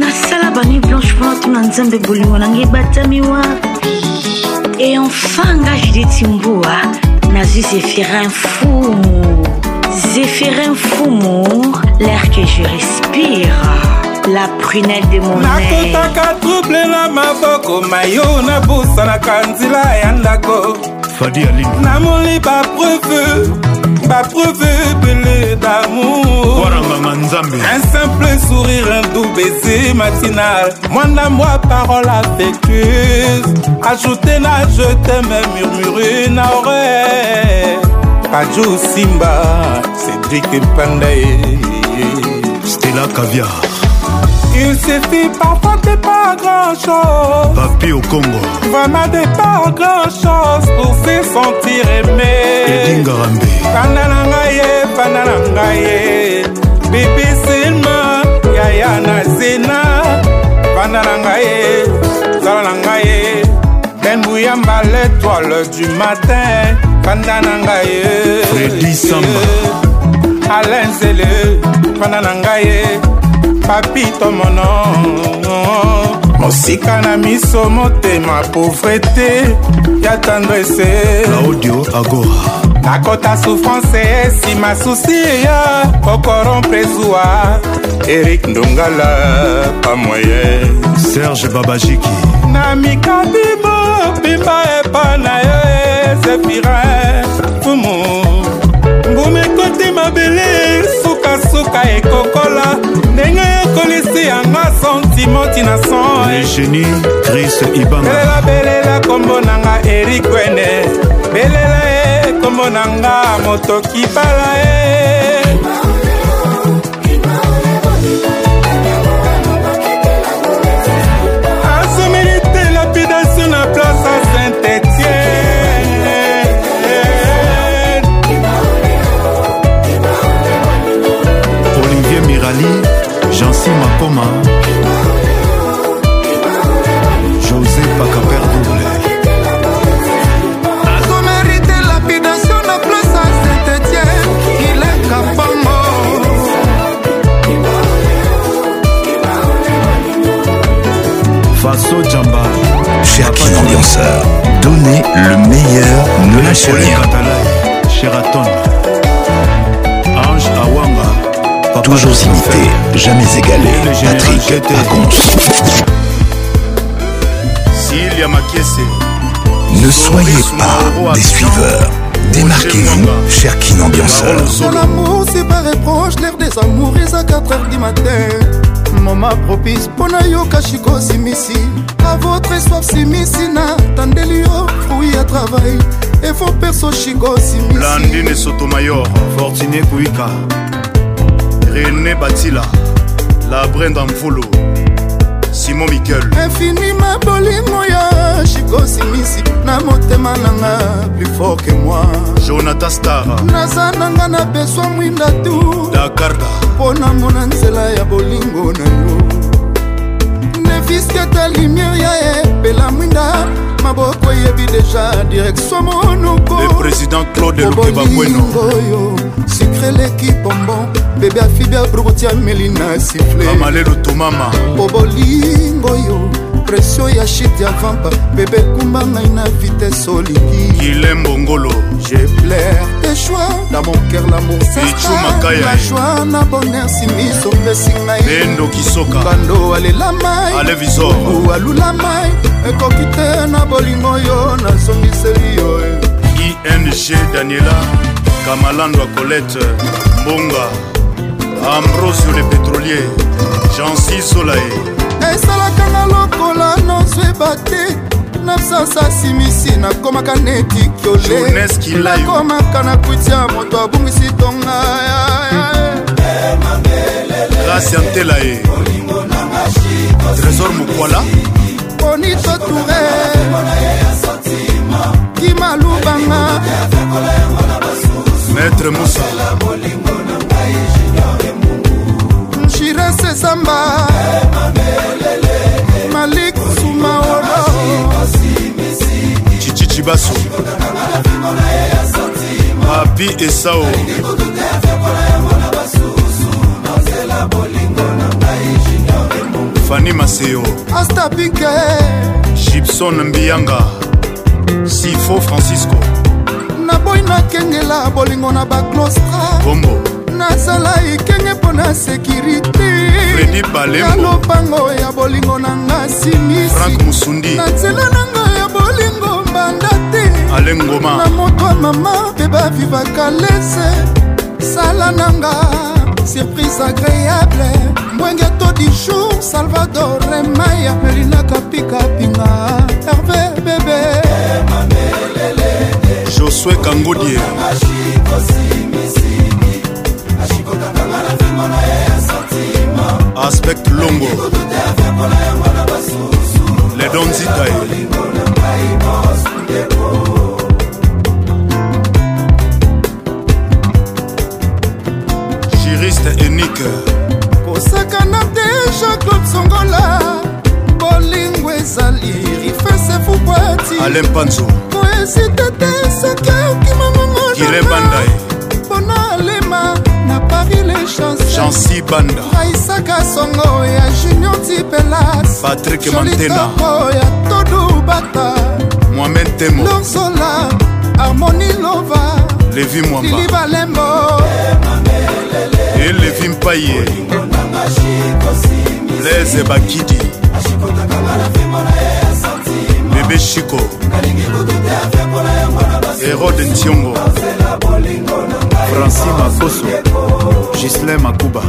nasala banui blanche mpona tuna nzambe bolingo nanga ebatami wapi e hein? enfin nga judeti mbua nazwi zéphirin mfumu zéphirin mfumu l'air que je respire la prunelle de mon nez
nakotaka trouble na maboko mayo nabusanaka nzela ya ndako
fadi alin
namoni bapreuve bapreuve ebele damour
waranganga nzambe
un simple sourire un doux baiser matinal mwana mwa parole affectueuse ajouté na je t'aime murmuré na oreille pajo simba cédrik mpandae
stella caviar
Il suffit parfois de pas grand chose.
Papi au Congo.
Vraiment de pas grand chose pour se sentir aimé.
Edinga Rambe.
Pananangaye, pananangaye. Bibi Silma, Yaya Nazina. Pananangaye, Zalanangaye. Ben Bouyamba, l'étoile du matin. Pananangaye.
Freddy Samba.
Alain Zélé, Pananangaye. papito mono mosika na miso motema pauvre te ya tendrese
claudio agora
nakota souffrance nsima susi ya E kokorompre zwa erik ndongala pamoye
serge babajiki
na mikabimo bimba epa e na yo zephirin fumu mbuma ekoti mabele sukasuka ekokola e ndenge yokolisi yango santimoti na eh.
songenie chris ibangabelela
belela kombo nanga erik wene belela e kombo nanga moto kibala e asomilite lapidation na place a saint etienne
Mirali, Jancy Makoma, José Pacaper Double.
Azo mérité lapidation na place à Saint-Étienne, il est capango.
Faso Djamba,
Cherkin Ambianceur, donnez le meilleur, ne lâchez rien.
Sheraton, Ange Awanga.
Papa toujours imité, jamais égalé. Patrick Pacons. Ne soyez pas des suiveurs. Démarquez-vous, cher Kin Ambianceur.
Son amour, c'est pas reproche, l'air des amours, et à 4 heures du matin. Moment propice, pona yo kashiko simisi. La votre soif simisi na, tandeli yo, fruit oh, à travail. Et vos perso chiko simisi.
Landine Sotomayor, Fortuné Kouika, rené batila la brenda mvulu simon mikel
infinima bolingo ya chikosimisi na motema nanga plus fort que moi
jonathan star
naza nanga na beswa mwinda tu
dakarda
mpo namona nzela ya bolingo na yo nefisketa lumiere ya epela mwinda maboko eyebi deja direction
monokoleprésident claude lukebakwenoyo
sucre leki bonbon bebe afibi abrokoti ameli na
sifleamalelo tomama
po bolingo yo presio ya shit ya vampa bebe ekumba ngai na vitese olingi
kilembongolo
je plaire te joie dans mon cœur lamour
sesma
joie na bonheur simiso opesi ngai
eh. bendo kisoka
bando alela mai
alevisor
ou alula mai ekoki te na bolingo yo nazongiseli yo
ing daniela kamalandwa colette mbonga ambrosio le pétrolier jansi solae
esalakanga eh. lokola nozweba te napsasa simisi nakomaka neti
kiolenakomaka
na kwiti ya moto abungwisi tonga
grasi antelae trésor mokwala
bonito toure kimalubanga
maître moussa
shirese samba malik sumaora
abi esao fani maseo
astapike
gibson mbiyanga sifo francisco
naboyi nakengela bolingo na baklostra
kombo
nazala ekenge mpo na sekirite
fredi balembo
lopango ya bolingo na nga
frank musundi
na nzela na nga ya bolingo mbanda te
alengoma
na moto ya mama mpe bavivaka lese sala na nga surprise agréable mbwenge to di jour salvador e remaya melinaka pikapinga herve bebe
josue kangodie aspect longo ledon zitae juriste enike
kosakana te jaclob songola bolingo ezali rifese fubwati
alain panzo
koesite te soki
kire
okimamongo
bandae
mpona alema na paris le chanson
jansi banda
raisaka songo ya junior tipelas
Patrick Mantena.
jolitoko ya todu bata
mohamed temo
lonzola harmoni lova
levi mwamba
lili balembo
e levi mpaye blaise bakidi bebe shiko herode ntiongo
Francis Makoso, Gislain Makuba,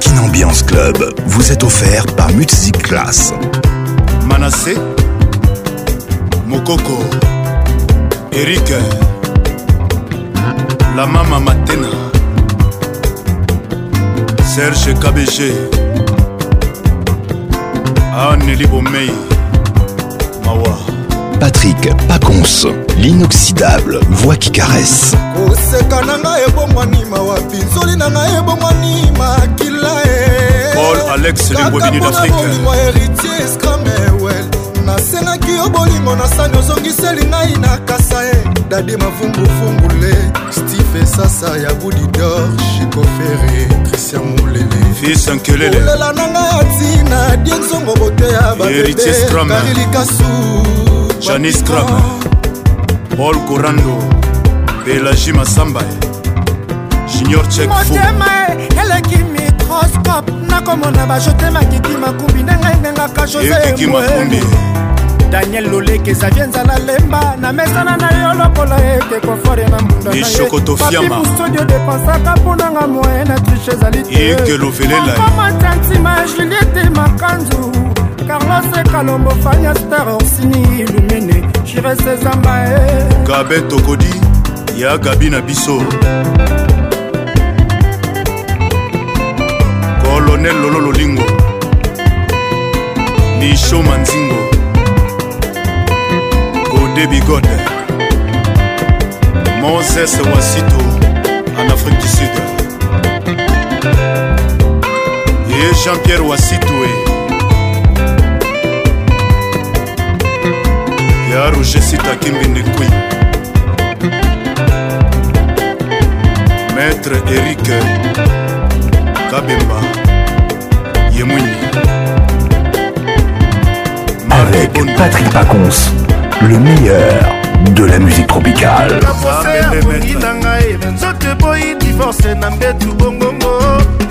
Kin Ambiance Club vous est offert par Music Class.
manase mokoko erik la mama matena serge kbg aneli bomei mawa
Patrick Pacons, l'inoxydable voix qui caresse.
koseka na ngai ebongwani mawapi nzoli na ngai ebongwani makila e
paul alex lingwebini d'afrike
bolingo héritier escramewel nasengaki yo bolingo na sani ozongiseli ngai na kasa e dadi mavunguvungule steve esasa ya budidor chikofere christian molele
fils nkelele
kolela na ngai atina die nzongo boteya
Héritier
babebe
Scrum.
kari likasu
janis cram paul corando pelagi masamba junior chek fou
motema e eleki microscope nakomona bajete makiki makumbi na ngai ngengaka
ekiki makumbi
daniel loleke zavie nzala lemba na mesana na yo lokola ete kofore na mbunda na ye.
Ishokoto
Papi
Fiamma.
Bustodio depensaka mponanga moye na triche ezali te
eke lovelela ye.
mamatantima juliete makanzu carlos ekalombo faniaster orsini lumene jirese zamba e
gabe tokodi ya gabi na biso kolonel lolo lolingo misho manzingo kode bigode moses wasito en afrique du sud ye jean-pierre wasitoe ya roger sitakimbindekui maître erik kabemba ye mwini
Avec Patrick Pacons, le meilleur de la musique tropicale.
na ngai nzoto eboyi divorce na mbetu bongongo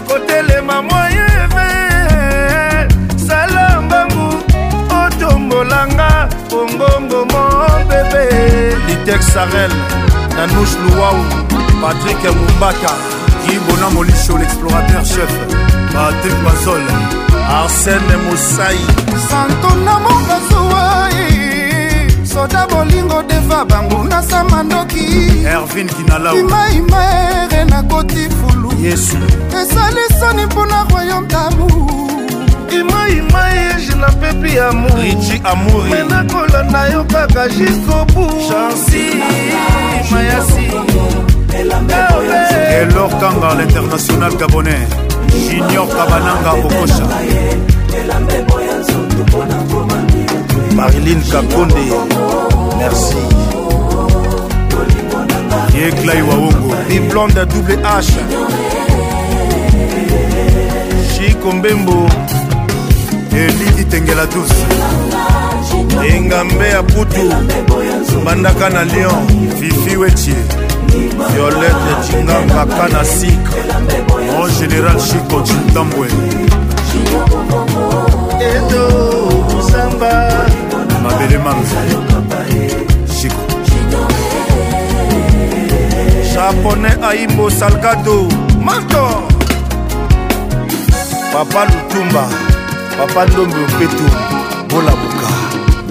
kotelema moyeve sala mbangu otombolanga bongongo mobebe
litek sarel nanush luwau patrik mumbaka kibona molisho l'explorateur chef patrik mazol arsene mosai
santona mokazuwai soda bolingo deva banguna samandoki
ervin kinalau
imaimaere nakoti fulu
yesu
esali soni mpona royaume damour
imaimai ejina pepi amour
richi amouri
menakolanda yo kaka jiskobu chansi mayasi
elor kanga l'international gabonais junior kabananga okosha
mariline kakonde merci
yeklai waongo diplôme de double h chiko mbembo elidi tengela 12 engambe ya putu bandaka na lion fifi wetie violete cingangaka na sikre mon général chiko cintambwe
eto kusamba
mabele mamza chiko
japonais aimbo salgado manto
papa lutumba papa ndombe opetu bolabuka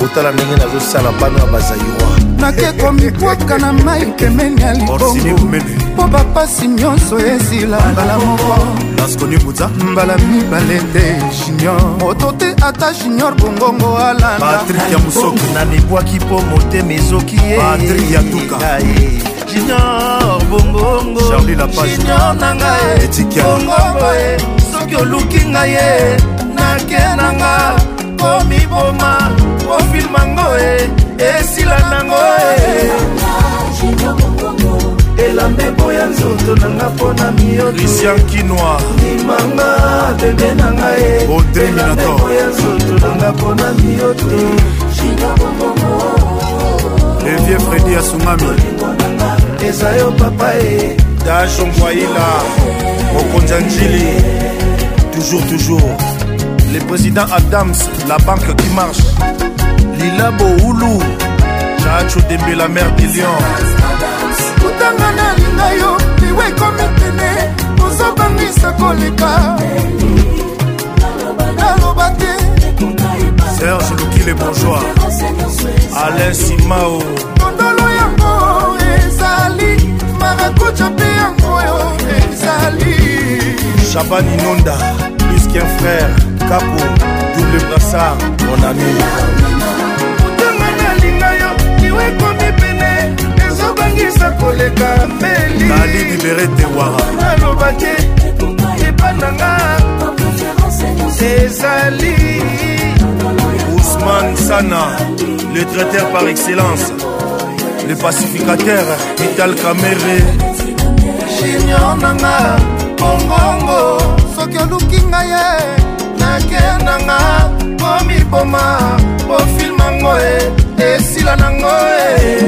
botala ndenge nazosala bano ya bazairwa
nakekomi kwaka na mai pemeni ya libongo mpo bapasi nyonso ezila mbala moko
naskoni muta
mbala mibale te junior moto te ata junior bongongo
alandapatrik ya mosoki
namibwaki mpo motema ezoki
patrik ya tuka
junior bongongoinor na ngaibongongo e soki oluki ngai ye nakenanga komiboma kofilmango e esila nango e elambebo ya nzoto nanga mpona
christian kinoir
miyodimanga bebe na ngai e
audrey
elambebo
minator
ya nzoto nanga mpona miyote
le vieux fredi asungami
eza yo papa e
dajon ngwaila mokonzi ya njili toujours toujours le président adams la banque qui marche lilabo ulu jacho dembela mare de lion
kutanga nalinga yo liwa ekomi tene ozobangisa koleka naloba te
serge luki le bourgeois alain simao
kondolo yango ezali marakuja mpe yango oyo ezali
chaban inonda puisqu'un frère capo double brassard mon ami
tanga nalinga yo liwa ekomi pene ezobangisa koleka meli
bali libere tewara
naloba te epananga ezali
Ousmane Sana, le traiteur par excellence, le pacificateur Vital Kamere,
junior nanga bongongo
soki oluki ngai ye
nakendanga po miboma po filmango e esila nango e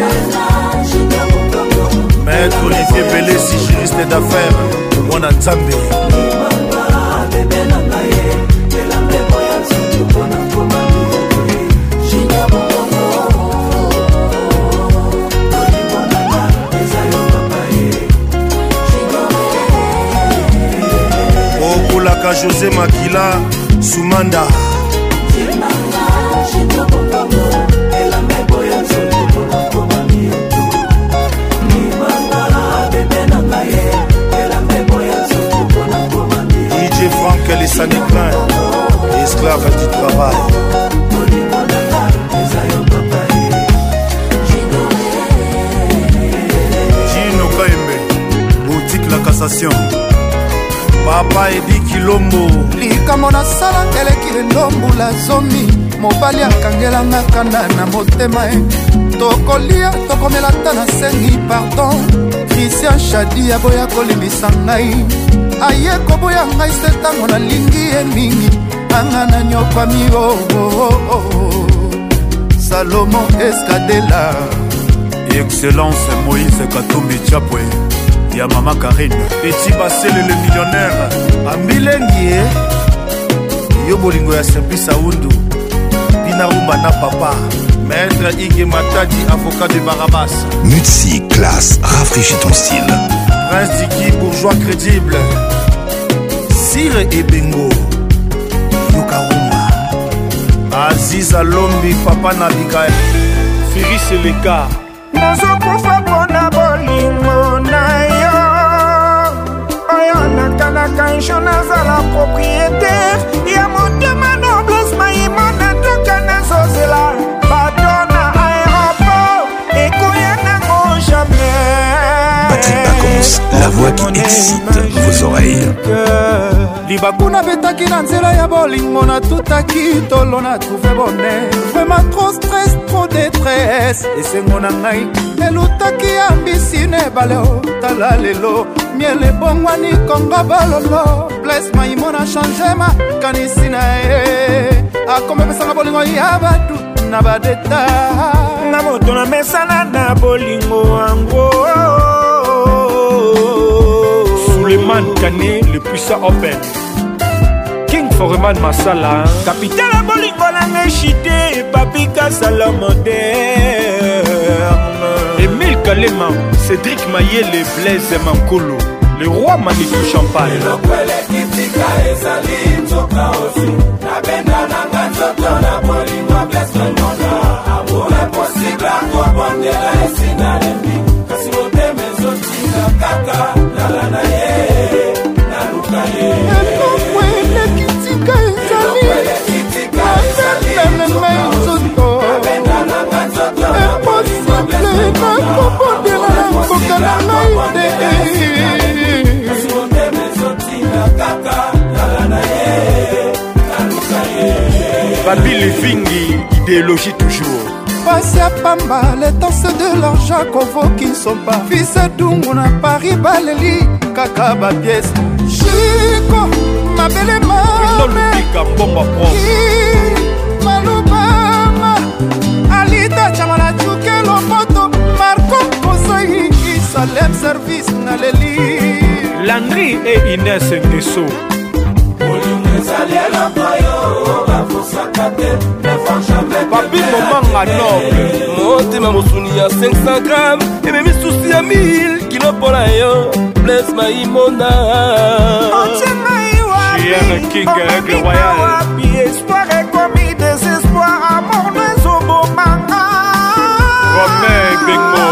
maître Olivier Belesi, juriste d'affaires, Mwana Nzambe, Okulaka José Makila, Soumanda, DJ Franck Les Sanépins, esclave du travail. Gino Kaembe, boutique La Cassation, Papa Edi Kilombo,
likambo nasalaka eleki lelo mbula zomi mobali akangelanga kanda na motema e tokolia tokomela ta nasengi pardon kristian shadi aboya kolimbisa ngai aye koboya ngai se ntango nalingi ye eh, mingi anga na nyokwami oo oh, oh, oh. salomo eskadela
Excellence Moïse Katombe Tchapwe, ya Mama Karine, Petit Basele le millionnaire, eh?
ambilengi e yo bolingo ya service aundu mpina rumba na papa maître ige matadi avocat de barabas
Mutsi, classe, rafraîchis ton style.
Prince Diki, bourgeois crédible,
sire ebengo yokauma
Aziz Alombi, Papa Nabika, Firis Eleka,
nazokufa mpona bolingo na yo oyo natalaka njo nazala propriétaire ya motema noblesse maimona ntoka nazozela bato na aéroport ekoya nango jamais
Patrick Pacons, la voix qui excite vos oreilles.
cœur.
libakuna betaki na nzela ya bolingo natutaki tolo na trouve bone vrema tro stress tro detresse esengo na ngai elutaki ya mbisi na ebale otala lelo miel ebongwani kongo bololo bles maimo na changema kanisi na ye akomepesanga bolingo ya batu na badeta
na moto namesana na bolingo yango
Suleiman Kané, le puissant open. King Foreman Masala.
kapitale ya bolingo nanga echite papi kasala moderne
Emile Kalema, Cédric Mayele, Blaise Mankolo. Le roi Manitou Champagne.
eloko elekitika ezali nzoka osi nabenda nanga nzoto na bolingo blesmemona abula posika kobondela esina lembi kasi motema ezotinga kaka lala na ye naluka ye eloko elekitika
Nzambe na nzoto. Impossible nakobondela na mboka na ngai te
Babi Levingi, idéologie toujours.
pasi ya pamba letanse de l'argent convoque nsomba fise dungu na paris baleli kaka bapiese jiko mabele
Tika Bomba Prof.
maki malobama alida camana cuke lomoto marko kosai isalem service na leli
Landry et Inès Nguesso.
ezali eloko yo bafusaka te
Babi Momanga Noble.
motema mosuni ya 500 gram ememi susi ya 1000 kilo mpona yo bles maimona
JR King eh, Aigle Royal.
wapi espoir ekomi désespoir amour no ezobomanga
Romain Bengo.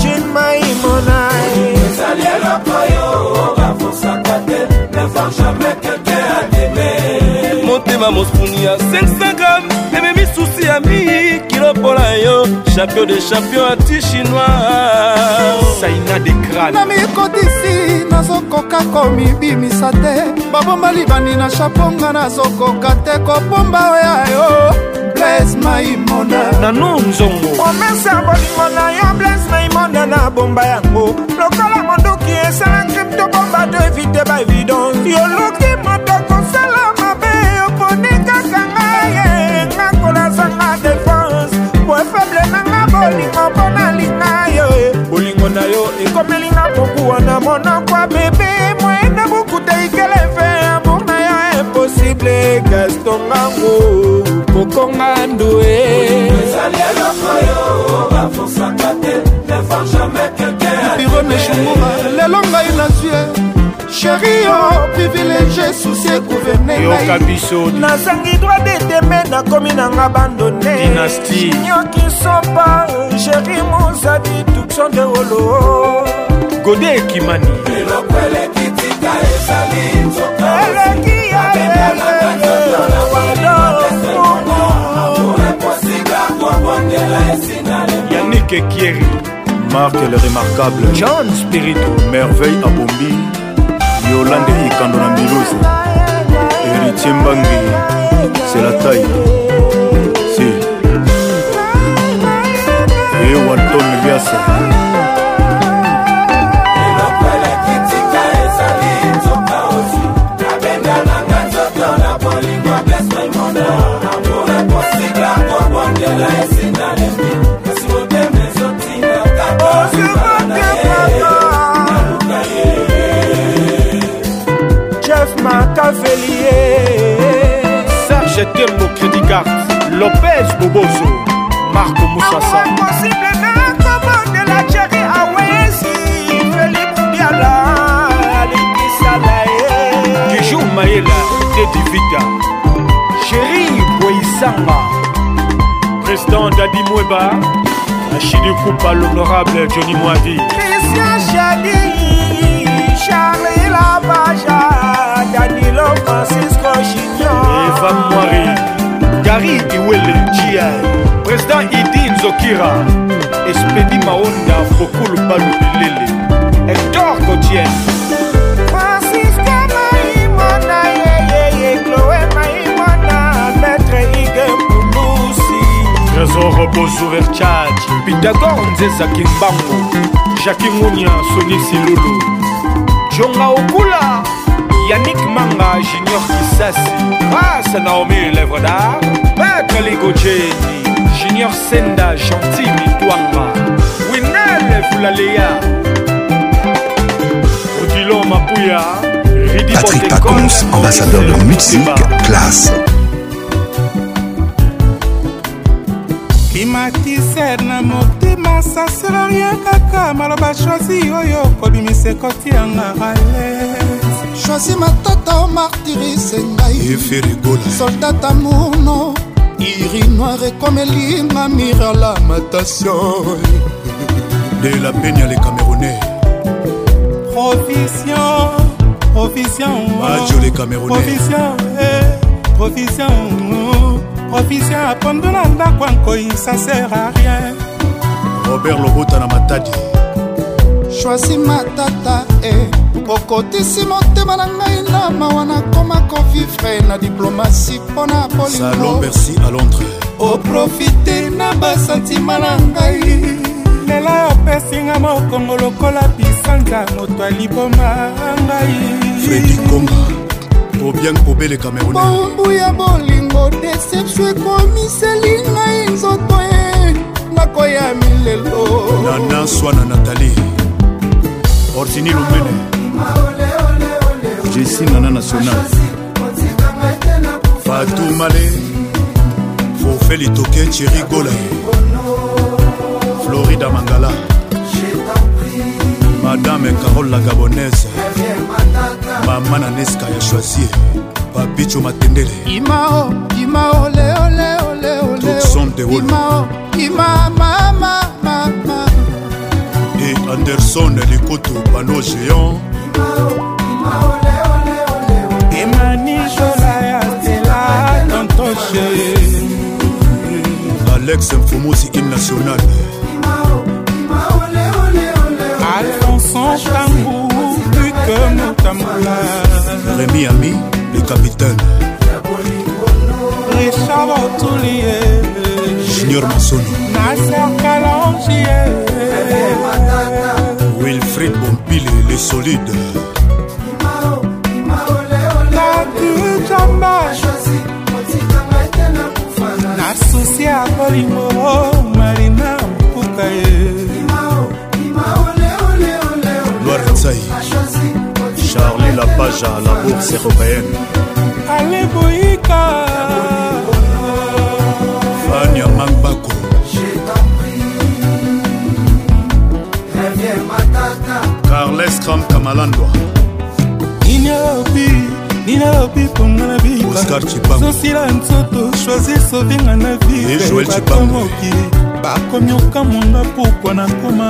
jin maimona
ezali eloko yo bafusaka te nefor jamais keke ademe
motema mosuni ya 500 gram ememi susi ya 1000 kilo mpona yo champion de champion anti chinois
saina de crane
na mikodisi nazokoka komibimisa te babomba libani na shaponga nazokoka te kobomba oya yo bles maimona
nano nzongo
promese ya bolingo na yo bles maimona na bomba yango lokola monduki esala kripto bomba to evite baevidence yoloki moto kosala mabe oponi kaka ngai ngako nazanga defense po efeble nanga bolingo mpona linga yo bolingo na yo ekomelinga pokuwa na monoko ya bebe moyena bukuta ikelefe amour na yo impossible gaston ngango kokonga ndue
ezali eloko yo bafusaka te nefor jamais keke
pirone shunguma lelo ngai nazwi
e.
sheri yo privilege susi ekuvene
yoka
ngai
biso
nazangi droit deteme nakomi nanga bandone
dynastie
nyoki sopa sheri mozadi tukson de olo
gode ekimani
eloko elekitika ezali nzoka
eleki ya
yannik ekieri
Marc le remarquable,
john spirito
merveille à Bombi, Yolande Ikando Nambilozi, héritier Mbangi, c'est la taille. Si. Et Waton Lias,
jeff makavelie
serge tembo crédit card lopez bobozo marco musasa
impossible nakomondela jeri awesi felibubiala alikisala ye
kijou mayela dedivita chéri boisanga président dadi mweba achidi kupa l'honorable johnny moadi
Christian Chadi, Charles Lavaja, Danilo Francisco Chignon.
eva mwari gari iwele jia président idi nzokira espedi maonda bokulu balubilele hector kotien
Francisco Maimo,
fort bozover chad
pitagore nzezaki mbango jaki ngunia soni silulu jonga okula yanik manga junior kisasi grâce naomi lèvre d'art maître ligojeni junior senda gentil mitwanga winel fulalea
odilo mapuya Ridi
Patrick
Botekong,
Pacons, ambassadeur de musique, classe.
bimatiser na motema sasira rien kaka maloba shwazi oyo kobimisa ekoti yanga ales
shwazi matata o martirise ngai soldat amourno iri noir ekomelinga mirala matation
de la peine les camerounais
provision provision
Badjo les Camerounais.
provision eh, provision oh, provision apondo na ndako ankoi ça sert à rien
robert lobota na matadi
shwasi matata e okotisi motema na ngai na mawa nakoma kovivre na diplomasi mpo na
salon
bolingo
bercy à londres
oprofite na basantima na ngai lelo opesinga mokongo lokola bisanza moto aliboma ngai
fredi ngonga obiang pobe les camerounais
bombu ya bolingo deception ekomiseli ngai nzoto e nakoya milelo
nana swana nathalie orsini lumene jessi nana national fatou male forfait litoke thierry golae florida mangala madame carole la gabonaise mama na neska ya choisier papicho matendele
imao imao
Toussaint Tewolo.
leoleoleoleoimamamamama
et anderson likoto pano géant
emanijola ya stela tontoshe
alex mfomosi im national
alfonso ntangu uke motambula
remi ami le capitaine
richard otulie
junior masono
naser kalangie
wilfrid bompile le solide
nakijamba na susi ya bolingo marina mpuka ye
loire tsai charlie lapage à la bourse européenne
ale boyika
fania mangbako carles cram kamalandwa
ninaobi ninaobi ponga na
Oscar Chibango.
bibasosila nzoto choisir sovinga na
Et Joël
vibakomoki bakomi okamwanga pokwa nakoma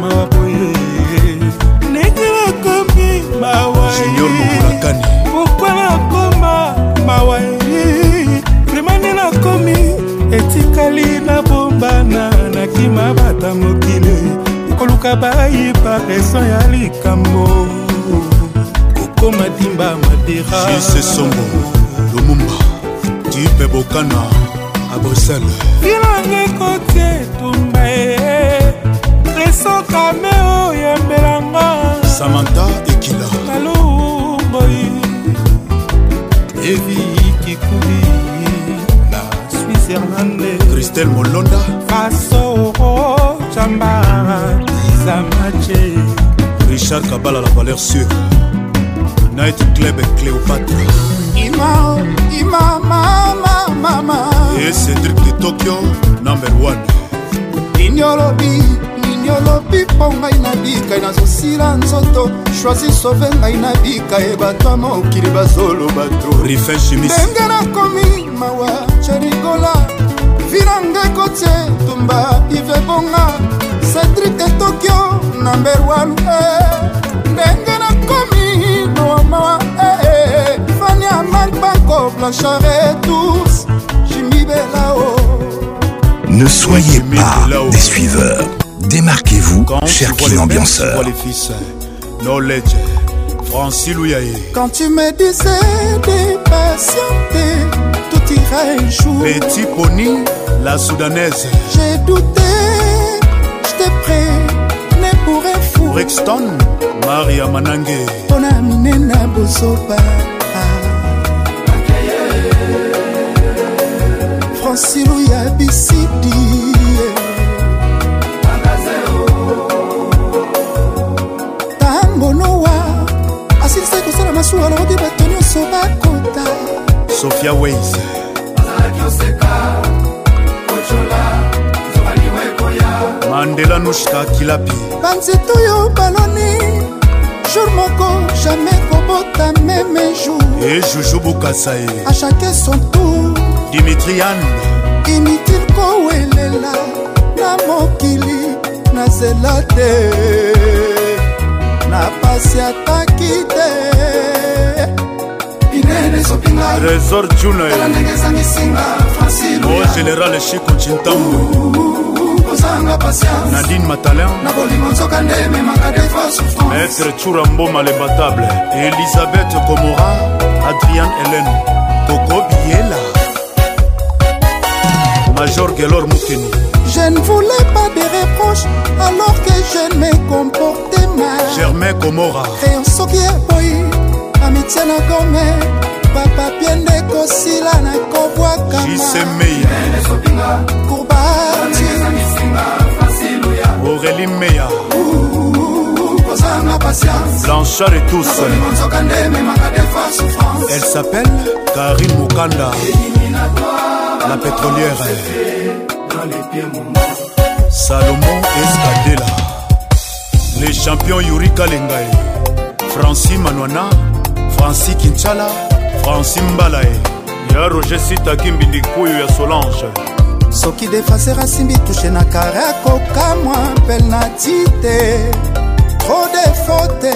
mawa boye ndenge nakomi mawa
junior mokulakani
pokwa nakoma mawa vrema nde nakomi etikali na bombana nakima bata mokili koluka bayiba reso ya likambo kokoma dimba madera
jise songo lumumba tipe bokana à bruxelles
bilange ekoti etumba e reso kame oyembelanga
samantha ekila
nalungoi evi kikubi na switzerlande
christelle molonda
fasoro camba isamache
richard kabala la valeur sûre night club cléopatre
imao imamamamama
et cédric de tokyo number one
ninyolobi ninyolobi mpo ngai na bikai nazosila nzoto shwazi sove ngai na bikai bato ya mokili bazoloba to
rifin chimis
ndenge nakomi mawa cherigola vilanga ekotie tumba ivebonga cedrik de tokyo namber 1 ndenge nakomi mawa mawa eh, eh, eh. fania malbanko blanchard etours jimibelao
Ne soyez pas des suiveurs. Démarquez-vous,
Quand tu
cher
vois les mères, tu
Kin
vois
Ambianceur.
les fils knowledge francis louyaye
Quand tu me disais de patienter, toute partira un jour.
Petit Pony, la soudanaise.
J'ai douté, j'étais prêt, né pour un fou.
Brixton, Maria Manange.
mpona minena bozoba fransilu ya bisidi tango noa asilisaki kosala masuwa alobaki bato nyonso bakota
Sophia Waze. Mandela Nushka Kilapi.
banzete oyo baloni jour moko jamai kobota meme jour
Et Joujou Boukasaye.
a chacun son tour
Dimitrian.
inutile kowelela na mokili na zela te na pasi ataki te inene sopinga
Trésor Junior.
esangisinga
Mon général Chico Chintambo.
kozanga pasianse
Nadine Matalin.
na bolingo nzoka nde ememaka defa souffrance
Maître Churamboma Lebatable. Elisabeth Komora. Adrian Hélène. Coco Biela. Major Gelor Moukeni.
je ne voulais pas de reproche alors que je me comporte mal
Germain Komora.
crayon soki eboyi amitie na gome bapapie nde kosila na kobwakama
Jisemei.
kurbati
Aurélie Meya.
kozanga pasianse
Blanchard et tous.
bolingo nzoka nde ememaka defa souffrance
Elle s'appelle Karine Mukanda, la pétrolière. Salomon Escadela, les champions Yuri Kalengae, Francis Manwana, Francis Kinchala, Francis Mbalae,
ya roger sitaki mbindikuyu ya solange
soki defaser asimbi tushe na kare akokamwa penati te tro defo te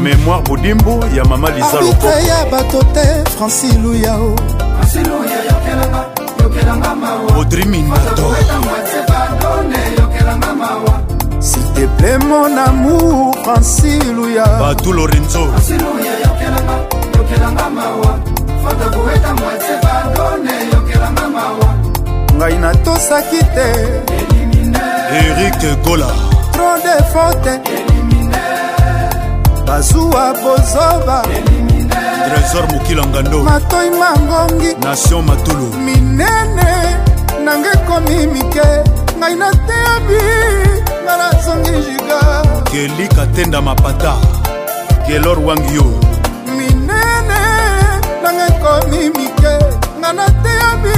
Mémoire Boudimbo, ya mama Lisa Loko,
arbitre ya bato te franci luyao
Audrey Minato,
s'il te plaît mon amour franci luya
Batou Lorenzo,
ngai natosaki te
Eric Gola,
tro defo te bazuwa bozoba
Trésor Mukilangando,
matoi mangongi
Nation Matulu,
minene nanga ekomi mike ngai nateyabi ngai nazongi jiga
Kelly Katenda Mapata, Gelor Wangyo,
minene nanga ekomi mike ngai nateyabi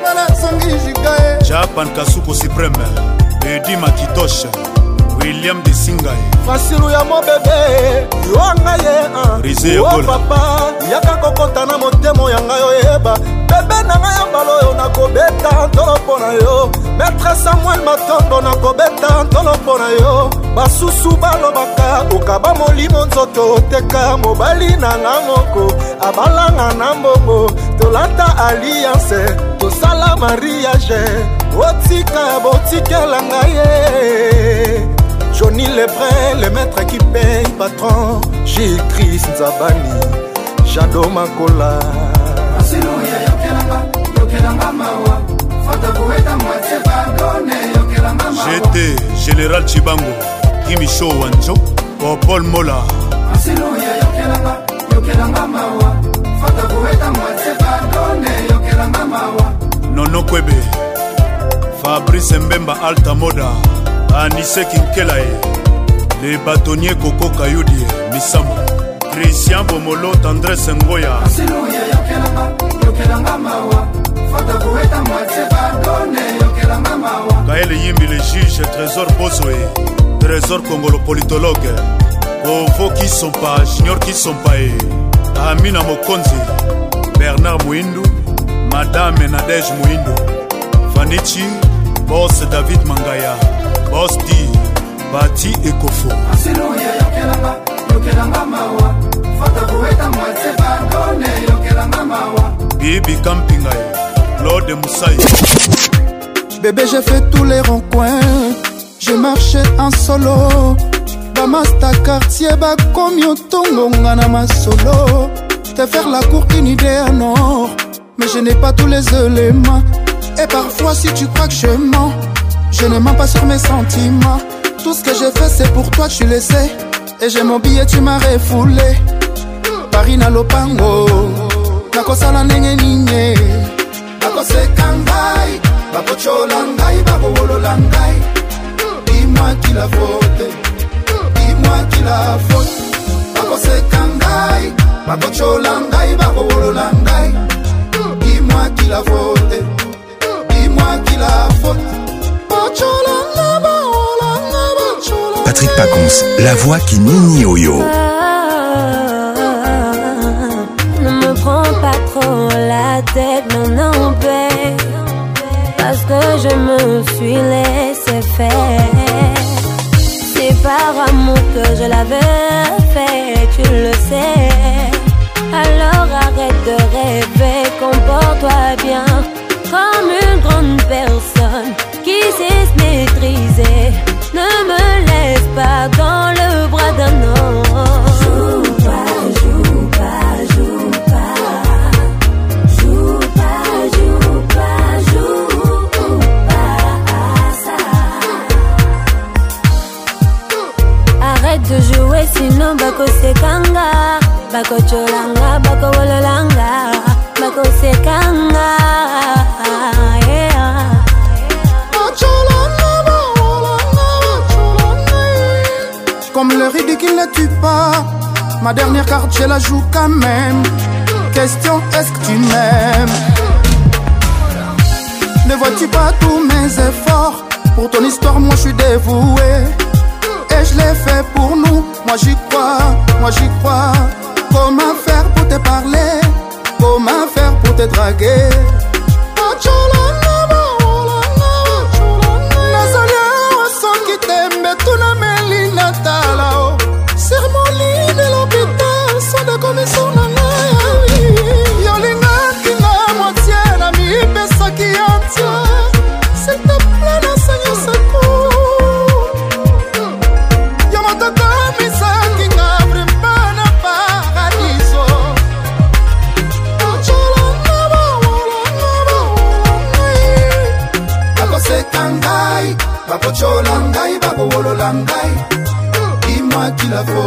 ngai nazongi jiga e
japan kasuko supreme edi makitoshe william de singae
fasilu ya mobebe yo ngai
Rise
ye
ya
o
Gola.
papa yaka kokota na motema ya ngai oyeba bebe na ngai ya mbala oyo nakobeta ntolo mpo na yo maître samuel matondo nakobeta ntolo mpo na yo basusu balobaka okaba molimo nzoto oteka mobali na nga moko abalanga na mbongo tolata alliance tosala mariage otika botikela ngai ye Johnny Lebrun, le maître qui paye patron, Gilles Chris Nzabani, Jado Makola.
gt général chibango kimisho wanjo popol mola nono kwebe fabrice mbemba alta moda anise kinkelae le batonnier koko kayudi misambo christian bomolo tendrese ngoya kaele yimbi le juge trésor bosoe trésor kongolo politologue ovo kisompa junior kisompae eh. amina mokonzi bernard moindu madame nadege moindu fanichi bos david mangaya bos di bati ekofo bibi kampingae claude musai
bébé j'ai fait tous les roncoins je marchais en solo bamasta quartier bakomi otongonga na masolo te faire la cour qu'une idée en or mais je n'ai pas tous les éléments. Et parfois, si tu crois que je mens, je ne mens pas sur mes sentiments. Tout ce que j'ai fait, c'est pour toi, tu le sais. Et j'ai mon billet, tu m'as refoulé. Paris na lopango, nakosala ndenge nini? Nakoseka ngai, bakochola ngai, babowolola ngai. Dis-moi qui la faute, dis-moi qui la faute. Bakoseka ngai, bakochola ngai, babowolola ngai. Dis-moi qui la faute, dis-moi qui la faute. Bachola ngai, bawola ngai, bachola.
Patrick Pacons, la voix qui mini yo-yo.
Ne me prends pas trop la tête, non, non, babe. Parce que je me suis laissé faire. C'est par amour que je l'avais fait, tu le sais. Alors arrête de rêver, comporte-toi bien. Comme une grande personne qui sait se maîtriser. Ne me laisse pas dans le bras d'un homme. Joue pas, joue pas, joue pas. Joue pas, joue pas, joue pas ça. Arrête de jouer sinon bakosekanga bakocholanga bakowololanga bakosekanga Ah, yeah.
Comme le ridicule ne tue pas, ma dernière carte je la joue quand même. Question est-ce que tu m'aimes Ne vois-tu pas tous mes efforts Pour ton histoire, moi je suis dévoué. Et je l'ai fait pour nous, moi j'y crois, moi j'y crois. Comment faire pour te parler Comment faire pour te draguer
nazali awa soki tembe tuna meli oh. natala o sermolin elopita sodakomiso na ngai yolingaki nga motie na mipesaki ya ntia silteple nasenyo secour yo motokomisaki nga vrema na paradiso acolanga bawolanga bawolanga
bakoseka ngai bakochola ngai bakowolola ngai dis-moi qui la faute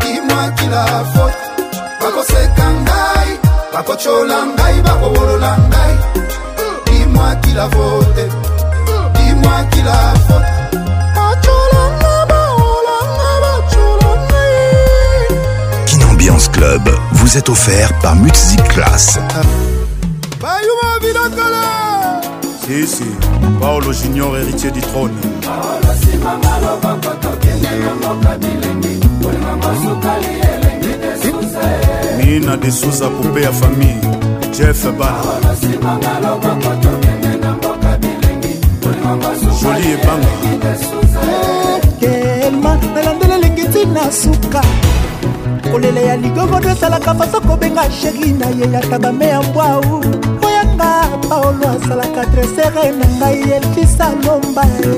dis-moi qui la faute bakoseka ngai bakochola ngai bakowolola ngai dis-moi qui la faute dis-moi qui la faute
bacolanga baolanga bacolanga
Kin Ambiance Club vous est offert par Music Class.
bayuma bilokolo
Si, si. Paolo Junior, héritier du trône. Nina de Souza, poupée à famille. Jeff Bana. Joli et Banga.
kelma nalandela elengi ntina suka kolela ya ligogodo esalaka faso kobenga sheri na ye yaka bame ya mbwau oyanga paolo asalaka dresere na ngai elfisa lomba e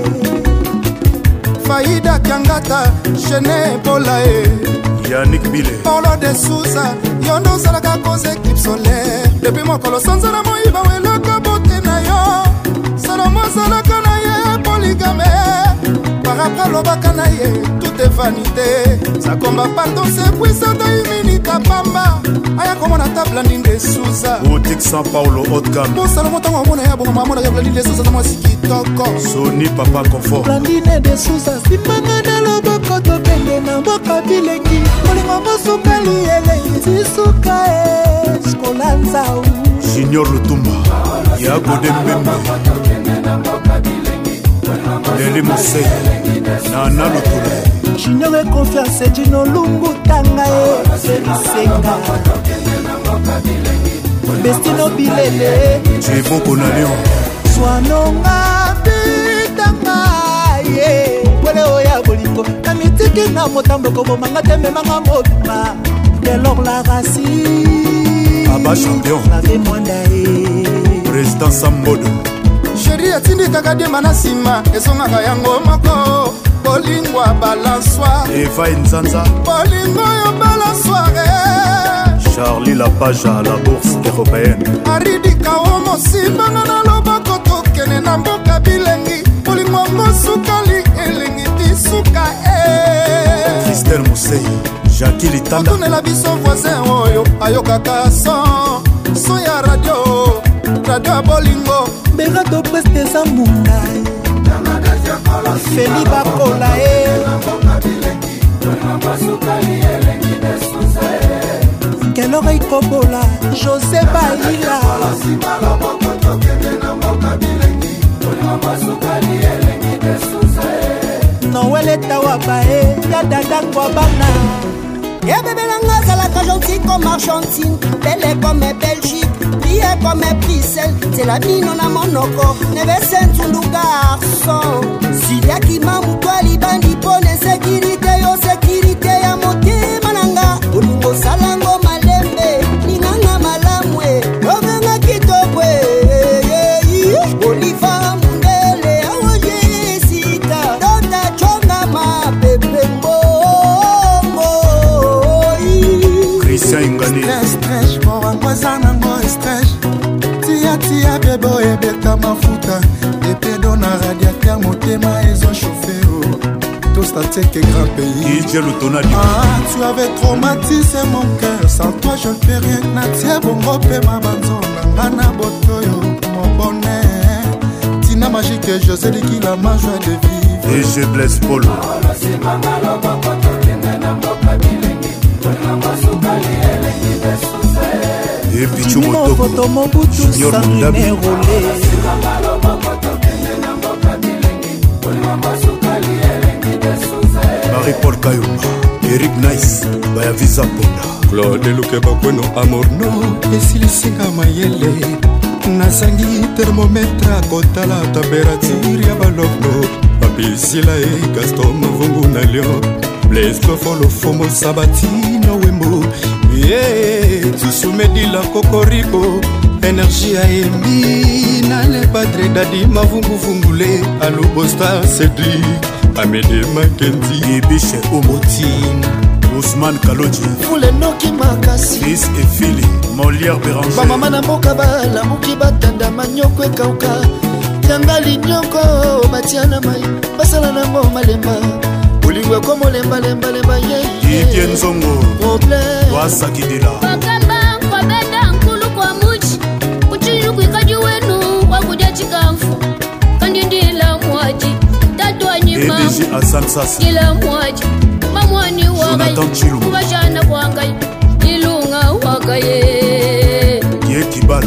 faida kiangata jene ebola e
yannick bile
polo de susa yo nde ozalaka koza ekipe solaire depuis mokolo sanza na moyiba welaka bote na yo salomo azalaka na ye poligame parapre alobaka na ye toute vanité sakomba pardon sepuisata iminika pamba aya komona tablandin de susa
Boutique San Paolo, haute gamme.
mosalomo ntango amona ya bongoma amonaka blandin de susa za mwasi kitoko
Sony Papa Confort.
blandine de susa simbanga na loboko tokende na mboka bilengi kolingo mosukali elei sisuka e skolanzau
Junior Lutumba. Yago Dembembe. Deli Mosei. Nana Lutule.
jinore confiance jino lungu tanga e, ye serisenga bestino bilele
Jebo Konalion.
zwanonga bitanga ye pole e, oya bolingo na mitiki na motambo kobomanga te memanga mobima delor la racine
Abba Champion.
lave mwanda ye
Président Sambodo.
sheri etindikaka diema na nsima esungaka yango moko bolingwa balanswir
Eva Nzanza.
bolingo oyo balansoire
charli lapage à la bourse européenne
aridikao mosimbanga nalobako tokende na mboka bilengi bolingongo sukali elingi bisuka e
kristel mosei jaki litanda
otunela biso voisin oyo ayokaka son son ya radio radio ya bolingo
berato preste eza munda feli bakola e kelora ikobola jose baila noel etawa bae ya dadangwa bana
ebebelanga azalaka gentil comme argentine bele comme belgique plie comme brisel zela bino na monoko nebesentundu garson siliakima moto alibandi mpo na sekirite yo sekirite ya motema nanga olingo osalango malembe linganga malamu e lobenga kitoko e oliva mundele awoyesita tota conga mapepembongo
kristian ingani
strech morango eza nango strech tiatia bebo ebeta mafuta epedo na radiater motema ezoshofe o tous tatieke grand pays
ijelutona
Ah, tu avais traumatisé mon cœur sans toi je ne peux rien natie bongo pema banzonga nga na botoyo mon bonheur tina magique josé likilama joie de vivre
et je blesse polo epichu motoko
minofoto mobutu
Junior Mundabi.
sanginerole
marie paul kayumba erik nice bayavisa mponda
claude luke bakweno amorno esilisinga mayele nazangi termometre akotala temperature ya baloko bapisila e gaston mavungu na lion blescofolofomo sabatino wembo ye susumedila kokoriko energie ya embi na le padre dadi mavunguvungule alubosta cedrik amede makendi
ebishe omotin ousmane kaloji
fulenoki makasi
chris efili molière
bamama
béranger
na mboka balamuki batanda manyoko ekauka yanga linyoko batia na mai basala nango malemba bolingo eko molembalembalemba ye
didie nzongo
problème
twasakidila
Wakamba kwabenda nkulu kwa muchi kuchiri kwikaji wenu wakudya chikamfu kandi ndila mwaji tatwanyi mamu
edg asansas
ndila mwaji mamwani wagai
Jonathan Chilu.
kubashana kwangai ilunga wagaye
ye kibala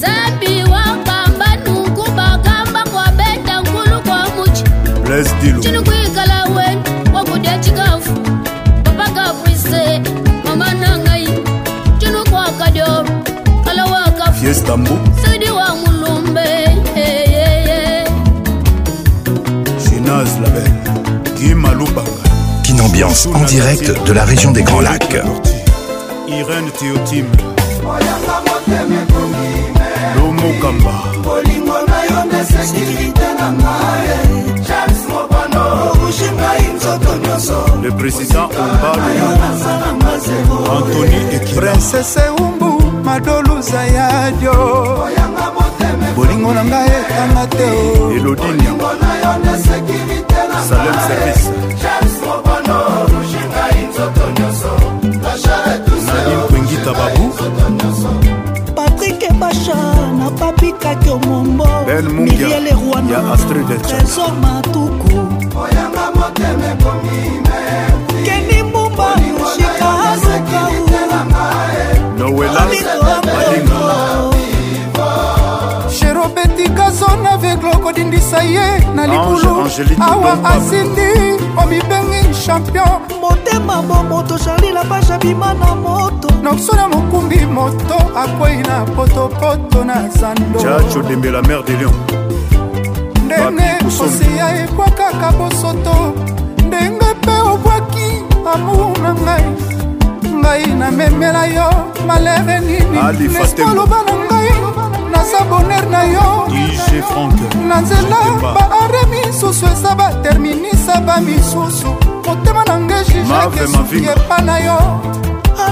zambi wakamba nungu bakamba kwabenda nkulu kwa muchi
blaise dilo
chini kwikala wenu wakudya chikafu papakapwise mama nangai chini kwakadyoro kala wakafu
fiesta mbu
saidi wa mulumbe hey, hey, hey.
ginaz label kimalubanga
Kin ambiance en direct de la région des Grands Lacs.
irene teotim lomokamba
bolingo na yo nde sekirite na ngae charles mopano okushi ngai nzoto nyonso
le président ombalu
antony princese umbu madoluza yadio bolingo na ngai ekanga te
elodini salem service nadim kwengita babu
patrik ebasha na papi kakio mombo
ben mungia
miliel erwana
ya astrid elcha
trésor matuku keni mbumba yoshika azukau
noela malinga
sherobetikazona veglokondindisa ye na libulu
Angélique
awa
Ndombaba.
asindi omibengi champion motema bomoto charli lapasha bima na moto nokso na mokumbi moto akwei na potopoto na zando
jacho dembela mare de lion
ndenge posi ya ekwakaka bosoto ndenge mpe obwaki amour na ngai ngai namemela yo malere
Ali
nini
Fatem.
neskoloba na ngai naza boner na yo
dj frank
na nzela
Zoutemba.
baare misusu eza baterminisa bamisusu motema na nge
Mave Mavinga.
jijakesuki epa na yo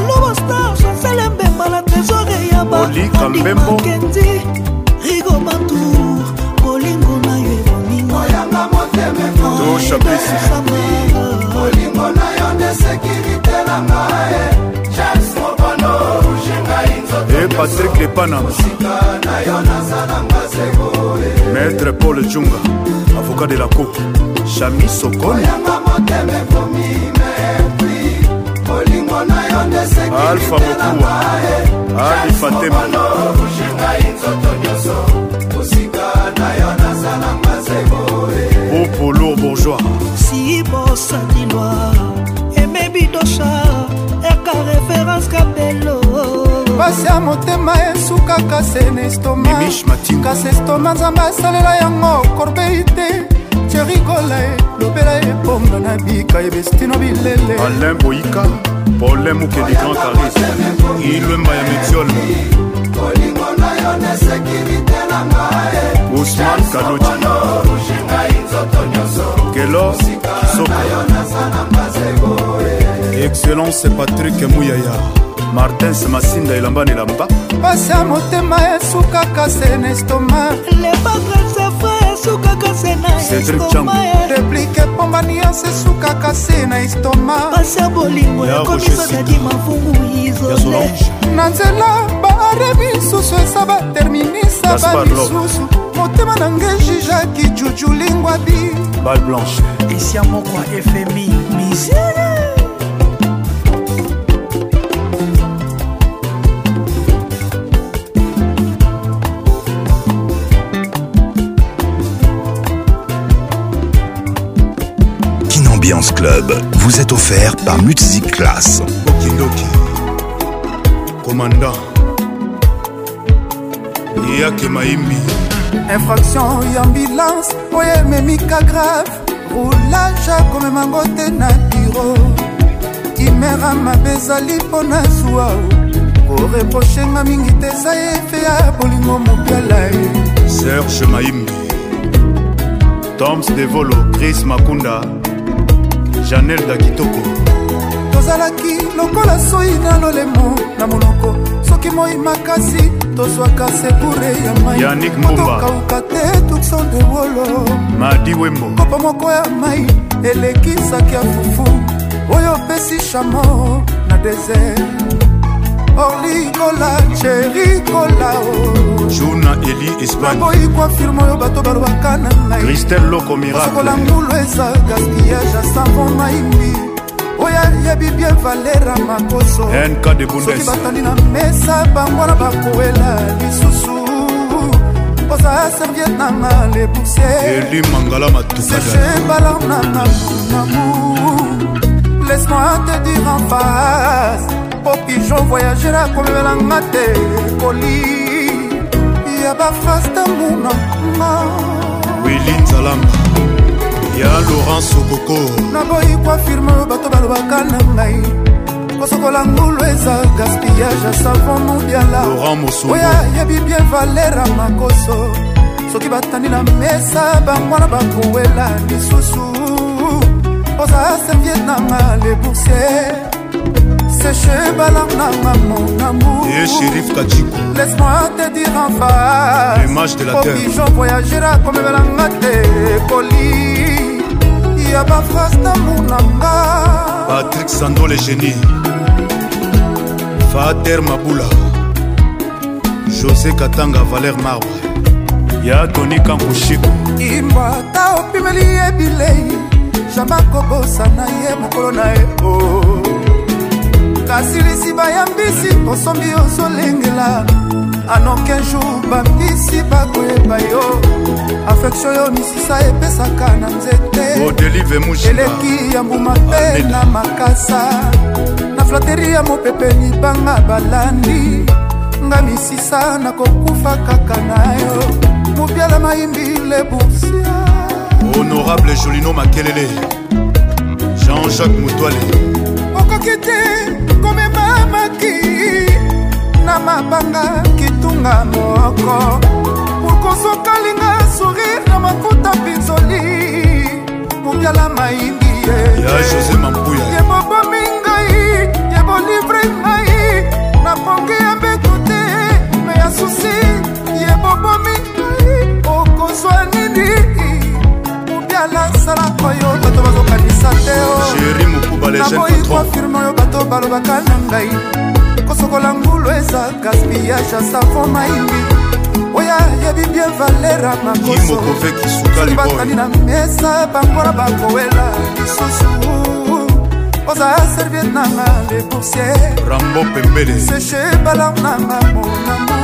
lobo star chancele mbemba na tresore ya baandimakendi rigo matour bolingo na yo
eboningayanga motemeolingo na yo nde sekirite na ngae charles mobono rugengai
e patrik de panama
na yo nazalanga sekoe
maître paul junga avocat de la coupe chami sokoni
yanga motema ekomi mepri bolingo na yo nde
Alpha Mokua, Ali Fatema.
sekiiengai nzoto nyonso kosika na yo nazalanga sekoe
Popo lourd bourgeois
si bosadilwa emebi dosha eka reference kapelo
pasi ya motema esukaka senestomakasi estoma nzambe asalela yango korbei te cherikola lobela ebonga na bika ebestino bilele
alain boyika pole mokeli grand caris ilwemba ya metiole
bolingo na yo nde sekirite na ngae
ousman kaloti
rugengai nzoto nyonso
kelo
na yo nazalanga sekoe
excellence patrik muyaya martins masinda elamba na elamba
pasi ya motema esukaka senestoma
lebatrasefra esukaka se na
Cédric
estoma
Django.
replike mpomba nyonso esukaka se na estoma
pasi ya bolingo
Ya
ekomi
Roger
sodadi mafungu izole
Solange. na nzela baare misusu esa baterminisa
Gaspard Love.
bamisusu motema na nge jijaki jujulingwabi
bal blanche
esia moko ya fmi misere
Kinambiance Club vous est offert par Music Class.
bokindoki komanda iyake maimbi
infraction ya ambulance oyo ememika grave roulage akomemango te na biro kimera mabe ezali mpo na zwa koreprochenga mingi te eza efe ya bolingo mopiala ye
serge maimbi toms devolo chris makunda janel da kitoko
tozalaki lokola soi na lolemo na monoko soki moi makasi tozwaka sekure ya mai
Yannick Mbumba.
Otokauka te tukson de wolo
madi wembo
kopo moko ya mai elekisaki ya fufu oyo opesi chamo na desert orlikola cherikola
juna eli espagne
naboyi koafirme oh. oyo bato balobaka na ngai
christel loko miracle
sokola ngulu eza gaspillage asanvo maimbi oyo ayebi bien valera makoso
nk de
soki
bundes
batandi na mesa bango na bakowela lisusu oza serviete nanga lebusiere
eli mangala matukada
Séché ballon na ma- mon amour Laisse-moi te dire en face Po pigeon voyager la komemelanga te koli ya baphrase tamour na nga
weli nzalamba ya laurent sokoko
naboyi koafirme oyo bato balobaka na ngai kosokola ngulu eza gaspillage ya savon mobiala
Laurent Mosungu.
oyo ayebi bien valera makoso soki batandi na mesa bangwana bakowela lisusu oza serviete nanga lebursier seche balam nanga mon amour
ye sherif kajiko
Laisse-moi te dire en face
L'image de la
Au
terre.
pigeon voyagera komemelanga te koli ya baphrase tamour na nga
patrik sando le génie fater mabula josé katanga valer marbre ya toni kankushiko
imba ata opimeli ye bilei jama kobosana ye mokolo na ye o kasi lisi bayambisi osombi ozolengela anoke jour bambisi bakoyeba yo afektio yo misisa epesaka na nzete
odelive mushina
eleki ya mbuma mpe
Ah. Amen.
na makasa na flateri ya mopepe mibanga balandi nga misisa nakokufa kaka na yo mopiala mayimbi lebusia
honorable jolino makelele jean-jacques mutwale
okoki te komema maki na mabanga kitunga moko pokosokalinga sourire na makuta pinzoli mopiala mayimbi ye
ya josé mampuya
yebobomi ngai yebolivre ngai oh. confirme oyo bato balobaka na ngai kosokola ngulu eza gaspillage ya savo maini oya yebi bien valera
makosobatali
na mesa bangona bakowela lisusu ozala serviete nanga lebursier
rambo pembele
seche balar nanga monamu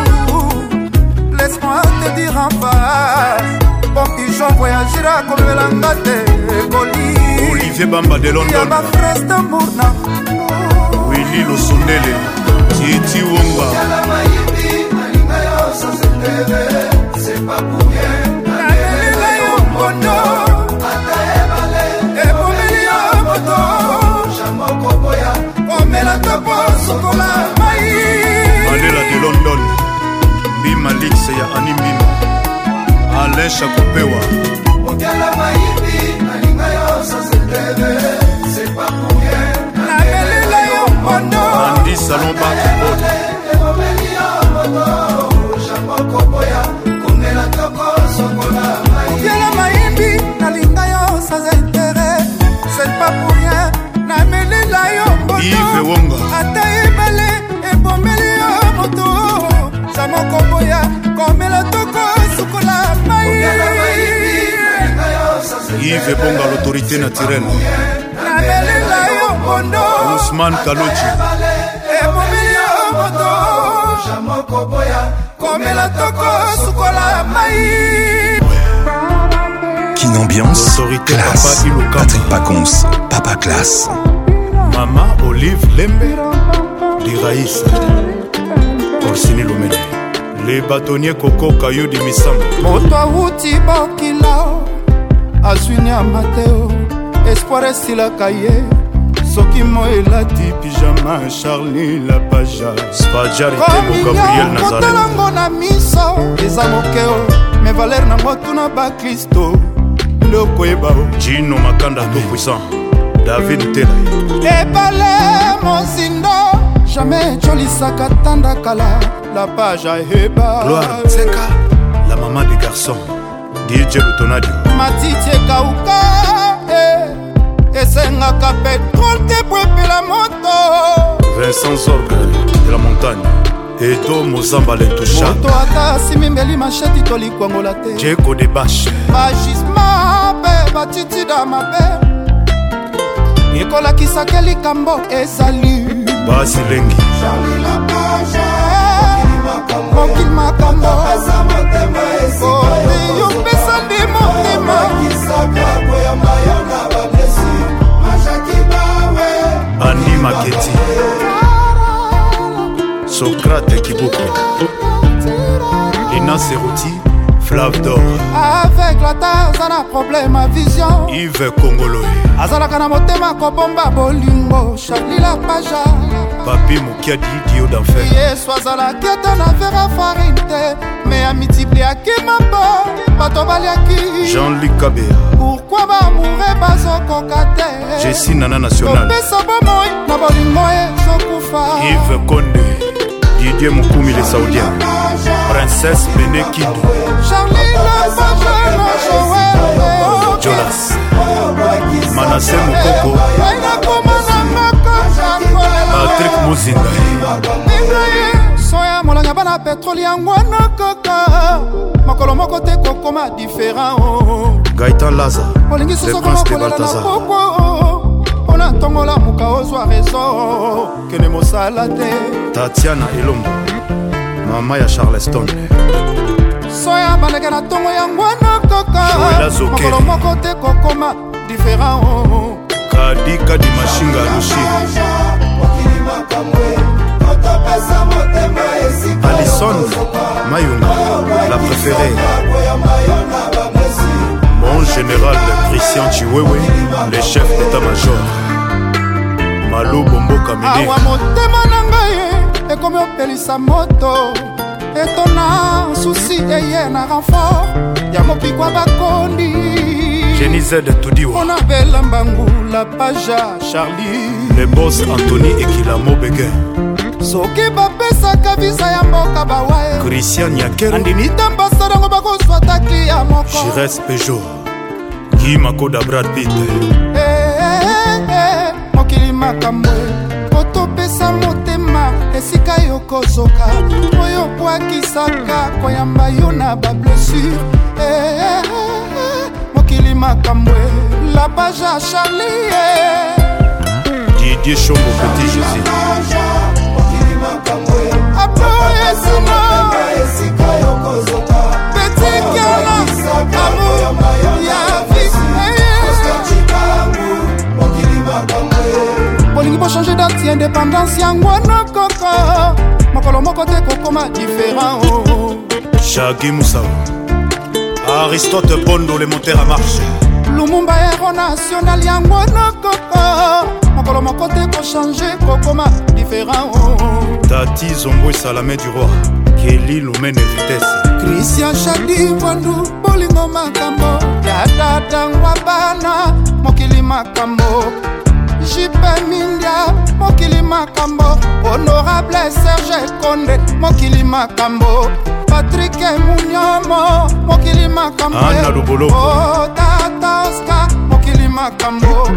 laisse-moi te dire en face bon pigeon voyagera kolobelanga te ekoli
olivier bamba de london
bafres damour na
willi losundele titi wonga
nalela yo mpondo ebomeli yo moto omela topo sokola mai
malela de london mbima lixe ya ani mbima alain chakopewa
nabelela yo mpondo
andi salon bakibot
otiela mayimbi nalinga yo sans intere c'est pas pour rien namelela yo
ive
mpondo
wonga
ata ebale ebomeli yo moto samoko boya komela toko sukola mai
ive bonga l'autorité naturelle
nabelela yo mpondo
ousmane kaloci
ebomeli yo moto komela toko sukola mai
Kin Ambiance, Classe, Patrick Pacons, Papa Classe.
mama olive lembe liraïs orsini lumene le batonnier kokoka yo di misambo
moto awuti bokila azwini ya mateo espoir esilaka ye soki mo elati pijama charli lapaja
spadiari tebo gabriel
kominga
nazareth
kotalango na miso eza mokeo
oh.
me valer nango tuna bakristo nde okoyeba o
jino makanda to puissant david tela
ebale mozindo jamai ecolisaka tanda kala lapaja
gloire
eba
tseka la mama de garçon dj lutonadio
matiti ekauka eh, esengaka petrole te po epela moto
vincent zorg de la montagne edo mozamba lentouchable
moto ata asimimbeli masheti tolikwangola te
jeko de bashe
bagisma mpe batitida mabe ekolakisaka likambo ezali
basi lengi
mokili makambo oyopesa ndi motema
ani maketi sokrate kiboko lina seroti flave dor
avec lata aza na probleme ya vision
ive kongoloe
azalaka na motema kobomba bolingo charli lapaja
papi mokiadi dio danfer
yesu azalaki ata na vera farine te me amultipliaki mambo bato baliaki
jean-luk kabea
pourkui bamoure bazokoka te
jesi nana national
kopesa bomoi na bolingo ezokufa
ive konde didie mokumi le saudien princesse benekidu
charli lapaja na joel
jolas manase mokoko
nakomona makotango
patrik mozinga
so ya molanga bana petrole yango nakoka mokolo moko te kokoma diferent o
gaitan laza
olingi
le
susoko
prince de
mokolela na
baltazar
poko mpona ntongola moka ozwa reso kende mosala te
tatiana elombo mama ya charleston
so ya bandeke na ntongo yango nakoka
Joela Zokeli.
mokolo moko te kokoma diferent o
kadi kadi mashinga alushi alison mayunga la préférée mon général christian chiwewe le chef d'état-major malo bomboka mini
awa motema na ngai ekomi opelisa moto etona susi eye na renfort ya mopikwa bakondi
geni zed todiwa
mpona belambangula paja charli
le boss anthony ekilamo bege
soki bapesaka visa ya mboka bawae
christian yakero
andini te ambasadango bakozwa taki ya moko
gires pejo guy makoda brad pit
Eh, eh, eh, mokili mokili makambo mpo topesa motema esika yo kozoka oyo bwakisaka koyamba yo na bablessure eh, eh, eh, mokili makambo lapage ya charlie
didie shombo petit jésus
bolingi bochange dati indépendance yango nokoko mokolo moko te kokóma différent oh. o
jagi musao aristote bondo le monteur à marche
lumumba ero national yango nokoko mokolo moko te kochange kokóma différent oh. o
tati zombo esalame du roi keli lumene vitese
kristian shadi mwandu bolingo makambo yatatangwa bana mokili makambo jipe mindia mokili makambo honorable serge konde mokili makambo patrik munyomo mokili makambo
Anna Luboloko.
otataska mokili makambo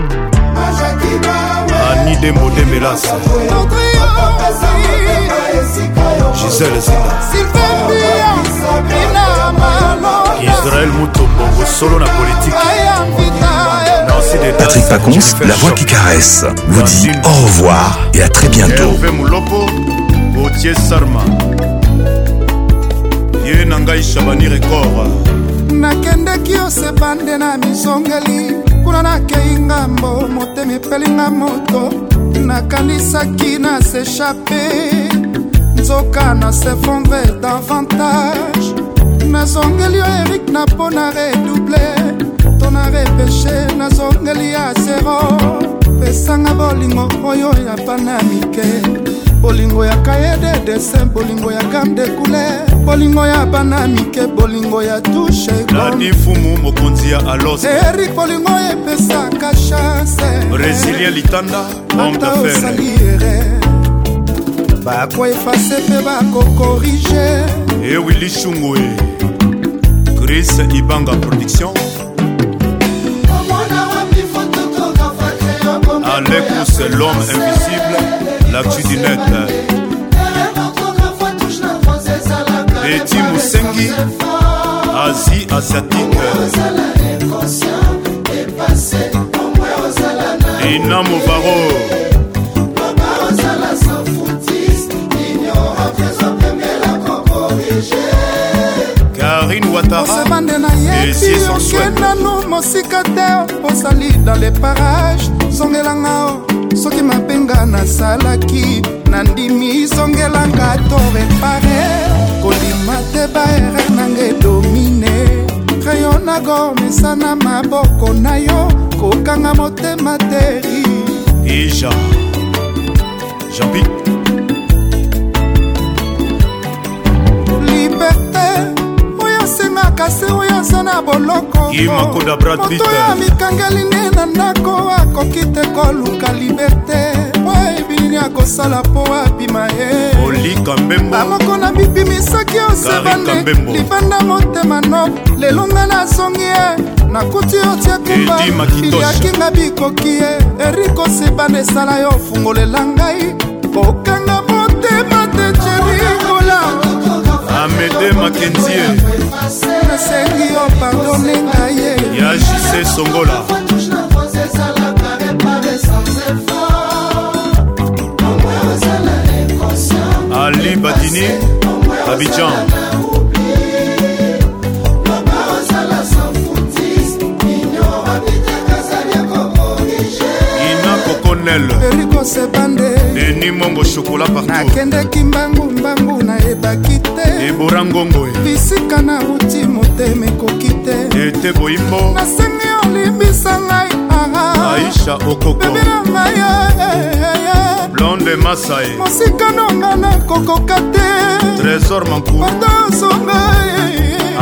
ani dembode melasa gisele zinda
sylvain bion mina malo
israel mutombo solo na politike nansi de
Patrick Pacons, la voix qui caresse, vous dit au revoir et à très bientôt.
herve moloko otie sarma ye na ngai shabani record
nakendeki osepa nde na mizongeli kuna nakei ngambo motema epelinga moto nakanisaki na seshape nzoka na sefonve davantage nazongeli yo erik na mpo na redouble to na repeshe nazongeli ya zero pesanga bolingo oyo ya bana mike bolingo ya kayede dessin bolingo ya game de couleur bolingo ya bana mike bolingo ya touche
nani fumu mokonzi ya alos
erik bolingo epesaka chance
brésilien litanda homme
ata
d'affaires
osali ere bakoefase mpe bakokorige
e willi shungue eh. chris ibanga production alekus l'homme invisible l'actudinette
eh,
eti mosengi asie asiatique ina movaro karine watara
osebande
Esi
nayebi
son souhait.
oke nanu mosika te osali dans les parages zongelanga o soki mabenga nasalaki nandimi zongelanga to repare kolima te baerre nanga edomine rayo nagomesa na maboko na yo kokanga motema teri
e jean jeanpic
liberté oyo asengaka se oyo aza na boloko
Guy Makoda, Brad Pitt.
moto oyo amikangeli nde na ndako akoki te koluka liberté po ayebi nini akosala mpo abima ye
olika mbembo
bamoko na bibimisaki
Karika
osebande
Mbembo.
libanda motema no lelo nga nazongi ye nakuti otie kumba
Eddie Makitosha.
biliakinga bikoki ye erik osebande esala yo fungolela ngai kokanga motema te jerikola
amede makenzie
nasengi yo pardone ngai ye
ya jise songola ali badini abidjan ina kokonel
eriko sebande
deni mongo shokola partout
nakendeki mbangu mbangu nayebaki te
ebora e. ngongoe
bisika na uti motema ekoki te
ete boyimbo
nasengi olimbisa ngai aa
aisha okoko
bebelanga eh, ye
blonde masae
mosika nonga nakokoka te
trésor mankou
adosonga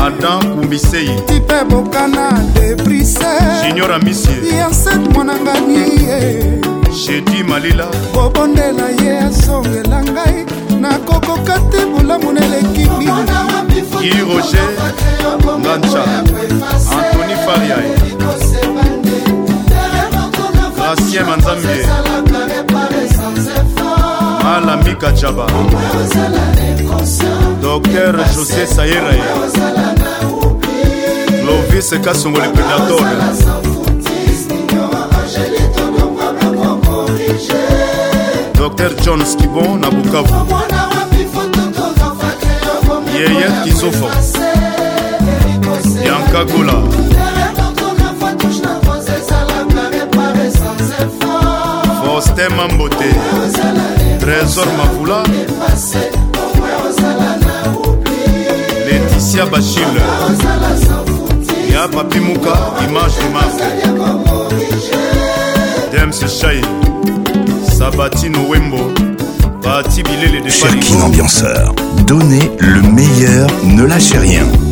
adam kumbisei
tipe bokana debrise
junior amisie
yanset mwanangani ye
jedi malila
kobondela ye asongela ngai nakokoka te bolamu na eleki mingi
guy roger ngancha antony fariae gracien manzambie alamika jaba dr josé sayerae clovis kasongo le predator dr john skibon na bukavu yeye kizofo yankagola faustin mambote trésor mavula leticia bachile ya papi muka image de marque dems shai sabatino wembo bati bilele de
Cherkin Ambianceur, donnez le meilleur, ne lâchez rien.